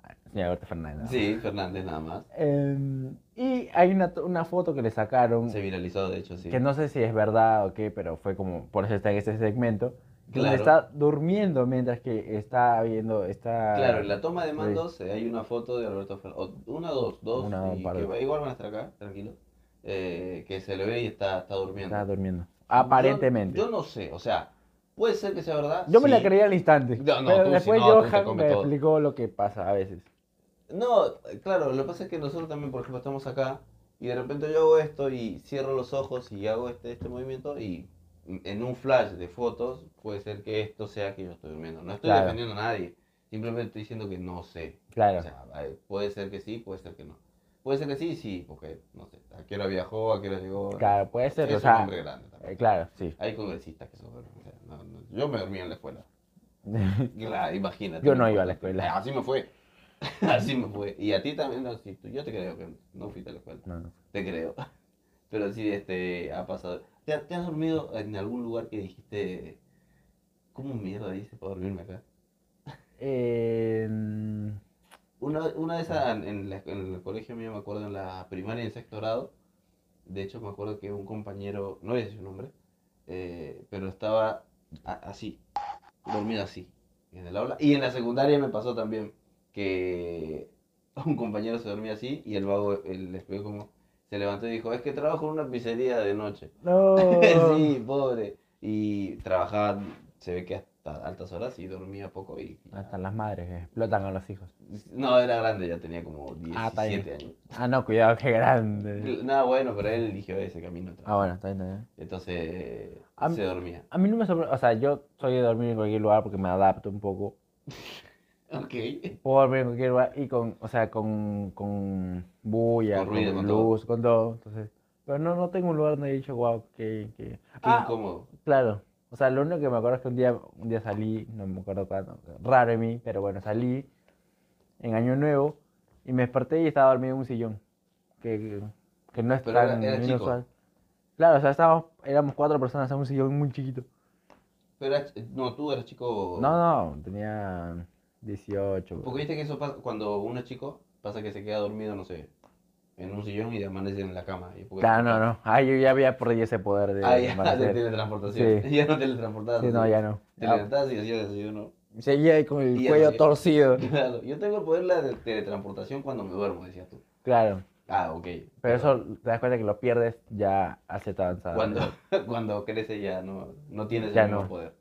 Speaker 3: al señor Alberto Fernández. ¿no?
Speaker 2: Sí, Fernández nada más.
Speaker 3: Em, y hay una, to- una foto que le sacaron,
Speaker 2: Se viralizó, de hecho, sí.
Speaker 3: que no sé si es verdad o qué, pero fue como, por eso está en este segmento, donde
Speaker 2: Claro.
Speaker 3: está durmiendo mientras que está viendo, está...
Speaker 2: Claro, en la toma de mandos eh, hay una foto de Alberto Fernández. Una, dos, dos.
Speaker 3: Una,
Speaker 2: y
Speaker 3: par de-
Speaker 2: que igual van a estar acá, tranquilo. Eh, que se le ve y está, está durmiendo.
Speaker 3: Está durmiendo. Aparentemente.
Speaker 2: Yo, yo no sé, o sea, puede ser que sea verdad.
Speaker 3: Yo me la
Speaker 2: sí.
Speaker 3: creía al instante.
Speaker 2: No, no,
Speaker 3: pero
Speaker 2: tú sí,
Speaker 3: después
Speaker 2: no, tú te
Speaker 3: Johan
Speaker 2: comes
Speaker 3: me
Speaker 2: todo.
Speaker 3: explicó lo que pasa a veces.
Speaker 2: No, claro, lo que pasa es que nosotros también, por ejemplo, estamos acá y de repente yo hago esto y cierro los ojos y hago este, este movimiento y en un flash de fotos puede ser que esto sea que yo estoy durmiendo. No estoy
Speaker 3: Claro.
Speaker 2: defendiendo a nadie, simplemente estoy diciendo que no sé.
Speaker 3: Claro.
Speaker 2: O sea, ay, puede ser que sí, puede ser que no. Puede ser que sí, sí, porque no sé, a qué hora viajó, a qué hora llegó.
Speaker 3: claro, puede ser.
Speaker 2: Es
Speaker 3: o
Speaker 2: un
Speaker 3: sea,
Speaker 2: hombre grande también.
Speaker 3: eh, claro, sí.
Speaker 2: Hay congresistas que son... o sea, no, no, yo me dormí en la escuela. Claro, imagínate.
Speaker 3: Yo no iba a la escuela.
Speaker 2: Así me fue. Así me fue. Y a ti también, no, sí, tú- yo te creo que no fuiste a la escuela.
Speaker 3: No, no.
Speaker 2: Te creo. Pero sí, este, ha pasado. ¿Te, te has dormido en algún lugar que dijiste, ¿cómo mierda hice para dormirme acá?
Speaker 3: Eh, mm,
Speaker 2: Una, una de esas, en, en la- en el colegio mío, me acuerdo, en la primaria, en sexto grado, de hecho me acuerdo que un compañero, no voy a decir su nombre, eh, pero estaba a- así, dormido así, en el aula. Y en la secundaria me pasó también que un compañero se dormía así y el vago, el espejo como, se levantó y dijo, es que trabajo en una pizzería de noche.
Speaker 3: no.
Speaker 2: sí, pobre. Y trabajaba, se ve que hasta altas horas y dormía poco y...
Speaker 3: Hasta las madres que explotan a los hijos.
Speaker 2: No, era grande, ya tenía como
Speaker 3: Ah, está bien.
Speaker 2: 17 años.
Speaker 3: Ah, no, cuidado, qué grande.
Speaker 2: Nada bueno, pero él eligió ese camino.
Speaker 3: Ah, bueno, está bien, está bien.
Speaker 2: Entonces
Speaker 3: A mí-
Speaker 2: se dormía.
Speaker 3: A mí no me sorprende, o sea, yo soy de dormir en cualquier lugar porque me adapto un poco.
Speaker 2: Ok.
Speaker 3: Puedo dormir en cualquier lugar y con, o sea, con, con bulla,
Speaker 2: Con
Speaker 3: con,
Speaker 2: ruido, con todo.
Speaker 3: luz, con todo. Entonces, pero no, no tengo un lugar donde he dicho, wow, que... que...
Speaker 2: Qué
Speaker 3: Ah,
Speaker 2: incómodo.
Speaker 3: Claro. O sea, lo único que me acuerdo es que un día, un día salí, no me acuerdo cuándo, raro en mí, pero bueno, salí en Año Nuevo y me desperté y estaba dormido en un sillón, que, que, que no es
Speaker 2: Pero era-
Speaker 3: tan
Speaker 2: era chico.
Speaker 3: inusual. Claro, o sea, estábamos, éramos cuatro personas en un sillón muy chiquito.
Speaker 2: Pero eras- no, tú eras chico.
Speaker 3: No, no, tenía 18.
Speaker 2: Porque viste que eso pasa cuando uno es chico, pasa que se queda dormido, no sé, en un sillón y amanece en la cama. Y porque-
Speaker 3: Claro, no, no. Ah, yo ya había perdido ese poder de
Speaker 2: Ah, ya, de
Speaker 3: amanecer.
Speaker 2: teletransportación.
Speaker 3: Sí.
Speaker 2: Ya no teletransportabas.
Speaker 3: Sí, no,
Speaker 2: así.
Speaker 3: ya Ah. no.
Speaker 2: Te
Speaker 3: Ya,
Speaker 2: levantabas y hacías así uno.
Speaker 3: seguía ahí con el
Speaker 2: Y ya
Speaker 3: cuello
Speaker 2: sabía.
Speaker 3: torcido.
Speaker 2: Claro, yo tengo el poder de la teletransportación cuando me duermo, decías tú.
Speaker 3: Claro.
Speaker 2: Ah, ok.
Speaker 3: Pero eso te das cuenta que lo pierdes ya hace tan
Speaker 2: cuando, cuando crece ya no, no tienes
Speaker 3: Ya
Speaker 2: el mismo
Speaker 3: no.
Speaker 2: poder.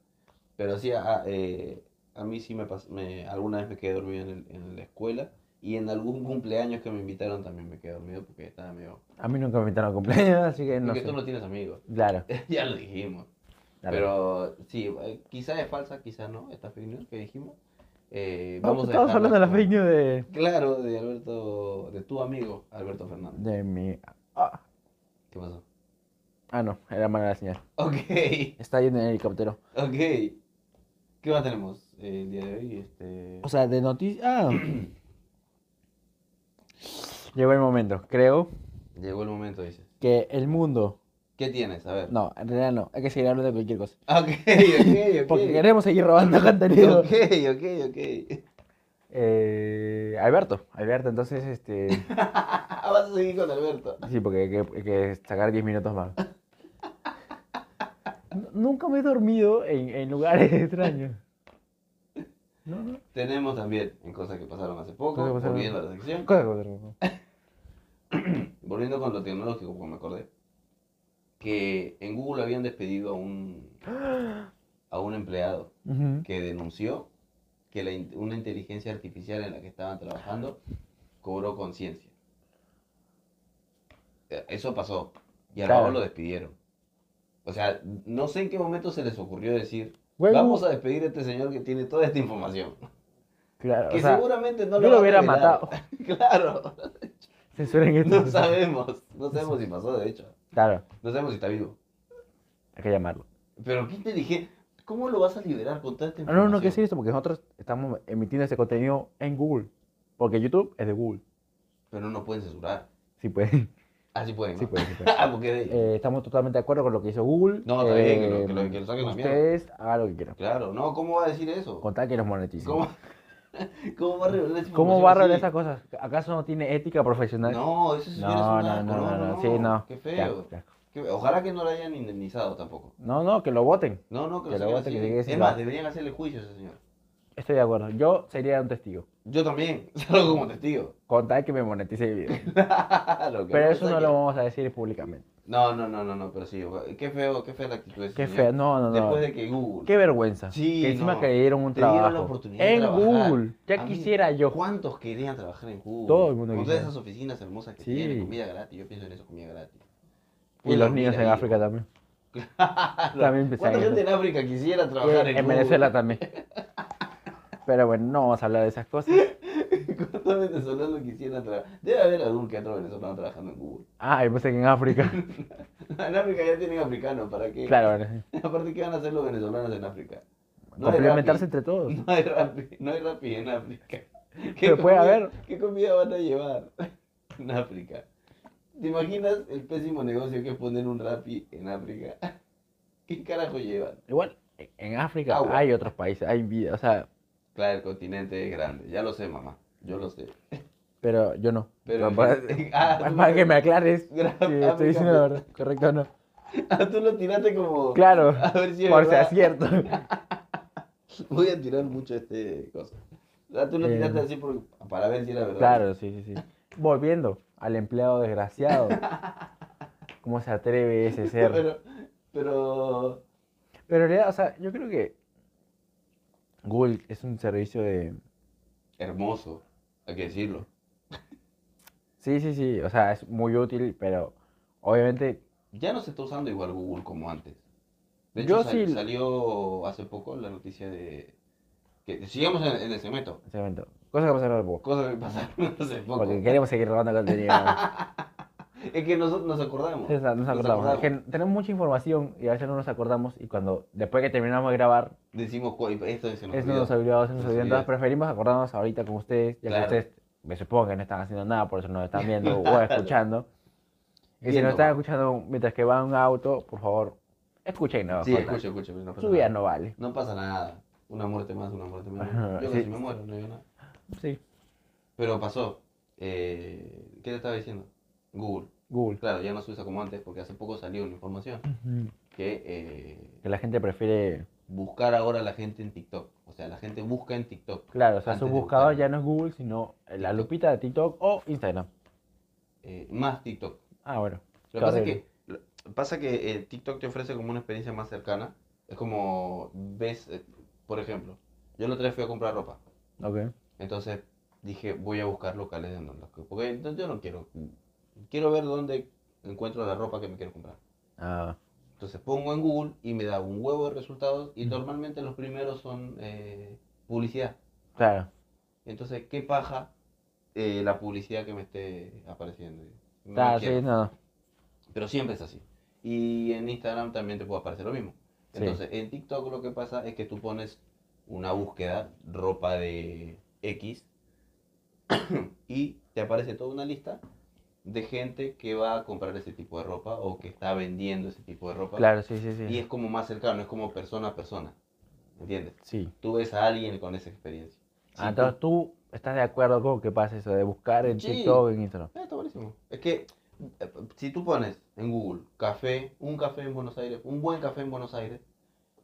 Speaker 2: Pero sí, a, eh, a mí sí me pasó, alguna vez me quedé dormido en, el- en la escuela y en algún cumpleaños que me invitaron también me quedé dormido porque estaba medio...
Speaker 3: A mí nunca me invitaron a cumpleaños, así que no
Speaker 2: porque
Speaker 3: sé.
Speaker 2: tú no tienes amigos,
Speaker 3: Claro,
Speaker 2: ya lo dijimos.
Speaker 3: claro.
Speaker 2: Pero sí, eh, quizás es falsa, quizás no, esta fake news que dijimos. Eh,
Speaker 3: Vamos,
Speaker 2: vamos a
Speaker 3: estamos
Speaker 2: dejarla
Speaker 3: hablando de las
Speaker 2: con-
Speaker 3: fake news de...
Speaker 2: Claro, de Alberto, de tu amigo Alberto Fernández.
Speaker 3: de mi... Ah,
Speaker 2: ¿Qué pasó?
Speaker 3: ah, no, era mala la señal.
Speaker 2: Ok,
Speaker 3: Está yendo en el helicóptero.
Speaker 2: ok. ¿Qué más tenemos eh, el día de hoy? Este...
Speaker 3: O sea, de noticias... Ah. Llegó el momento. Creo
Speaker 2: Llegó el momento, dices.
Speaker 3: que el mundo...
Speaker 2: ¿Qué tienes? A ver. Ah,
Speaker 3: No, en realidad no. Hay que seguir hablando de cualquier cosa.
Speaker 2: Ok, ok, ok.
Speaker 3: Porque queremos seguir robando contenido.
Speaker 2: Ok, ok, ok.
Speaker 3: Eh, Alberto, Alberto, entonces, este...
Speaker 2: Ah, Vas a seguir con Alberto.
Speaker 3: Sí, porque hay que, hay que sacar 10 minutos más. N- Nunca me he dormido en, en lugares extraños. No, no.
Speaker 2: Tenemos también en cosas que pasaron hace poco,
Speaker 3: Cosas que pasaron-
Speaker 2: volviendo a la sección,
Speaker 3: Cosa que otro.
Speaker 2: volviendo con lo tecnológico, como me acordé, que en Google habían despedido a un, a un empleado
Speaker 3: Ujú.
Speaker 2: que denunció que la in- una inteligencia artificial en la que estaban trabajando cobró conciencia. eh, eso pasó. Y a
Speaker 3: Claro.
Speaker 2: Ramón lo despidieron. O sea, no sé en qué momento se les ocurrió decir,
Speaker 3: Huevo.
Speaker 2: vamos a despedir a este señor que tiene toda esta información.
Speaker 3: Claro,
Speaker 2: Que
Speaker 3: o sea,
Speaker 2: seguramente no lo
Speaker 3: yo lo
Speaker 2: van a
Speaker 3: hubiera
Speaker 2: revelar.
Speaker 3: matado.
Speaker 2: claro.
Speaker 3: Censuren esto.
Speaker 2: No sabemos. No sabemos si pasó, de hecho.
Speaker 3: Claro,
Speaker 2: No sabemos si está vivo.
Speaker 3: hay que llamarlo.
Speaker 2: Pero qué inteligente. ¿Cómo lo vas a liberar con tanta
Speaker 3: No,
Speaker 2: información?
Speaker 3: no, no, que decir esto, porque nosotros estamos emitiendo ese contenido en Google. Porque YouTube es de Google.
Speaker 2: Pero no pueden censurar.
Speaker 3: Sí pueden.
Speaker 2: Ah, sí pueden.
Speaker 3: Sí
Speaker 2: ¿no?
Speaker 3: pueden. sí pueden.
Speaker 2: Ah, porque de ellos.
Speaker 3: Eh, estamos totalmente de acuerdo con lo que hizo Google. Eh,
Speaker 2: No, está bien, que lo- que lo- que lo saquen a la mierda.
Speaker 3: Ustedes hagan lo que quieran.
Speaker 2: Claro, no, ¿cómo va a decir eso?
Speaker 3: Contar que los moneticen.
Speaker 2: ¿Cómo, ¿Cómo va a revelar esa
Speaker 3: ¿Cómo
Speaker 2: información
Speaker 3: va a revelar
Speaker 2: así?
Speaker 3: esas cosas? ¿Acaso no tiene ética profesional?
Speaker 2: No, eso sí es
Speaker 3: no,
Speaker 2: un
Speaker 3: no, no,
Speaker 2: asco,
Speaker 3: no, no, sí, no.
Speaker 2: Qué
Speaker 3: Qué
Speaker 2: feo.
Speaker 3: asco, qué asco.
Speaker 2: Qué feo. Ojalá que no lo hayan indemnizado tampoco.
Speaker 3: No, no, que lo voten.
Speaker 2: No, no, que,
Speaker 3: Que
Speaker 2: lo
Speaker 3: lo
Speaker 2: saquen
Speaker 3: voten,
Speaker 2: así.
Speaker 3: que se quede sin
Speaker 2: Es más,
Speaker 3: trabajo.
Speaker 2: deberían hacerle juicio a ese señor.
Speaker 3: Estoy de acuerdo. Yo sería un testigo.
Speaker 2: Yo también, salgo como testigo.
Speaker 3: Contar que me monetice el video.
Speaker 2: Claro, que
Speaker 3: Pero
Speaker 2: no
Speaker 3: eso
Speaker 2: te
Speaker 3: no
Speaker 2: saquen.
Speaker 3: lo vamos a decir públicamente.
Speaker 2: No, no, no, no, no, pero sí, ojalá- qué feo, qué fea la actitud de ese
Speaker 3: Qué
Speaker 2: señor.
Speaker 3: feo. No, no, no.
Speaker 2: Después de que Google.
Speaker 3: Qué vergüenza.
Speaker 2: Sí,
Speaker 3: que encima
Speaker 2: no.
Speaker 3: que le dieron un
Speaker 2: Te dieron la
Speaker 3: trabajo.
Speaker 2: oportunidad de
Speaker 3: En
Speaker 2: trabajar.
Speaker 3: Google. Ya
Speaker 2: A mí,
Speaker 3: quisiera yo.
Speaker 2: ¿Cuántos querían trabajar en Google?
Speaker 3: Todo el mundo
Speaker 2: Con todas
Speaker 3: quisiera.
Speaker 2: esas oficinas hermosas que
Speaker 3: Sí.
Speaker 2: tienen, comida gratis. Yo pienso en eso, comida gratis. Pues,
Speaker 3: Y los niños en África
Speaker 2: también.
Speaker 3: también. También pensaban
Speaker 2: Ah, ¿Cuánta
Speaker 3: eso.
Speaker 2: gente en África quisiera
Speaker 3: Y
Speaker 2: trabajar en,
Speaker 3: Eh, en
Speaker 2: Google?
Speaker 3: Venezuela también. Pero bueno, no vamos a hablar de esas cosas.
Speaker 2: ¿Cuántos venezolanos quisieran trabajar? Debe haber algún que otro venezolano trabajando en Google.
Speaker 3: Ah, yo pensé que en África.
Speaker 2: En África ya tienen africanos, ¿para qué?
Speaker 3: Claro, bueno, sí.
Speaker 2: Aparte, ¿qué van a hacer los venezolanos en África? No hay Rappi.
Speaker 3: complementarse entre todos.
Speaker 2: No hay rapi, no hay rapi en África.
Speaker 3: Pero puede
Speaker 2: comida-
Speaker 3: haber.
Speaker 2: ¿Qué comida van a llevar en África? ¿Te imaginas el pésimo negocio que es poner un rapi en África? ¿Qué carajo llevan?
Speaker 3: Igual, en África
Speaker 2: Agua.
Speaker 3: hay otros países, hay vida, o sea,
Speaker 2: Claro, el continente es grande, ya lo sé, mamá, yo lo sé.
Speaker 3: pero yo no.
Speaker 2: Pero-
Speaker 3: Pa- para,
Speaker 2: Ah,
Speaker 3: pa-
Speaker 2: tú-
Speaker 3: para que me aclares si
Speaker 2: Gra- África,
Speaker 3: estoy diciendo la verdad, correcto o no.
Speaker 2: Ah, tú lo tiraste como...
Speaker 3: Claro,
Speaker 2: A ver si es
Speaker 3: por si
Speaker 2: verdad.
Speaker 3: es cierto.
Speaker 2: Voy a tirar mucho este cosa. O sea, tú lo
Speaker 3: Eh.
Speaker 2: tiraste así por- para ver si era verdad.
Speaker 3: Claro, sí, sí, sí. Volviendo al empleado desgraciado. ¿Cómo se atreve ese ser?
Speaker 2: Pero, pero
Speaker 3: Pero en realidad, o sea, yo creo que Google es un servicio de...
Speaker 2: hermoso, hay que decirlo.
Speaker 3: Sí, sí, sí, o sea, es muy útil, pero obviamente...
Speaker 2: Ya no se está usando igual Google como antes. De
Speaker 3: Yo
Speaker 2: hecho, sal-
Speaker 3: sí-
Speaker 2: salió hace poco la noticia de... que Sigamos en, en el segmento.
Speaker 3: un momento, Cosas que pasaron al poco.
Speaker 2: Cosas que pasaron hace poco.
Speaker 3: Porque queremos seguir robando contenido.
Speaker 2: Es que nos, nos acordamos.
Speaker 3: Sí, o sea, nos acordamos. Es que tenemos mucha información y a veces no nos acordamos y cuando después que terminamos de grabar,
Speaker 2: Decimos, "Cu- esto se nos
Speaker 3: eso
Speaker 2: olvidó".
Speaker 3: nos olvidó, se
Speaker 2: Nos
Speaker 3: nos olvidó.
Speaker 2: olvidó.
Speaker 3: Entonces preferimos acordarnos ahorita con ustedes, ya
Speaker 2: Claro.
Speaker 3: que ustedes me supongo que no están haciendo nada, por eso nos están viendo o escuchando. Y si
Speaker 2: Viendo.
Speaker 3: nos están escuchando mientras que va en un auto, por favor, escuchen. No,
Speaker 2: Sí, escucha, escucha. pero no pasa
Speaker 3: Su vida
Speaker 2: nada.
Speaker 3: no vale.
Speaker 2: No pasa nada. Una muerte más, una muerte menos.
Speaker 3: Ajá,
Speaker 2: Yo
Speaker 3: sí.
Speaker 2: casi me muero, no digo nada.
Speaker 3: Sí,
Speaker 2: Pero pasó. Eh, ¿Qué te estaba diciendo? Google.
Speaker 3: Google.
Speaker 2: Claro, ya no se usa como antes porque hace poco salió una información que eh,
Speaker 3: Que la gente prefiere...
Speaker 2: buscar ahora a la gente en TikTok. O sea, la gente busca en TikTok.
Speaker 3: Claro, o sea,
Speaker 2: Antes
Speaker 3: su
Speaker 2: de
Speaker 3: buscador
Speaker 2: buscar.
Speaker 3: ya no es Google, sino la
Speaker 2: TikTok.
Speaker 3: lupita de TikTok o Instagram.
Speaker 2: eh, más TikTok.
Speaker 3: Ah, bueno.
Speaker 2: Lo que pasa es
Speaker 3: Carrera.
Speaker 2: que, lo- pasa que eh, TikTok te ofrece como una experiencia más cercana. Es como ves, eh, por ejemplo, yo la otra vez fui a comprar ropa.
Speaker 3: Ok.
Speaker 2: Entonces dije, voy a buscar locales en donde... Porque entonces yo no quiero... Quiero ver dónde encuentro la ropa que me quiero comprar.
Speaker 3: Ah,
Speaker 2: Entonces pongo en Google y me da un huevo de resultados y
Speaker 3: Ujú.
Speaker 2: normalmente los primeros son eh, publicidad.
Speaker 3: claro.
Speaker 2: Entonces, ¿qué paja eh, la publicidad que me esté apareciendo? No
Speaker 3: Claro,
Speaker 2: quiero.
Speaker 3: Ah, sí, no.
Speaker 2: Pero siempre es así. Y en Instagram también te puede aparecer lo mismo.
Speaker 3: Sí.
Speaker 2: Entonces, en TikTok lo que pasa es que tú pones una búsqueda, ropa de X, y te aparece toda una lista de gente que va a comprar ese tipo de ropa o que está vendiendo ese tipo de ropa.
Speaker 3: Claro, sí, sí,
Speaker 2: Y
Speaker 3: sí.
Speaker 2: es como más cercano, es como persona a persona. ¿Entiendes?
Speaker 3: Sí.
Speaker 2: Tú ves a alguien con esa experiencia. Sí,
Speaker 3: Ah, entonces tú estás de acuerdo con que pase eso de buscar en
Speaker 2: Sí.
Speaker 3: TikTok, en Instagram.
Speaker 2: Ah, está buenísimo. Es que eh, si tú pones en Google café, un café en Buenos Aires, un buen café en Buenos Aires,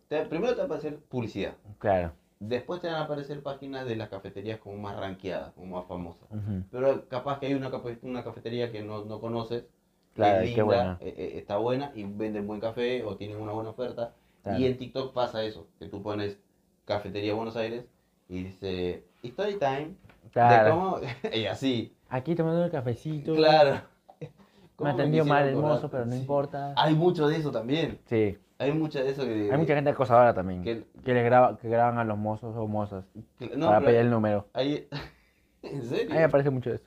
Speaker 2: te- primero te va a aparecer publicidad.
Speaker 3: Claro.
Speaker 2: Después te van a aparecer páginas de las cafeterías como más ranqueadas, como más famosas.
Speaker 3: ujú.
Speaker 2: Pero capaz que hay una, cafe- una cafetería que no, no conoces, que
Speaker 3: Claro,
Speaker 2: es
Speaker 3: y qué buena.
Speaker 2: eh, eh, está buena y venden buen café o tienen una buena oferta.
Speaker 3: Claro.
Speaker 2: Y en TikTok pasa eso, que tú pones cafetería Buenos Aires y dice story time
Speaker 3: Claro.
Speaker 2: de cómo... y así,
Speaker 3: Aquí tomando el cafecito.
Speaker 2: Claro.
Speaker 3: Me
Speaker 2: ¿Cómo
Speaker 3: atendió mal el
Speaker 2: quisieron
Speaker 3: mozo,
Speaker 2: cobrar?
Speaker 3: pero no
Speaker 2: Sí. Ah,
Speaker 3: importa.
Speaker 2: Hay mucho de eso también.
Speaker 3: Sí.
Speaker 2: Hay mucho de eso que...
Speaker 3: Hay mucha gente acosadora también.
Speaker 2: que-
Speaker 3: Que le graba, que graban a los mozos o mozas
Speaker 2: que- no,
Speaker 3: para
Speaker 2: pero
Speaker 3: pedir el número.
Speaker 2: hay- ¿En
Speaker 3: A mí me
Speaker 2: serio?
Speaker 3: parece mucho eso.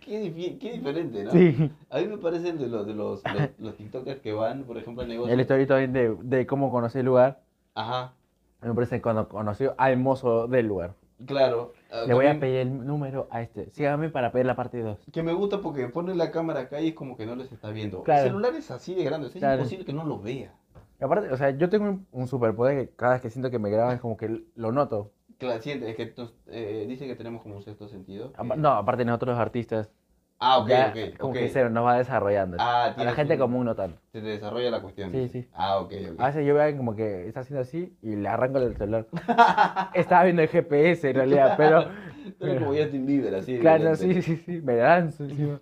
Speaker 2: Qué, difi- qué diferente, ¿no?
Speaker 3: Sí.
Speaker 2: A mí me parecen de los, de los, los, los tiktokers que van, por ejemplo, al negocio.
Speaker 3: El story también de, de cómo conocí el lugar.
Speaker 2: Ajá,
Speaker 3: Me parece cuando conocí al mozo del lugar.
Speaker 2: claro. Ah,
Speaker 3: Le voy a
Speaker 2: también-
Speaker 3: pedir el número a este. Sígame para pedir la parte 2.
Speaker 2: Que me gusta porque ponen la cámara acá y es como que no les está viendo.
Speaker 3: Claro.
Speaker 2: El celular es así de grande, o sea,
Speaker 3: Claro.
Speaker 2: es imposible que no lo vea.
Speaker 3: Aparte, o sea, yo tengo un, un superpoder que cada vez que siento que me graban es como que lo noto.
Speaker 2: Claro, siente, es que nos- eh, dice que tenemos como un sexto sentido.
Speaker 3: Apa-
Speaker 2: que-
Speaker 3: No, aparte nosotros los artistas.
Speaker 2: Ah, ok,
Speaker 3: ya
Speaker 2: ok,
Speaker 3: como
Speaker 2: ok.
Speaker 3: que se nos va desarrollando.
Speaker 2: Ah,
Speaker 3: a la
Speaker 2: tienes
Speaker 3: gente
Speaker 2: un-
Speaker 3: común no tanto.
Speaker 2: Se te desarrolla la cuestión.
Speaker 3: Sí,
Speaker 2: dice.
Speaker 3: sí.
Speaker 2: Ah, ok, ok.
Speaker 3: A veces yo veo a alguien como que está haciendo así y le arranco el celular. Estaba viendo el GPS en realidad, pero.
Speaker 2: Pero como ya te Bieber, así. de
Speaker 3: Claro,
Speaker 2: grande.
Speaker 3: sí, sí, sí, me lanzo encima.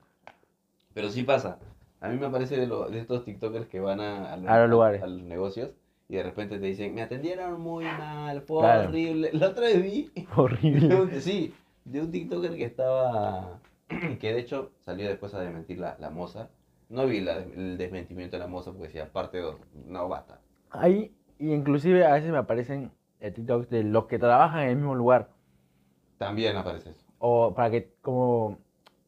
Speaker 2: Pero sí pasa. A mí me parece de, lo- de estos TikTokers que van a,
Speaker 3: A los lugares.
Speaker 2: a los negocios y de repente te dicen, me atendieron muy mal, fue
Speaker 3: Claro.
Speaker 2: horrible. La otra vez vi, de
Speaker 3: Horrible.
Speaker 2: un- sí, de un TikToker que estaba, que de hecho salió después a desmentir la, la moza. No vi la- el desmentimiento de la moza porque decía parte 2, no basta.
Speaker 3: Ahí, y inclusive a veces me aparecen eh, TikToks de los que trabajan en el mismo lugar.
Speaker 2: También aparece eso.
Speaker 3: O para que, como.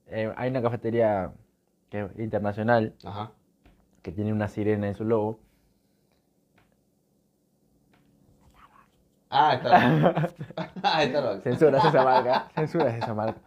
Speaker 3: eh, hay una cafetería que es internacional
Speaker 2: Ajá.
Speaker 3: que tiene una sirena en su logo.
Speaker 2: Ah, está. ah, está.
Speaker 3: Censuras esa marca. Censuras esa marca.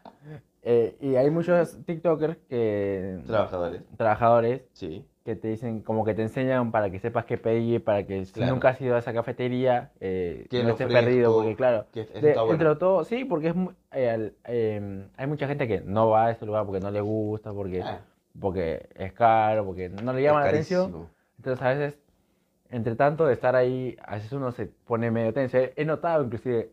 Speaker 3: Eh, y hay muchos TikTokers que.
Speaker 2: Trabajadores.
Speaker 3: trabajadores
Speaker 2: Sí.
Speaker 3: que te dicen, como que te enseñan para que sepas qué pedir, para que si
Speaker 2: Claro.
Speaker 3: nunca has ido a esa cafetería, eh,
Speaker 2: Que
Speaker 3: no
Speaker 2: lo
Speaker 3: estés
Speaker 2: fresco,
Speaker 3: perdido, porque claro,
Speaker 2: Que eso
Speaker 3: de-
Speaker 2: está bueno.
Speaker 3: entre todo, sí, porque es mu- eh, al- eh, hay mucha gente que no va a ese lugar porque no le gusta, porque,
Speaker 2: Ah,
Speaker 3: porque es caro, porque no le
Speaker 2: es
Speaker 3: llama la atención,
Speaker 2: carísimo.
Speaker 3: entonces a veces, entre tanto de estar ahí, a veces uno se pone medio tenso, he he notado inclusive,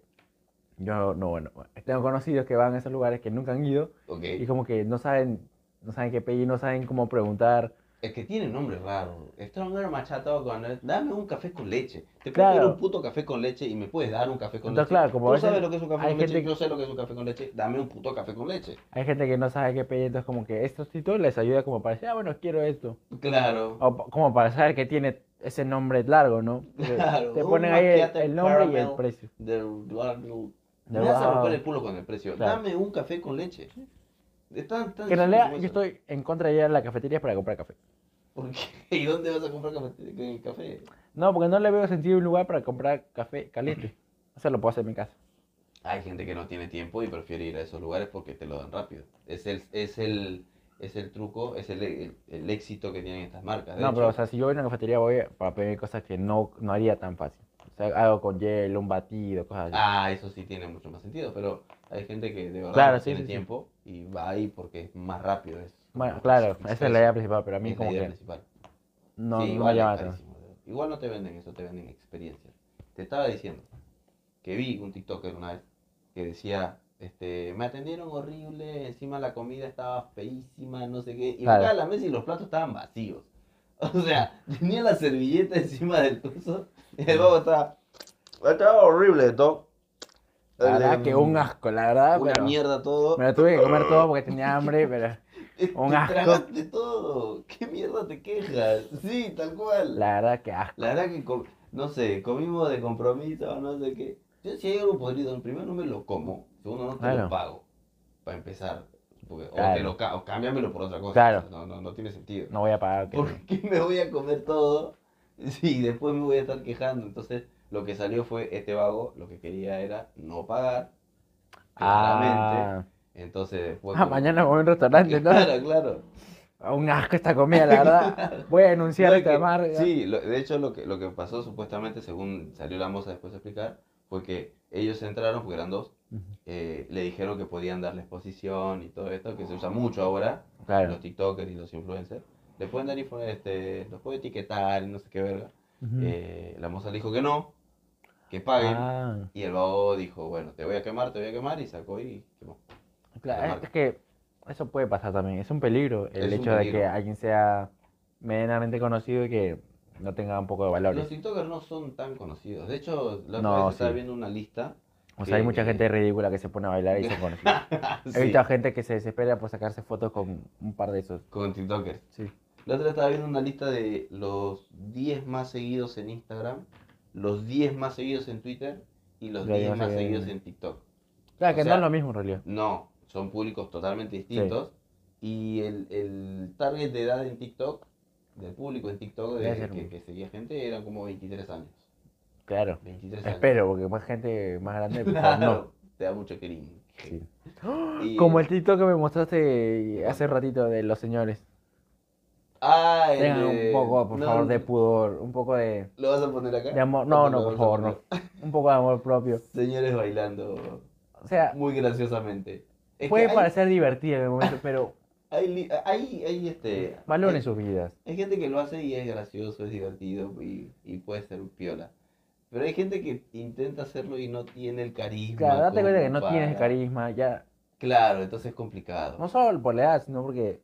Speaker 3: yo no, bueno, tengo conocidos que van a esos lugares que nunca han ido
Speaker 2: Ok.
Speaker 3: y como que no saben, no saben qué pedir, no saben cómo preguntar.
Speaker 2: Es que tiene nombre raro. Stronger Machado con... Dame un café con leche. Te puedo
Speaker 3: Claro.
Speaker 2: pedir un puto café con leche y me puedes dar un café con
Speaker 3: Entonces,
Speaker 2: leche.
Speaker 3: claro, como a
Speaker 2: Tú
Speaker 3: veces
Speaker 2: sabes lo que es un café
Speaker 3: hay
Speaker 2: con leche,
Speaker 3: gente-
Speaker 2: yo sé lo que es un café con leche. Dame un puto café con leche.
Speaker 3: Hay gente que no sabe qué pedir, entonces como que estos títulos les ayuda como para decir, ah, bueno, quiero esto.
Speaker 2: Claro.
Speaker 3: O pa- como para saber que tiene ese nombre largo, ¿no? Porque
Speaker 2: Claro,
Speaker 3: Te
Speaker 2: un
Speaker 3: ponen ahí el,
Speaker 2: macchiato
Speaker 3: el nombre y el
Speaker 2: caramel.
Speaker 3: precio.
Speaker 2: De... Me
Speaker 3: De
Speaker 2: vas a
Speaker 3: wow.
Speaker 2: romper el culo con el precio.
Speaker 3: Claro.
Speaker 2: Dame un café con leche. Es tan- tan
Speaker 3: Que en
Speaker 2: simple
Speaker 3: realidad
Speaker 2: como
Speaker 3: yo
Speaker 2: eso.
Speaker 3: estoy en contra de ir a las cafeterías para comprar café.
Speaker 2: ¿Por qué? ¿Y dónde vas a comprar café? café?
Speaker 3: No, porque no le veo sentido un lugar para comprar café caliente. O sea, lo puedo hacer en mi casa.
Speaker 2: Hay gente que no tiene tiempo y prefiere ir a esos lugares porque te lo dan rápido. Es el, es el, es el truco, es el, el- el éxito que tienen estas marcas. De
Speaker 3: No, pero o
Speaker 2: hecho,
Speaker 3: sea, si yo voy a una cafetería voy a- para pedir cosas que no, no haría tan fácil. O sea, algo con hielo, un batido, cosas así.
Speaker 2: Ah, eso sí tiene mucho más sentido, pero hay gente que de verdad
Speaker 3: Claro,
Speaker 2: no
Speaker 3: sí,
Speaker 2: tiene
Speaker 3: sí, sí.
Speaker 2: tiempo y va ahí porque es más rápido. Es,
Speaker 3: bueno, claro, esa es la idea principal, pero a mí
Speaker 2: es la
Speaker 3: como
Speaker 2: idea
Speaker 3: que
Speaker 2: principal.
Speaker 3: no,
Speaker 2: Sí,
Speaker 3: no me
Speaker 2: igual es
Speaker 3: llama la atención.
Speaker 2: carísimo, ¿no? Igual no te venden eso, te venden experiencias. Te estaba diciendo que vi un TikToker una vez que decía, este, me atendieron horrible, encima la comida estaba feísima, no sé qué. Y
Speaker 3: Claro.
Speaker 2: buscaba la mesa y los platos estaban vacíos. O sea, tenía la servilleta encima del coso y el babo estaba, estaba horrible, Doc.
Speaker 3: La verdad que un asco, la verdad,
Speaker 2: Una
Speaker 3: Ah, pero
Speaker 2: mierda todo.
Speaker 3: me lo tuve que comer todo porque tenía hambre, pero un
Speaker 2: Te
Speaker 3: asco.
Speaker 2: tragaste todo. ¿Qué mierda te quejas? Sí, tal cual.
Speaker 3: la verdad que asco.
Speaker 2: La verdad que, com- no sé, comimos de compromiso, no sé qué. Yo si hay algo podrido, primero no me lo como, segundo no te
Speaker 3: Claro.
Speaker 2: lo pago, para empezar. Porque- O, te
Speaker 3: Claro.
Speaker 2: lo ca- o cámbiamelo por otra cosa.
Speaker 3: Claro.
Speaker 2: o sea, No, no, no tiene sentido.
Speaker 3: No voy a pagar. que-
Speaker 2: ¿Por qué me voy a comer todo? Sí, después me voy a estar quejando. Entonces, lo que salió fue este vago, lo que quería era no pagar. Claramente.
Speaker 3: Ah,
Speaker 2: Entonces, después.
Speaker 3: ah,
Speaker 2: como-
Speaker 3: mañana voy a un restaurante, ¿no?
Speaker 2: Claro, claro.
Speaker 3: Un asco esta comida, la verdad. Voy a denunciar
Speaker 2: No, es
Speaker 3: esta
Speaker 2: que-
Speaker 3: amarga.
Speaker 2: Sí, lo- de hecho lo que, lo que pasó supuestamente, según salió la moza después de explicar, fue que ellos entraron, porque eran dos,
Speaker 3: Ujú.
Speaker 2: eh, le dijeron que podían darles posición y todo esto, que se usa mucho ahora,
Speaker 3: Claro.
Speaker 2: los TikTokers y los influencers. Le pueden dar info- este, los puede etiquetar y no sé qué verga.
Speaker 3: Ujú.
Speaker 2: Eh, la moza le dijo que no, que paguen.
Speaker 3: Mm. Ah,
Speaker 2: Y el vago dijo, bueno, te voy a quemar, te voy a quemar, y sacó y quemó.
Speaker 3: claro,
Speaker 2: marca.
Speaker 3: es que eso puede pasar también. Es un peligro
Speaker 2: Es
Speaker 3: el
Speaker 2: un
Speaker 3: hecho de que
Speaker 2: peligro.
Speaker 3: alguien sea medianamente conocido y que no tenga un poco de
Speaker 2: Los
Speaker 3: valores.
Speaker 2: TikTokers no son tan conocidos. De hecho, la otra
Speaker 3: No,
Speaker 2: vez estaba
Speaker 3: sí.
Speaker 2: viendo una lista
Speaker 3: O sea, hay mucha gente ridícula que se pone a bailar y son conocidos. He
Speaker 2: Sí,
Speaker 3: visto a gente que se desespera por sacarse fotos con un par de esos.
Speaker 2: con TikTokers.
Speaker 3: Sí.
Speaker 2: La otra estaba viendo una lista de los 10 más seguidos en Instagram, los 10 más seguidos en Twitter y los
Speaker 3: Los
Speaker 2: 10 más
Speaker 3: seguidos en-
Speaker 2: seguidos en TikTok.
Speaker 3: Claro, que
Speaker 2: O
Speaker 3: no
Speaker 2: sea,
Speaker 3: es lo mismo en realidad.
Speaker 2: No, son públicos totalmente distintos. Y el, el target de edad en TikTok, del público en TikTok
Speaker 3: Debe
Speaker 2: de,
Speaker 3: ser
Speaker 2: que,
Speaker 3: un-
Speaker 2: que seguía gente, eran como 23 años.
Speaker 3: Claro.
Speaker 2: 23 años.
Speaker 3: Espero, porque más gente más grande, pues, no.
Speaker 2: Claro, te da mucho cringe.
Speaker 3: Sí.
Speaker 2: Y-
Speaker 3: Como el TikTok que me mostraste hace ratito de los señores.
Speaker 2: Ah, el
Speaker 3: Tengan un
Speaker 2: de-
Speaker 3: poco, por
Speaker 2: no,
Speaker 3: favor, de pudor, un poco de,
Speaker 2: ¿Lo vas a poner acá?
Speaker 3: de amor.
Speaker 2: ¿O
Speaker 3: No,
Speaker 2: te
Speaker 3: no,
Speaker 2: lo
Speaker 3: por
Speaker 2: vas a
Speaker 3: favor, no.
Speaker 2: poner?
Speaker 3: Un poco de amor propio.
Speaker 2: Señores bailando
Speaker 3: O sea,
Speaker 2: muy graciosamente. Es que
Speaker 3: puede
Speaker 2: hay-
Speaker 3: parecer divertido en el momento, pero
Speaker 2: Hay, li- hay, hay, este.
Speaker 3: valoren
Speaker 2: hay-
Speaker 3: sus vidas.
Speaker 2: Hay gente que lo hace y es gracioso, es divertido y, y puede ser un piola. Pero hay gente que intenta hacerlo y no tiene el carisma.
Speaker 3: Claro, date cuenta que no
Speaker 2: como
Speaker 3: tienes el
Speaker 2: para-
Speaker 3: carisma, ya.
Speaker 2: Claro, entonces es complicado.
Speaker 3: No solo por la edad, sino porque.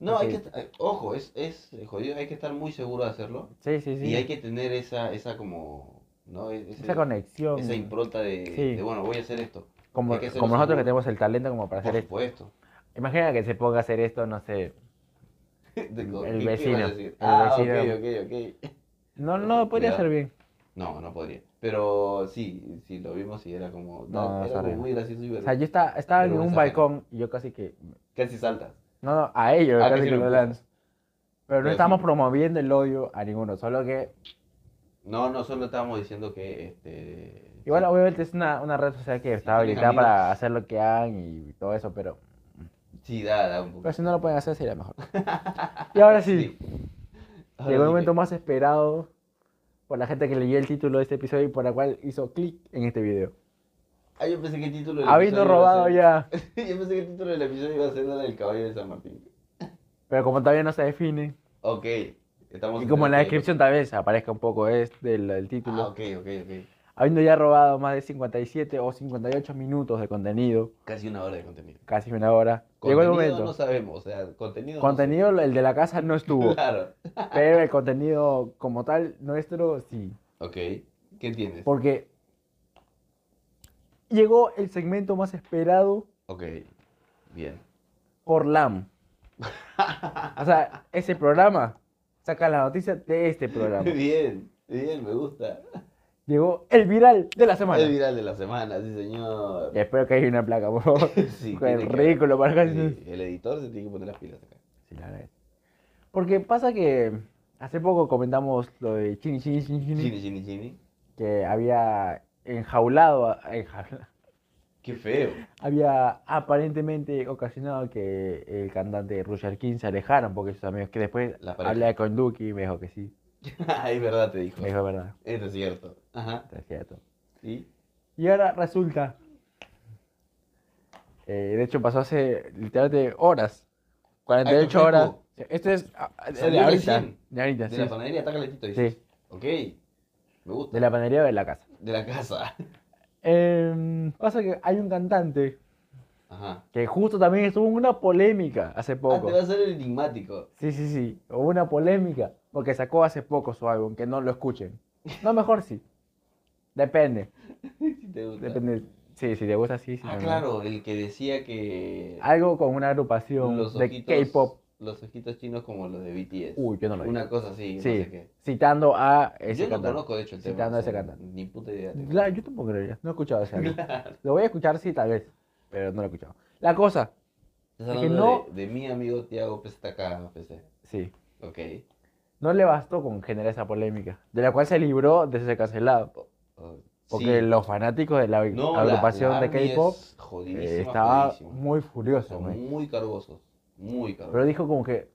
Speaker 2: No, hay que,
Speaker 3: Ok.
Speaker 2: est- eh, ojo, es, es jodido, hay que estar muy seguro de hacerlo
Speaker 3: Sí, sí, sí.
Speaker 2: y hay que tener esa, esa como, ¿no? E- ese-
Speaker 3: Esa conexión.
Speaker 2: esa impronta de,
Speaker 3: Sí.
Speaker 2: de, bueno, voy a hacer esto.
Speaker 3: como
Speaker 2: hay que hacerlo
Speaker 3: como nosotros que
Speaker 2: seguro.
Speaker 3: tenemos el talento como para
Speaker 2: Por
Speaker 3: hacer esto.
Speaker 2: supuesto.
Speaker 3: Imagina que se ponga a hacer esto, no sé.
Speaker 2: De- ¿qué- qué vas a
Speaker 3: vecino,
Speaker 2: decir?
Speaker 3: el
Speaker 2: Ah,
Speaker 3: vecino.
Speaker 2: ok, ok, ok.
Speaker 3: No, no podría
Speaker 2: Cuidado.
Speaker 3: ser bien.
Speaker 2: No, no podría. Pero sí, sí, lo vimos y era como.
Speaker 3: No,
Speaker 2: da-
Speaker 3: no,
Speaker 2: era
Speaker 3: está
Speaker 2: como
Speaker 3: bien.
Speaker 2: muy gracioso y
Speaker 3: O
Speaker 2: ver-
Speaker 3: sea, yo estaba, estaba en un
Speaker 2: Vergüenza
Speaker 3: balcón y yo casi que.
Speaker 2: Casi saltas.
Speaker 3: No, no, a ellos
Speaker 2: Ah, que
Speaker 3: casi
Speaker 2: sí
Speaker 3: que
Speaker 2: lo
Speaker 3: lo
Speaker 2: empujas.
Speaker 3: lanzo. Pero no
Speaker 2: Pero
Speaker 3: estamos
Speaker 2: sí.
Speaker 3: promoviendo el odio a ninguno, solo que.
Speaker 2: No, no, solo estábamos diciendo que. Este,
Speaker 3: Igual,
Speaker 2: sí,
Speaker 3: obviamente, es una, una red social que está
Speaker 2: tienes
Speaker 3: habilitada para
Speaker 2: amigos.
Speaker 3: hacer lo que hagan y todo eso, pero.
Speaker 2: sí, da, da un poco.
Speaker 3: Pero si no lo pueden hacer, sería mejor. Y ahora pues, sí.
Speaker 2: Ahora
Speaker 3: Llegó el
Speaker 2: sí
Speaker 3: momento
Speaker 2: que-
Speaker 3: más esperado por la gente que leyó el título de este episodio y por la cual hizo clic en este video.
Speaker 2: Ah, yo pensé que el título del
Speaker 3: Habiendo
Speaker 2: episodio iba a
Speaker 3: robado
Speaker 2: ser-
Speaker 3: ya,
Speaker 2: yo pensé que el título del episodio iba a ser la del caballo de San Martín.
Speaker 3: pero como todavía no se define,
Speaker 2: Ok. Estamos
Speaker 3: y como en
Speaker 2: entendiendo.
Speaker 3: la descripción tal vez aparezca un poco es del, del
Speaker 2: Ah,
Speaker 3: título,
Speaker 2: ok, ok, ok.
Speaker 3: habiendo ya robado más de 57 o 58 minutos de contenido,
Speaker 2: Casi una hora de contenido.
Speaker 3: casi una hora, llegó el
Speaker 2: Contenido
Speaker 3: momento.
Speaker 2: no sabemos, o sea, contenido. no
Speaker 3: Contenido, el de la casa no
Speaker 2: sé.
Speaker 3: estuvo,
Speaker 2: Claro.
Speaker 3: pero el contenido como tal nuestro sí.
Speaker 2: Ok. ¿Qué entiendes?
Speaker 3: Porque llegó el segmento más esperado
Speaker 2: Ok. Bien.
Speaker 3: por LAM. O sea, ese programa saca la noticia de este programa.
Speaker 2: Bien, bien, me gusta.
Speaker 3: Llegó el viral de la semana.
Speaker 2: El viral de la semana, sí, señor.
Speaker 3: Espero que haya una placa, por favor.
Speaker 2: Sí,
Speaker 3: Eh, Qué
Speaker 2: tiene que
Speaker 3: ridículo,
Speaker 2: haber.
Speaker 3: para
Speaker 2: Sí, el editor se tiene que poner las pilas acá.
Speaker 3: Sí, la verdad. Porque pasa que hace poco comentamos lo de Chini Chini Chini Chini,
Speaker 2: Chini, chini, chini.
Speaker 3: que había enjaulado, a- enjaula-
Speaker 2: Qué feo.
Speaker 3: había aparentemente ocasionado que el cantante Roger King se alejaran porque sus amigos, que después
Speaker 2: La pareja.
Speaker 3: hablé con Duki y me dijo que sí,
Speaker 2: Ah, es verdad, te dijo.
Speaker 3: me dijo verdad,
Speaker 2: Eso es cierto. Ajá.
Speaker 3: es cierto.
Speaker 2: ¿Y?
Speaker 3: Y ahora resulta. eh, de hecho, pasó hace literalmente horas. 48
Speaker 2: Ah,
Speaker 3: horas.
Speaker 2: esto
Speaker 3: Esto es ah, ah, de,
Speaker 2: Salió
Speaker 3: ahorita.
Speaker 2: recién.
Speaker 3: De ahorita,
Speaker 2: De
Speaker 3: sí.
Speaker 2: la panadería está calentito, dices.
Speaker 3: Sí,
Speaker 2: Ok. Me gusta.
Speaker 3: de la panadería de la casa.
Speaker 2: De la casa.
Speaker 3: Em, pasa que hay un cantante
Speaker 2: Ajá.
Speaker 3: que justo también estuvo en una polémica hace
Speaker 2: Ah, te
Speaker 3: poco.
Speaker 2: va a ser el enigmático.
Speaker 3: Sí, sí, sí. Hubo una polémica porque sacó hace poco su álbum, que no lo escuchen. No, mejor sí. Depende.
Speaker 2: Si te gusta.
Speaker 3: Depende. Sí, si te gusta, sí. sí
Speaker 2: Ah, claro, el que decía que
Speaker 3: Algo con una agrupación
Speaker 2: los
Speaker 3: de
Speaker 2: ojitos,
Speaker 3: K-pop.
Speaker 2: los ojitos chinos como los de BTS.
Speaker 3: Uy, yo no lo vi.
Speaker 2: Una cosa así, no
Speaker 3: Sí,
Speaker 2: sé qué.
Speaker 3: citando a ese
Speaker 2: Yo no
Speaker 3: cantante.
Speaker 2: conozco, de hecho, el tema.
Speaker 3: Citando a
Speaker 2: o sea,
Speaker 3: ese cantante.
Speaker 2: Ni puta idea. tengo.
Speaker 3: Claro, yo tampoco lo había- No he escuchado ese álbum.
Speaker 2: Claro.
Speaker 3: Lo voy a escuchar, sí, tal vez. Pero no lo he escuchado. La cosa,
Speaker 2: Estás
Speaker 3: que
Speaker 2: hablando de, de mi amigo Tiago Pestaca, PC.
Speaker 3: sí.
Speaker 2: Ok.
Speaker 3: No le bastó con generar esa polémica. De la cual se libró de ser cancelado.
Speaker 2: Oh,
Speaker 3: Porque
Speaker 2: sí.
Speaker 3: los fanáticos de la
Speaker 2: No, la-
Speaker 3: agrupación
Speaker 2: la
Speaker 3: de
Speaker 2: ARMY
Speaker 3: K-pop
Speaker 2: es
Speaker 3: eh,
Speaker 2: jodidísima,
Speaker 3: estaba
Speaker 2: jodidísima.
Speaker 3: muy furioso.
Speaker 2: Son
Speaker 3: güey.
Speaker 2: muy cargosos. Muy
Speaker 3: Pero
Speaker 2: cargosos.
Speaker 3: dijo como que,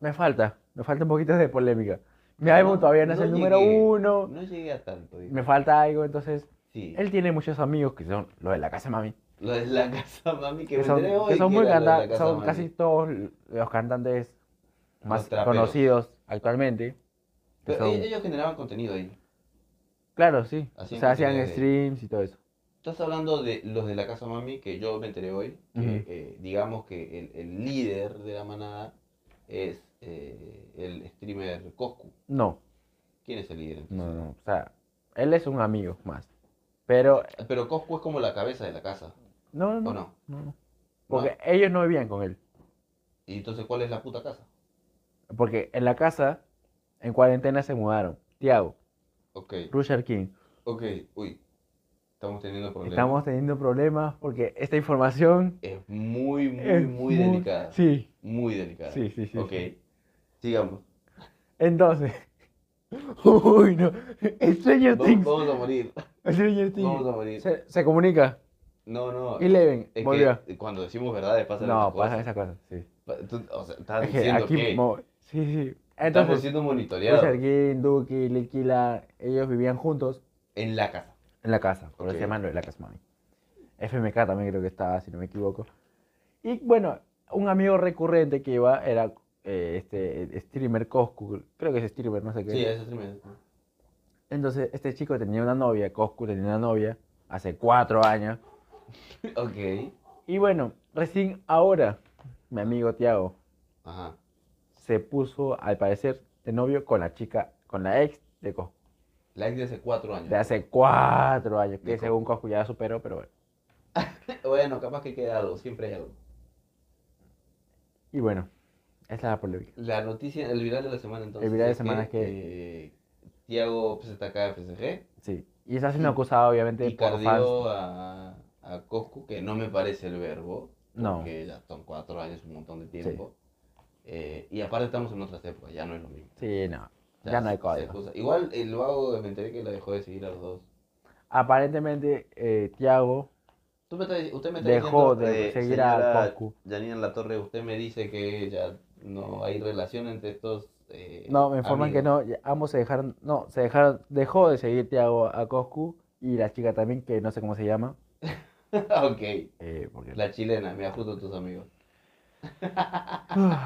Speaker 3: me falta, me falta un poquito de polémica. Mi
Speaker 2: No,
Speaker 3: álbum todavía no, es
Speaker 2: no
Speaker 3: el número
Speaker 2: llegué.
Speaker 3: uno,
Speaker 2: No llegué a tanto. digo.
Speaker 3: me falta algo, entonces...
Speaker 2: Sí.
Speaker 3: Él tiene muchos amigos que son los de la casa de mami.
Speaker 2: Lo de la casa mami que,
Speaker 3: que
Speaker 2: me
Speaker 3: son,
Speaker 2: enteré hoy.
Speaker 3: que son muy
Speaker 2: era lo de la
Speaker 3: canta-
Speaker 2: casa
Speaker 3: son
Speaker 2: mami.
Speaker 3: casi todos los cantantes
Speaker 2: Los
Speaker 3: más
Speaker 2: traperos.
Speaker 3: conocidos actualmente. que
Speaker 2: Pero
Speaker 3: son-
Speaker 2: e- ellos generaban contenido ahí.
Speaker 3: claro, sí.
Speaker 2: Hacían
Speaker 3: o sea, hacían
Speaker 2: contenido de-
Speaker 3: streams y todo eso.
Speaker 2: Estás hablando de los de la casa mami, que yo me enteré hoy, que
Speaker 3: Ujú.
Speaker 2: eh, digamos que el, el líder de la manada es eh, el streamer Coscu.
Speaker 3: No,
Speaker 2: ¿Quién es el líder? entonces?
Speaker 3: no, no. O sea, él es un amigo más. Pero,
Speaker 2: Pero Coscu es como la cabeza de la casa,
Speaker 3: no, no,
Speaker 2: ¿o
Speaker 3: no.
Speaker 2: no?
Speaker 3: no, no. Porque ellos no vivían con él.
Speaker 2: Y entonces, ¿cuál es la puta casa?
Speaker 3: Porque en la casa, en cuarentena se mudaron. Tiago,
Speaker 2: Ok,
Speaker 3: Richard King.
Speaker 2: ok, uy. Estamos teniendo problemas.
Speaker 3: Estamos teniendo problemas porque esta información
Speaker 2: Es muy, muy,
Speaker 3: es
Speaker 2: muy delicada.
Speaker 3: Sí,
Speaker 2: Muy delicada.
Speaker 3: sí, sí, sí.
Speaker 2: Ok,
Speaker 3: sí.
Speaker 2: sigamos.
Speaker 3: Entonces. Uy, no. Stranger
Speaker 2: Vamos,
Speaker 3: Things.
Speaker 2: vamos a morir.
Speaker 3: Stranger Things.
Speaker 2: Vamos a morir.
Speaker 3: Se, se comunica.
Speaker 2: No, no.
Speaker 3: Eleven.
Speaker 2: Es
Speaker 3: Volvió.
Speaker 2: que cuando decimos verdades pasan
Speaker 3: No,
Speaker 2: esas cosas.
Speaker 3: pasa esa cosa. Sí.
Speaker 2: Pa- tú- o sea, estás
Speaker 3: Es que
Speaker 2: diciendo
Speaker 3: aquí.
Speaker 2: que
Speaker 3: mo- Sí, sí.
Speaker 2: estamos
Speaker 3: Entonces, pues,
Speaker 2: siendo monitoreados
Speaker 3: Richard King, Duki, Liquila, ellos vivían juntos
Speaker 2: en la casa.
Speaker 3: en la casa. Por
Speaker 2: Ok.
Speaker 3: eso se llaman lo de la casa, mami. FMK también creo que estaba, si no me equivoco. Y bueno, un amigo recurrente que iba era eh, este streamer Coscu. Creo que es streamer, no sé qué.
Speaker 2: Sí, eso es tremendo.
Speaker 3: Entonces, este chico tenía una novia, Coscu tenía una novia, hace cuatro años.
Speaker 2: Ok.
Speaker 3: Y bueno, recién ahora, mi amigo Tiago
Speaker 2: Ajá.
Speaker 3: se puso, al parecer, de novio con la chica, con la ex de Coscu.
Speaker 2: Like de hace cuatro años.
Speaker 3: De hace cuatro años, que
Speaker 2: De Coscu.
Speaker 3: según Coscu ya superó, pero bueno.
Speaker 2: Bueno, capaz que queda algo, siempre hay algo.
Speaker 3: Y bueno, esa es la polémica.
Speaker 2: La noticia, el viral de la semana entonces.
Speaker 3: El viral de semana es
Speaker 2: eh, Thiago pues, está acá de PSG
Speaker 3: Sí. Y está siendo acusado, obviamente,
Speaker 2: y
Speaker 3: por fans.
Speaker 2: cardió a, a Coscu, que no me parece el verbo,
Speaker 3: No.
Speaker 2: porque ya son cuatro años, un montón de tiempo. Eh, y aparte estamos en otras épocas, ya no es lo mismo.
Speaker 3: Sí, no.
Speaker 2: sea,
Speaker 3: Ya no hay
Speaker 2: se- se
Speaker 3: código.
Speaker 2: excusa. Igual el vago me enteré que la dejó de seguir a los dos.
Speaker 3: Aparentemente, eh, Tiago
Speaker 2: Tú me estás dic- usted me está
Speaker 3: dejó
Speaker 2: diciendo,
Speaker 3: de
Speaker 2: eh,
Speaker 3: seguir a
Speaker 2: señora
Speaker 3: Coscu.
Speaker 2: Janina La Torre, usted me dice que ya no hay relación entre estos. eh,
Speaker 3: No, me informan que
Speaker 2: amigos.
Speaker 3: no, ya- ambos se dejaron, no, se dejaron, dejó de seguir Tiago a Coscu y la chica también, que no sé cómo se llama.
Speaker 2: ok,
Speaker 3: eh, porque-
Speaker 2: la chilena, me ajusto a tus amigos.
Speaker 3: Bueno,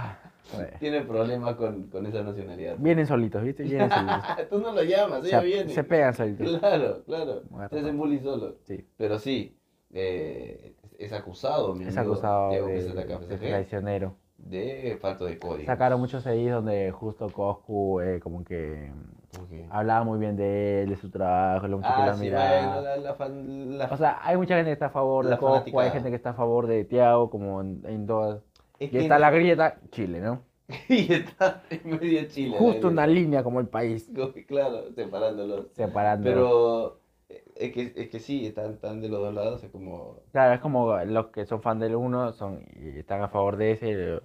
Speaker 2: Tiene problemas con, con esa nacionalidad. Ah,
Speaker 3: Vienen solitos, ¿viste? Vienen solitos.
Speaker 2: Tú no lo llamas,
Speaker 3: Se,
Speaker 2: ella
Speaker 3: ap-
Speaker 2: viene.
Speaker 3: se pegan solitos.
Speaker 2: Claro, claro.
Speaker 3: Bueno,
Speaker 2: Se hacen bullying solo.
Speaker 3: Sí,
Speaker 2: Pero sí, eh, es acusado, mi
Speaker 3: es
Speaker 2: amigo
Speaker 3: acusado
Speaker 2: Thiago
Speaker 3: de,
Speaker 2: Pizarro
Speaker 3: de
Speaker 2: Café,
Speaker 3: traicionero.
Speaker 2: de falta de código.
Speaker 3: Sacaron muchos seguidos donde justo Coscu eh, como que
Speaker 2: Ok.
Speaker 3: hablaba muy bien de él, de su trabajo, lo mucho que
Speaker 2: Ah,
Speaker 3: lo
Speaker 2: sí,
Speaker 3: miraba.
Speaker 2: bueno, la, la fan- la-
Speaker 3: O sea, hay mucha gente que está a favor de
Speaker 2: La
Speaker 3: Coscu, hay
Speaker 2: fanaticada.
Speaker 3: gente que está a favor de Tiago, como en, en todas.
Speaker 2: es
Speaker 3: Y está la grieta Chile, ¿no?
Speaker 2: y está en medio Chile.
Speaker 3: Justo
Speaker 2: la-
Speaker 3: una línea como el país,
Speaker 2: Claro, separándolos.
Speaker 3: separando.
Speaker 2: Pero eh, es que, es que sí, están, están de los dos lados, es como
Speaker 3: Claro, es como los que son fan del uno son, y están a favor de ese. eh,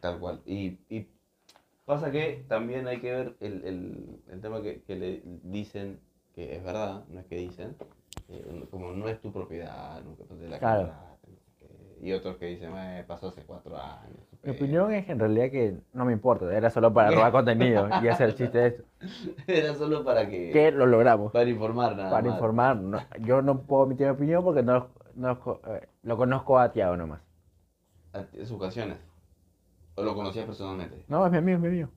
Speaker 2: tal cual. Y, y pasa que también hay que ver el, el, el tema que, que le dicen, que es verdad, no es que dicen, eh, como no es tu propiedad, nunca te la
Speaker 3: Claro.
Speaker 2: compraste, no sé qué. Y otros que dicen, "Eh, pasó hace cuatro años.
Speaker 3: Mi
Speaker 2: eh,
Speaker 3: opinión es que en realidad que no me importa, era solo para robar contenido y hacer el chiste de esto.
Speaker 2: Era solo para que...
Speaker 3: Que lo logramos.
Speaker 2: Para informar nada
Speaker 3: Para
Speaker 2: más.
Speaker 3: informar, no- yo no puedo omitir mi opinión porque no, no- eh, lo conozco a Tiago nomás.
Speaker 2: a- en sus canciones. ¿O lo conocías personalmente?
Speaker 3: No, es mi amigo, es mi amigo.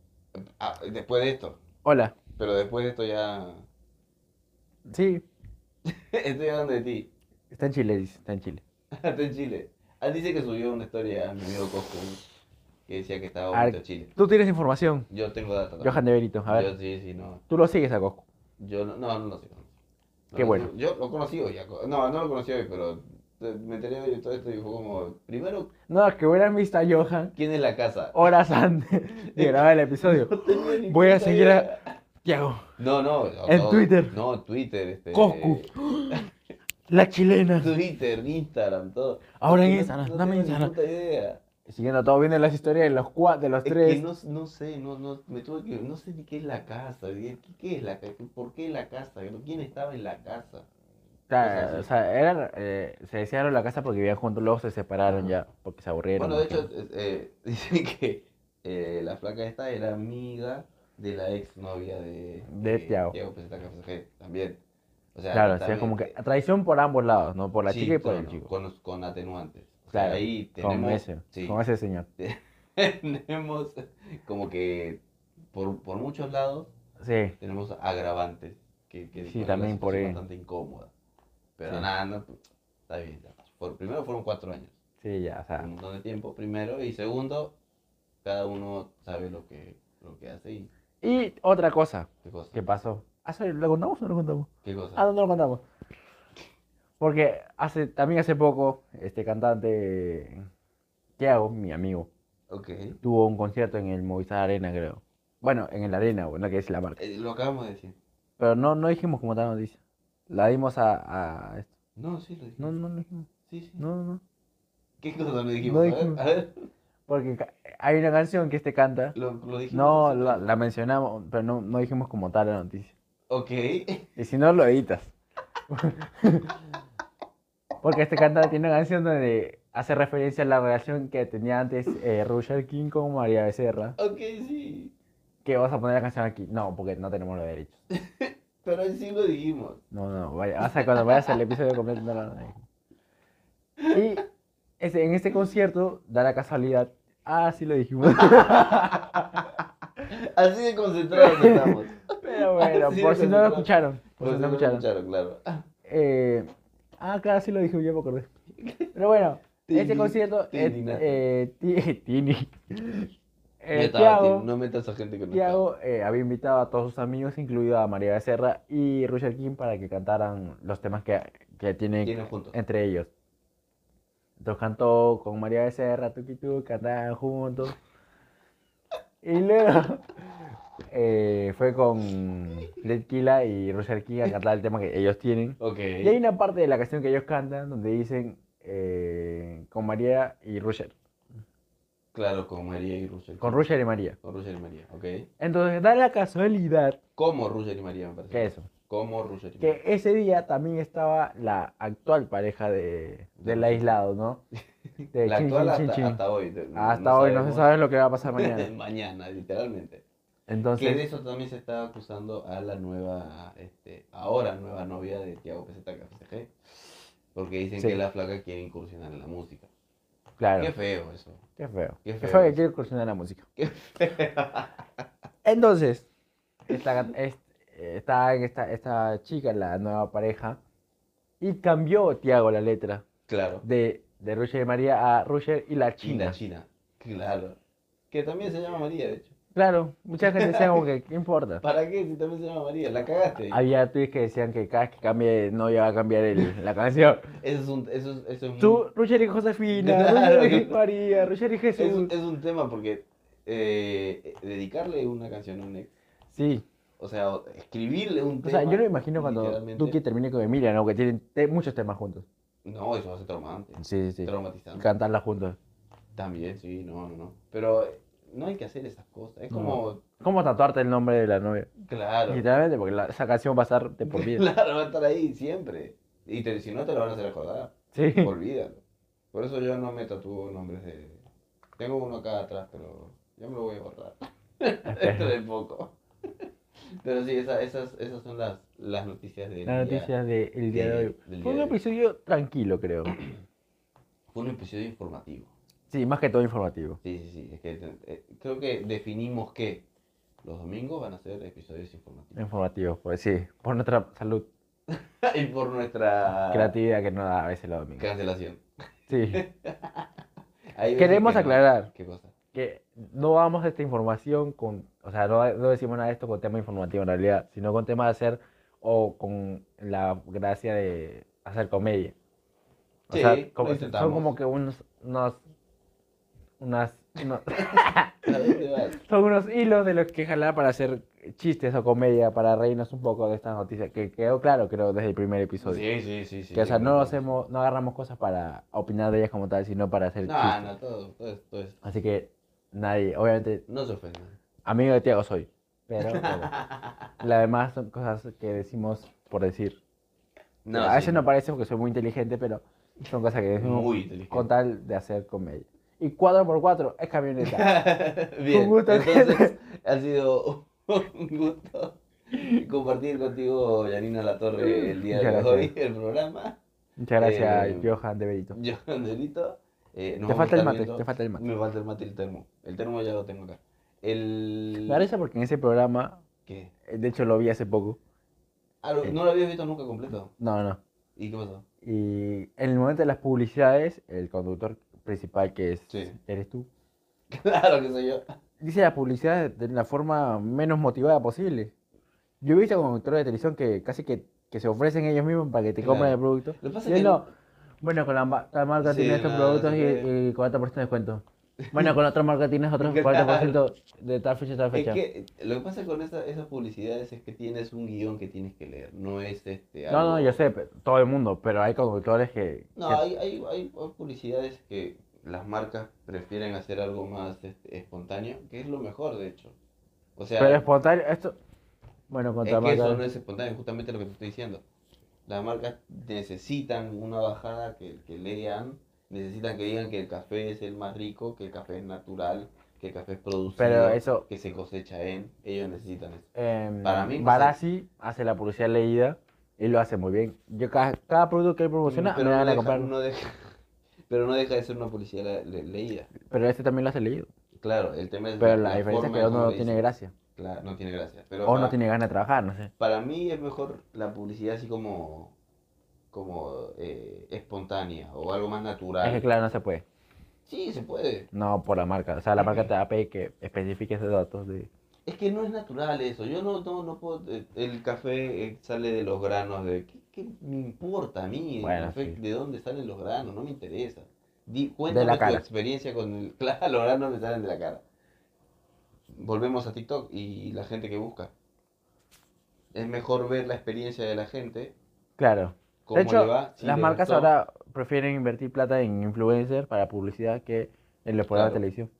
Speaker 2: Ah, después de esto.
Speaker 3: Hola,
Speaker 2: Pero después de esto ya.
Speaker 3: sí,
Speaker 2: Estoy hablando de ti.
Speaker 3: está en Chile, dice, está en Chile.
Speaker 2: Hasta en Chile. Ah, dice que subió una historia a mi amigo Cosco que decía que estaba
Speaker 3: Ar-
Speaker 2: bonito Chile.
Speaker 3: Tú tienes información,
Speaker 2: Yo tengo data. también.
Speaker 3: Johan de Berito, a ver,
Speaker 2: Yo sí, sí, no.
Speaker 3: tú lo sigues a Coscu.
Speaker 2: Yo no, no, no lo sé. no lo sé. No
Speaker 3: Qué
Speaker 2: lo
Speaker 3: bueno.
Speaker 2: sé. Yo lo conocí hoy. a Co- No, no lo conocí hoy, pero eh, me enteré de todo esto y fue como. Primero,
Speaker 3: No, que hubiera visto a Johan
Speaker 2: ¿quién es la casa?
Speaker 3: horas antes
Speaker 2: Eh,
Speaker 3: de grabar el episodio. Oh, Voy a seguir a Tiago,
Speaker 2: No, no. o-
Speaker 3: En
Speaker 2: o-
Speaker 3: Twitter.
Speaker 2: No, Twitter. Este,
Speaker 3: Coscu. la chilena.
Speaker 2: Twitter, Instagram, todo.
Speaker 3: Ahora en
Speaker 2: No-
Speaker 3: Instagram,
Speaker 2: no
Speaker 3: dame
Speaker 2: tengo ni
Speaker 3: Instagram.
Speaker 2: puta idea.
Speaker 3: Siguiendo todo, viendo las historias de los, cua- de los
Speaker 2: Es
Speaker 3: tres.
Speaker 2: que no, no sé, no, no, me tuve que, no sé ni qué es la casa, ni qué, qué es la casa, por qué la casa, quién estaba en la casa.
Speaker 3: Claro,
Speaker 2: Sí, sí,
Speaker 3: o sea, eran, eh, se desearon la casa porque vivían juntos, luego se separaron
Speaker 2: Ajá.
Speaker 3: ya, porque se aburrieron.
Speaker 2: Bueno, de
Speaker 3: imagino.
Speaker 2: hecho, eh, eh, dicen que eh, la flaca esta era amiga de la ex novia de,
Speaker 3: De Thiago.
Speaker 2: Peseta Café, eh, también. O sea,
Speaker 3: claro, o sea,
Speaker 2: también,
Speaker 3: como que
Speaker 2: eh,
Speaker 3: traición por ambos lados, ¿no? Por la
Speaker 2: sí,
Speaker 3: chica y por
Speaker 2: no,
Speaker 3: el
Speaker 2: no,
Speaker 3: chico.
Speaker 2: Con, los- con atenuantes. O sea,
Speaker 3: Claro,
Speaker 2: ahí
Speaker 3: Con
Speaker 2: tenemos,
Speaker 3: ese,
Speaker 2: sí,
Speaker 3: con ese señor.
Speaker 2: tenemos como que por, por muchos lados
Speaker 3: Sí,
Speaker 2: tenemos agravantes que, que
Speaker 3: Sí,
Speaker 2: ponen la
Speaker 3: también por
Speaker 2: situación
Speaker 3: ahí.
Speaker 2: bastante incómoda. Pero
Speaker 3: Sí.
Speaker 2: nada, no, pues, está bien. ya. Por, primero fueron cuatro años,
Speaker 3: sí, ya, o sea,
Speaker 2: un montón de tiempo primero y segundo, cada uno sabe lo que, lo que hace y
Speaker 3: Y otra cosa
Speaker 2: qué cosa.
Speaker 3: que pasó. Ah, sorry, ¿Lo contamos o no lo contamos?
Speaker 2: qué
Speaker 3: Ah,
Speaker 2: cosa.
Speaker 3: no, no lo contamos. Porque hace, también hace poco, este cantante, Thiago, mi amigo,
Speaker 2: Ok. Eh,
Speaker 3: tuvo un concierto en el Movistar Arena, creo. Bueno, en el Arena, bueno, que es la marca.
Speaker 2: Eh, lo acabamos de decir.
Speaker 3: Pero no, no dijimos como tal noticia. La dimos a, a esto.
Speaker 2: No, sí lo dijimos.
Speaker 3: No, no, no dijimos.
Speaker 2: Sí, sí.
Speaker 3: No, no, no.
Speaker 2: ¿Qué cosa lo dijimos?
Speaker 3: No
Speaker 2: A ver,
Speaker 3: dijimos.
Speaker 2: A ver,
Speaker 3: Porque ca- hay una canción que este canta.
Speaker 2: lo, lo dijimos.
Speaker 3: No, la, la mencionamos, pero no, no dijimos como tal la noticia.
Speaker 2: Ok.
Speaker 3: Y si no, lo editas. Porque este cantante tiene una canción donde hace referencia a la relación que tenía antes eh, Roger King con María Becerra.
Speaker 2: Ok, sí.
Speaker 3: Que vas a poner la canción aquí. No, porque no tenemos los derechos.
Speaker 2: Pero sí lo dijimos.
Speaker 3: No, no, vaya, vas a- cuando vayas al episodio completo no lo dejes. Y este- en este concierto da la casualidad. Ah, sí lo dijimos.
Speaker 2: Así de concentrados estamos.
Speaker 3: Pero bueno,
Speaker 2: Sí,
Speaker 3: por si no lo
Speaker 2: claro.
Speaker 3: escucharon. Por
Speaker 2: Pues
Speaker 3: si
Speaker 2: no
Speaker 3: no
Speaker 2: lo
Speaker 3: lo Pues, escucharon.
Speaker 2: escucharon, claro. Ah,
Speaker 3: Eh, ah, claro, sí lo dije, ya me acordé. Pero bueno,
Speaker 2: Te
Speaker 3: este
Speaker 2: indign-
Speaker 3: concierto,
Speaker 2: te
Speaker 3: eh,
Speaker 2: indignaste.
Speaker 3: eh, ti- Tini,
Speaker 2: no
Speaker 3: eh,
Speaker 2: estaba, Tim,
Speaker 3: Tiago,
Speaker 2: no metas a gente que no
Speaker 3: Tiago, eh, había invitado a todos sus amigos, incluido a María Becerra y Roger King, para que cantaran los temas que, que tienen
Speaker 2: Tienen juntos.
Speaker 3: entre ellos. Entonces cantó con María Becerra, Tuki Tuki, cantaban juntos. Y luego eh, fue con Letkila y Roger King a cantar el tema que ellos tienen.
Speaker 2: estaba. Ok.
Speaker 3: Y hay una parte de la canción que ellos cantan donde dicen eh, con María y Roger.
Speaker 2: Claro, con María y Russell.
Speaker 3: Con Roger y María.
Speaker 2: Con Russell y María, ok.
Speaker 3: Entonces da la casualidad
Speaker 2: Como Russell y María, me parece.
Speaker 3: que eso.
Speaker 2: Como Russell y
Speaker 3: Que
Speaker 2: María.
Speaker 3: ese día también estaba la actual pareja de, del aislado, ¿no? De
Speaker 2: La
Speaker 3: Eh, chin,
Speaker 2: actual
Speaker 3: chin,
Speaker 2: hasta,
Speaker 3: chin, chin.
Speaker 2: hasta hoy. de-
Speaker 3: Hasta hoy no se
Speaker 2: sabemos.
Speaker 3: sabe lo que va a pasar mañana.
Speaker 2: mañana, literalmente. Que de
Speaker 3: Entonces,
Speaker 2: eso también se está acusando a la nueva, este, ahora nueva novia de Tiago Peseta KFCG. Porque dicen
Speaker 3: Sí.
Speaker 2: que la flaca quiere incursionar en la música.
Speaker 3: claro.
Speaker 2: Qué feo eso.
Speaker 3: Qué feo.
Speaker 2: Qué
Speaker 3: Qué
Speaker 2: feo
Speaker 3: feo que
Speaker 2: eso.
Speaker 3: quiero incursionar en la música.
Speaker 2: Qué
Speaker 3: Entonces, esta, es- está en esta, esta chica, la nueva pareja, y cambió Tiago la letra
Speaker 2: Claro.
Speaker 3: de, de Roger y María a Roger y la
Speaker 2: China.
Speaker 3: China.
Speaker 2: China. Claro. Que también se llama María, de hecho.
Speaker 3: Claro, mucha gente decía como que, ¿qué importa?
Speaker 2: ¿Para qué si también se llama María? La cagaste.
Speaker 3: Había tweets que decían que cada vez que cambie no iba a cambiar el- la canción.
Speaker 2: Eso es un, eso es, eso es muy-
Speaker 3: Tú, Roger y Josefina,
Speaker 2: Claro.
Speaker 3: Roger y María, Roger y
Speaker 2: es un,
Speaker 3: Jesús.
Speaker 2: es un tema porque eh, dedicarle una canción a un ex,
Speaker 3: Sí,
Speaker 2: o sea, o- escribirle un
Speaker 3: o
Speaker 2: tema.
Speaker 3: sea, yo lo imagino cuando
Speaker 2: literalmente-
Speaker 3: Duque termine con Emilia, ¿no? Que tienen te- muchos temas juntos.
Speaker 2: No, eso va a ser traumante.
Speaker 3: Sí, sí, sí. Y
Speaker 2: Traumatizante.
Speaker 3: cantarla juntos.
Speaker 2: También, sí, no, no, no. Pero eh, no hay que hacer esas cosas. Es
Speaker 3: No.
Speaker 2: como,
Speaker 3: ¿Cómo tatuarte el nombre de la novia?
Speaker 2: claro,
Speaker 3: Literalmente, porque la- esa canción va a estar de por vida.
Speaker 2: claro, va a estar ahí siempre. Y te- si no, te lo van a hacer acordar.
Speaker 3: Sí.
Speaker 2: Olvídalo. Por eso yo no me tatúo nombres de... Tengo uno acá atrás, pero yo me lo voy a borrar. Dentro de poco. Pero sí, esa- esas, esas son las, las noticias de...
Speaker 3: La noticia del día de
Speaker 2: Del día
Speaker 3: hoy. Fue un
Speaker 2: de hoy.
Speaker 3: episodio tranquilo, creo.
Speaker 2: Fue un episodio informativo.
Speaker 3: Sí, más que todo informativo.
Speaker 2: Sí, sí, sí. Es que, eh, creo que definimos que los domingos van a ser episodios informativos.
Speaker 3: Informativo, pues sí. Por nuestra salud,
Speaker 2: y por nuestra
Speaker 3: creatividad que no da a veces los domingos.
Speaker 2: cancelación.
Speaker 3: Sí.
Speaker 2: Hay veces
Speaker 3: Queremos
Speaker 2: que no.
Speaker 3: aclarar
Speaker 2: ¿Qué cosa?
Speaker 3: que no vamos a esta información con. O sea, no, no decimos nada de esto con tema informativo en realidad, sino con tema de hacer. O con la gracia de hacer comedia. O
Speaker 2: Sí,
Speaker 3: sea,
Speaker 2: lo
Speaker 3: como- son
Speaker 2: intentamos.
Speaker 3: como que unos. unos unas. unos-
Speaker 2: ¿A dónde vas?
Speaker 3: Son unos hilos de los que jalar para hacer chistes o comedia, para reírnos un poco de estas noticias, que quedó claro, creo, desde el primer episodio.
Speaker 2: Sí, sí, sí, sí.
Speaker 3: que, o sea,
Speaker 2: sí,
Speaker 3: no
Speaker 2: sí.
Speaker 3: hacemos, no agarramos cosas para opinar de ellas como tal, sino para hacer
Speaker 2: No,
Speaker 3: chistes.
Speaker 2: no, todo, todo, es- todo es-
Speaker 3: Así que nadie, obviamente,
Speaker 2: No se ofendan.
Speaker 3: amigo de Tiago soy, pero bueno, la demás son cosas que decimos por decir. a veces
Speaker 2: sí,
Speaker 3: no parece porque soy muy inteligente, pero son cosas que decimos
Speaker 2: Muy inteligente.
Speaker 3: con tal de hacer comedia. Y 4x4 es camioneta.
Speaker 2: Bien.
Speaker 3: Un gusto.
Speaker 2: Entonces, ha sido un gusto compartir contigo, Yanina La Torre, el día de
Speaker 3: Mm, Muchas
Speaker 2: hoy,
Speaker 3: gracias.
Speaker 2: el programa.
Speaker 3: Muchas gracias,
Speaker 2: Eh,
Speaker 3: Johan de Benito.
Speaker 2: Yo, Andelito. eh, nos
Speaker 3: Te
Speaker 2: vamos a
Speaker 3: falta el
Speaker 2: estar
Speaker 3: mate,
Speaker 2: viendo-
Speaker 3: te falta el mate.
Speaker 2: Me falta el mate y el termo. El termo ya lo tengo acá. El...
Speaker 3: Me da risa porque en ese programa,
Speaker 2: ¿Qué?
Speaker 3: eh, de hecho lo vi hace poco.
Speaker 2: Ah, lo- no lo había visto nunca completo.
Speaker 3: No, no.
Speaker 2: ¿Y qué pasó?
Speaker 3: Y en el momento de las publicidades, el conductor principal que es
Speaker 2: Sí.
Speaker 3: eres tú,
Speaker 2: Claro que soy yo.
Speaker 3: dice las publicidades de la forma menos motivada posible. Yo he visto conductores de televisión que casi que que se ofrecen ellos mismos para que te compren
Speaker 2: Claro.
Speaker 3: el producto.
Speaker 2: Lo que pasa
Speaker 3: Y
Speaker 2: es
Speaker 3: él
Speaker 2: que-
Speaker 3: no, bueno, con la, ma- tal marca
Speaker 2: Sí,
Speaker 3: tienes estos
Speaker 2: no,
Speaker 3: productos
Speaker 2: se
Speaker 3: y,
Speaker 2: puede.
Speaker 3: y 40% de descuento. Bueno, con otra marca tienes otros
Speaker 2: Claro.
Speaker 3: 40% de tal fecha a tal
Speaker 2: Es
Speaker 3: fecha.
Speaker 2: que lo que pasa con esa- esas publicidades es que tienes un guión que tienes que leer, no es este.
Speaker 3: No, no,
Speaker 2: algo-
Speaker 3: yo sé, pe- todo el mundo, pero hay conductores que...
Speaker 2: No,
Speaker 3: que-
Speaker 2: hay, hay, hay publicidades que las marcas prefieren hacer algo más este, espontáneo, que es lo mejor, de hecho. O sea,
Speaker 3: pero espontáneo, esto... Bueno, con
Speaker 2: es
Speaker 3: otra
Speaker 2: que
Speaker 3: marca...
Speaker 2: eso no es espontáneo, justamente lo que te estoy diciendo. Las marcas necesitan una bajada que, que lean, necesitan que digan que el café es el más rico, que el café es natural, que el café es producido,
Speaker 3: Pero eso-
Speaker 2: que se cosecha en. Ellos necesitan eso.
Speaker 3: em,
Speaker 2: Para mí, no sé.
Speaker 3: Barassi hace la publicidad leída y lo hace muy bien. Yo ca- cada, producto que él promociona
Speaker 2: pero
Speaker 3: me
Speaker 2: no
Speaker 3: van a
Speaker 2: deja-
Speaker 3: comprar.
Speaker 2: no deja- pero no deja de ser una publicidad le- le- leída.
Speaker 3: Pero este también lo hace leído.
Speaker 2: Claro, el tema es
Speaker 3: Pero la, diferencia es
Speaker 2: forma
Speaker 3: que
Speaker 2: en
Speaker 3: uno
Speaker 2: cómo
Speaker 3: no
Speaker 2: le
Speaker 3: tiene
Speaker 2: dicen.
Speaker 3: gracia.
Speaker 2: Claro, no tiene gracia. Pero
Speaker 3: O no
Speaker 2: para,
Speaker 3: tiene ganas de trabajar, no sé.
Speaker 2: para mí es mejor la publicidad así como, como eh, espontánea o algo más natural.
Speaker 3: Es que claro, no se puede.
Speaker 2: Sí, se puede.
Speaker 3: No por la marca. O sea, la marca te va a pedir que especifiques esos datos de...
Speaker 2: Es que no es natural eso. Yo no, no, no puedo. eh, El café eh, sale de los granos de. ¿Qué, qué me importa a mí? el
Speaker 3: Bueno,
Speaker 2: café,
Speaker 3: sí.
Speaker 2: ¿De dónde salen los granos? No me interesa. Di, cuéntame tu
Speaker 3: cara.
Speaker 2: experiencia con el. Claro, los granos me salen de la cara. Volvemos a TikTok y la gente que busca. Es mejor ver la experiencia de la gente.
Speaker 3: Claro.
Speaker 2: Cómo
Speaker 3: De hecho,
Speaker 2: le va, si
Speaker 3: las
Speaker 2: le
Speaker 3: marcas
Speaker 2: gustó.
Speaker 3: ahora prefieren invertir plata en influencers para publicidad que en los programas
Speaker 2: Claro.
Speaker 3: de televisión.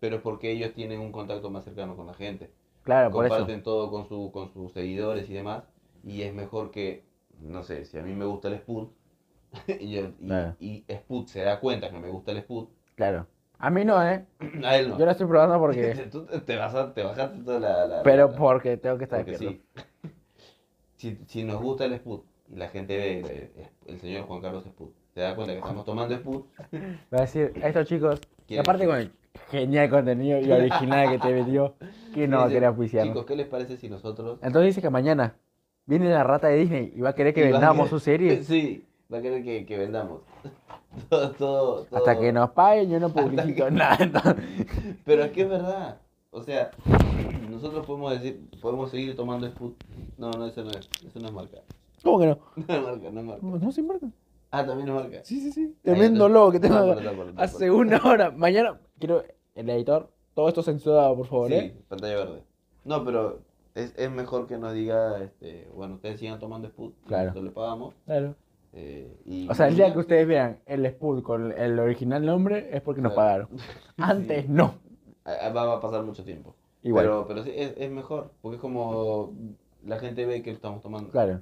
Speaker 2: Pero es porque ellos tienen un contacto más cercano con la gente.
Speaker 3: Claro, por eso.
Speaker 2: comparten todo con, su, con sus seguidores y demás. Y es mejor que, no sé, si a mí me gusta el Spud, y, yo- y,
Speaker 3: Claro.
Speaker 2: y Spud se da cuenta que me gusta el Spud,
Speaker 3: Claro. A mí no, ¿eh?
Speaker 2: a él no.
Speaker 3: Yo lo estoy probando porque...
Speaker 2: Tú te- te, vas a, te bajaste toda la... la-
Speaker 3: pero
Speaker 2: la-
Speaker 3: porque tengo que estar
Speaker 2: porque
Speaker 3: despierto.
Speaker 2: sí. Si, si nos gusta el Spud y la gente ve el, el señor Juan Carlos Spud, se da cuenta que estamos tomando Spud.
Speaker 3: Va a decir, estos chicos, y
Speaker 2: ¿Quién
Speaker 3: aparte
Speaker 2: es?
Speaker 3: con el genial contenido y original que te metió, que no va a
Speaker 2: dice,
Speaker 3: querer auspiciarnos.
Speaker 2: Chicos, ¿qué les parece si nosotros...
Speaker 3: Entonces dice que mañana viene la rata de Disney y va a querer que
Speaker 2: y va a
Speaker 3: vendamos
Speaker 2: querer-
Speaker 3: su serie.
Speaker 2: Sí, va a querer que, que vendamos. todo, todo,
Speaker 3: Hasta
Speaker 2: todo.
Speaker 3: que nos paguen, yo no publicito nada. entonces-
Speaker 2: Pero es que es verdad. O sea, nosotros podemos decir, podemos seguir tomando Sput. No, no, eso no es. Eso no es marca.
Speaker 3: ¿Cómo que no?
Speaker 2: No es marca, no es marca.
Speaker 3: No, Pues No se marca.
Speaker 2: Ah, también es marca.
Speaker 3: Sí, sí, sí.
Speaker 2: Ahí
Speaker 3: Tremendo
Speaker 2: está.
Speaker 3: logo que tengo
Speaker 2: Está
Speaker 3: acá.
Speaker 2: por, está por, está
Speaker 3: hace
Speaker 2: por.
Speaker 3: una hora. Mañana, quiero, el editor, todo esto censurado, por favor, ¿eh?
Speaker 2: Sí, pantalla verde. No, pero es, es mejor que nos diga, este, bueno, ustedes sigan tomando Sput.
Speaker 3: Claro.
Speaker 2: Nosotros le pagamos.
Speaker 3: Claro.
Speaker 2: eh, y
Speaker 3: O sea, el día que ustedes vean el Spud con el original nombre es porque nos
Speaker 2: Claro.
Speaker 3: pagaron. Antes no.
Speaker 2: Ah, ah, Va, va a pasar mucho tiempo.
Speaker 3: Igual.
Speaker 2: Pero, pero sí, es, es mejor. Porque es como la gente ve que estamos tomando.
Speaker 3: Claro.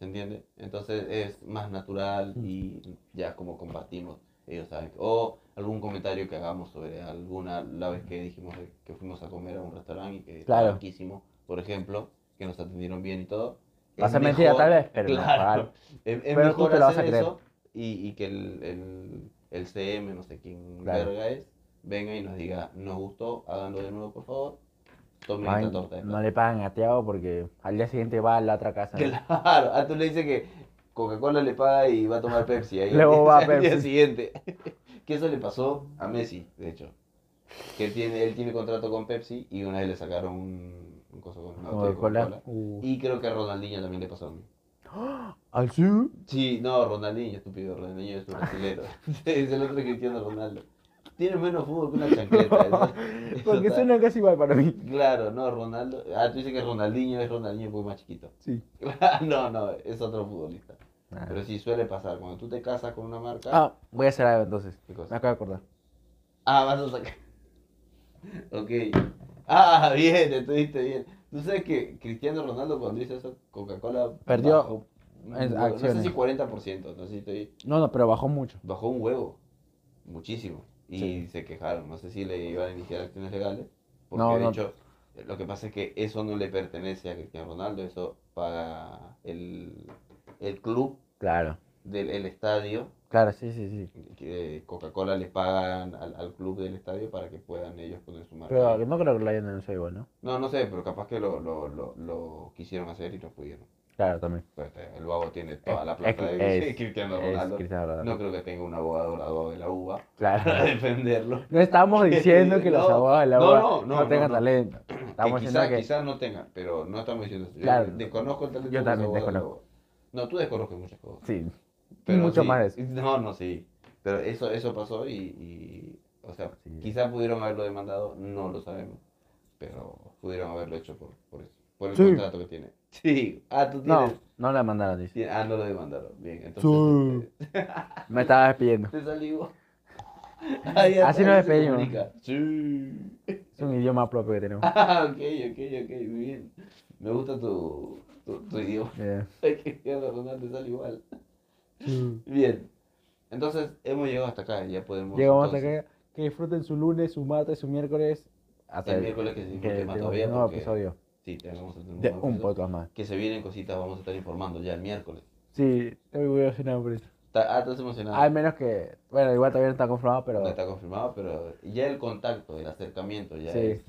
Speaker 2: ¿Se entiende? Entonces es más natural
Speaker 3: Mm.
Speaker 2: y ya como compartimos, ellos saben. que- O algún comentario que hagamos sobre alguna, la vez que dijimos de- que fuimos a comer a un restaurante y que estaba
Speaker 3: Claro.
Speaker 2: riquísimo, por ejemplo, que nos atendieron bien y todo.
Speaker 3: Va a
Speaker 2: es
Speaker 3: ser mentira
Speaker 2: mejor-
Speaker 3: tal vez, pero no, claro.
Speaker 2: es, es
Speaker 3: Pero tú
Speaker 2: mejor
Speaker 3: te la vas a
Speaker 2: hacer
Speaker 3: creer.
Speaker 2: eso y, y que el, el, el CM, no sé quién
Speaker 3: Claro.
Speaker 2: verga es, venga y nos diga, nos gustó, háganlo de nuevo por favor, tomen
Speaker 3: Ay,
Speaker 2: esta torta. de
Speaker 3: no le pagan a Tiago porque al día siguiente va a la otra casa.
Speaker 2: Claro, ah, tú le dices que Coca-Cola le paga y va a tomar Pepsi. Ahí
Speaker 3: Luego va a
Speaker 2: Al día
Speaker 3: Pepsi.
Speaker 2: siguiente. Que eso le pasó a Messi, de hecho. Que él tiene, él tiene contrato con Pepsi y una vez le sacaron un, un coso con una botella de
Speaker 3: Coca-Cola.
Speaker 2: Coca-Cola. Y creo que a Ronaldinho también le pasó a mí.
Speaker 3: ¿Al sur?
Speaker 2: Sí, no, Ronaldinho, estúpido. Ronaldinho
Speaker 3: Ah.
Speaker 2: es un brasilero. es el otro Cristiano Ronaldo. Tiene menos fútbol que una chancleta. eso- eso
Speaker 3: Porque
Speaker 2: está-
Speaker 3: suena casi igual para mí.
Speaker 2: Claro, no, Ronaldo. Ah, tú dices que Ronaldinho es Ronaldinho porque es más chiquito.
Speaker 3: Sí.
Speaker 2: no, no, es otro futbolista.
Speaker 3: Ah.
Speaker 2: Pero sí suele pasar, cuando tú te casas con una marca,
Speaker 3: Ah, voy a hacer algo entonces.
Speaker 2: ¿Qué
Speaker 3: Me
Speaker 2: cosa?
Speaker 3: acabo de acordar.
Speaker 2: ah, vas a sacar. ok. Ah, bien, estuviste bien. Tú sabes que Cristiano Ronaldo cuando hizo eso, Coca-Cola
Speaker 3: Perdió
Speaker 2: bajó un
Speaker 3: en
Speaker 2: huevo, No
Speaker 3: acciones.
Speaker 2: sé si 40%, no sé si estoy...
Speaker 3: No, no, pero bajó mucho.
Speaker 2: Bajó un huevo, muchísimo. Y
Speaker 3: Sí.
Speaker 2: se quejaron, no sé si le iban a iniciar acciones legales. Porque
Speaker 3: No,
Speaker 2: de
Speaker 3: no.
Speaker 2: hecho, lo que pasa es que eso no le pertenece a Cristiano Ronaldo, eso paga el, el club
Speaker 3: Claro.
Speaker 2: del el estadio
Speaker 3: Claro, sí, sí, sí.
Speaker 2: que Coca-Cola le pagan al, al club del estadio para que puedan ellos poner su marca.
Speaker 3: Pero
Speaker 2: ahí.
Speaker 3: no creo que lo hayan denunciado igual, ¿no?
Speaker 2: No, no sé, pero capaz que lo, lo, lo, lo quisieron hacer y no pudieron.
Speaker 3: Claro, también.
Speaker 2: Pues, eh, el vago tiene toda la
Speaker 3: Es-
Speaker 2: plata
Speaker 3: es-
Speaker 2: de
Speaker 3: es-
Speaker 2: Cristiano
Speaker 3: es
Speaker 2: Ronaldo.
Speaker 3: Cristiano Ronaldo.
Speaker 2: No creo que tenga un abogado graduado de la UBA para
Speaker 3: Claro.
Speaker 2: defenderlo.
Speaker 3: No estamos diciendo que los
Speaker 2: No,
Speaker 3: abogados de la
Speaker 2: no,
Speaker 3: UBA
Speaker 2: no,
Speaker 3: no,
Speaker 2: no, no,
Speaker 3: tengan
Speaker 2: no.
Speaker 3: talento.
Speaker 2: Que
Speaker 3: Estamos diciendo
Speaker 2: quizás
Speaker 3: que.
Speaker 2: quizá no tenga, pero no estamos diciendo eso. Yo
Speaker 3: Claro.
Speaker 2: desconozco el talento de
Speaker 3: Yo
Speaker 2: los
Speaker 3: también
Speaker 2: abogados de la
Speaker 3: desconozco.
Speaker 2: UBA. No, tú desconozcas muchas cosas.
Speaker 3: Sí.
Speaker 2: Pero
Speaker 3: Mucho
Speaker 2: sí.
Speaker 3: más de eso.
Speaker 2: No, no, sí. Pero eso, eso pasó y, y, o sea,
Speaker 3: Sí.
Speaker 2: quizás pudieron haberlo demandado, no lo sabemos. Pero pudieron haberlo hecho por, por eso. Por el
Speaker 3: Sí.
Speaker 2: contrato que tiene. Sí. Ah, tú
Speaker 3: No,
Speaker 2: tienes.
Speaker 3: no la mandaron, dice.
Speaker 2: ti- Ah, no lo demandaron. Bien,
Speaker 3: Sí.
Speaker 2: entonces. eh,
Speaker 3: Me estaba despidiendo.
Speaker 2: Te salió. Ahí está,
Speaker 3: Así nos
Speaker 2: ahí se
Speaker 3: despedimos.
Speaker 2: comunica. Sí.
Speaker 3: Es un idioma propio que tenemos.
Speaker 2: Ah, ok, ok, ok, muy bien. Me gusta tu, tu, tu idioma.
Speaker 3: Eh,
Speaker 2: Ay, que Cristiano Ronaldo sale igual. Bien. Entonces, hemos llegado hasta acá, ya podemos.
Speaker 3: Llegamos hasta
Speaker 2: entonces,
Speaker 3: que, que disfruten su lunes, su martes, su miércoles. Hasta
Speaker 2: El miércoles que se disfrute más
Speaker 3: tenemos
Speaker 2: todavía,
Speaker 3: un nuevo
Speaker 2: porque-
Speaker 3: episodio
Speaker 2: Sí, tenemos el
Speaker 3: de un
Speaker 2: poco
Speaker 3: podcast más.
Speaker 2: Que se vienen cositas, vamos a estar informando ya el miércoles.
Speaker 3: Sí, estoy muy emocionado por eso.
Speaker 2: Está, ah, estás emocionado.
Speaker 3: Al menos que, bueno, igual todavía no está confirmado, pero
Speaker 2: No está confirmado, pero ya el contacto, el acercamiento, ya
Speaker 3: Sí.
Speaker 2: es.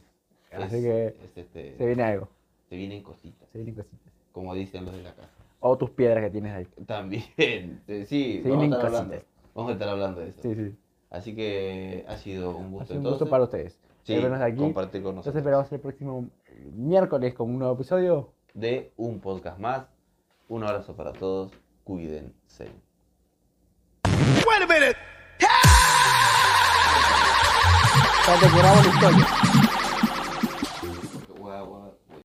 Speaker 3: Así
Speaker 2: es-
Speaker 3: que
Speaker 2: es este,
Speaker 3: se viene algo.
Speaker 2: se vienen cositas,
Speaker 3: Se vienen cositas.
Speaker 2: como dicen los de la casa.
Speaker 3: O tus piedras que tienes ahí.
Speaker 2: También, eh, sí,
Speaker 3: Se
Speaker 2: vamos a
Speaker 3: vienen
Speaker 2: estar hablando.
Speaker 3: cositas.
Speaker 2: Vamos a estar hablando de eso.
Speaker 3: Sí, sí.
Speaker 2: Así que ha sido un
Speaker 3: Ha
Speaker 2: gusto
Speaker 3: sido un gusto
Speaker 2: entonces.
Speaker 3: para ustedes.
Speaker 2: Sí,
Speaker 3: el vernos aquí.
Speaker 2: compartir con
Speaker 3: Entonces
Speaker 2: nosotros.
Speaker 3: esperamos el próximo miércoles con un nuevo episodio.
Speaker 2: de un podcast más. Un abrazo para todos. Cuídense.
Speaker 1: Wait a minute.
Speaker 3: Ya te grabo la historia.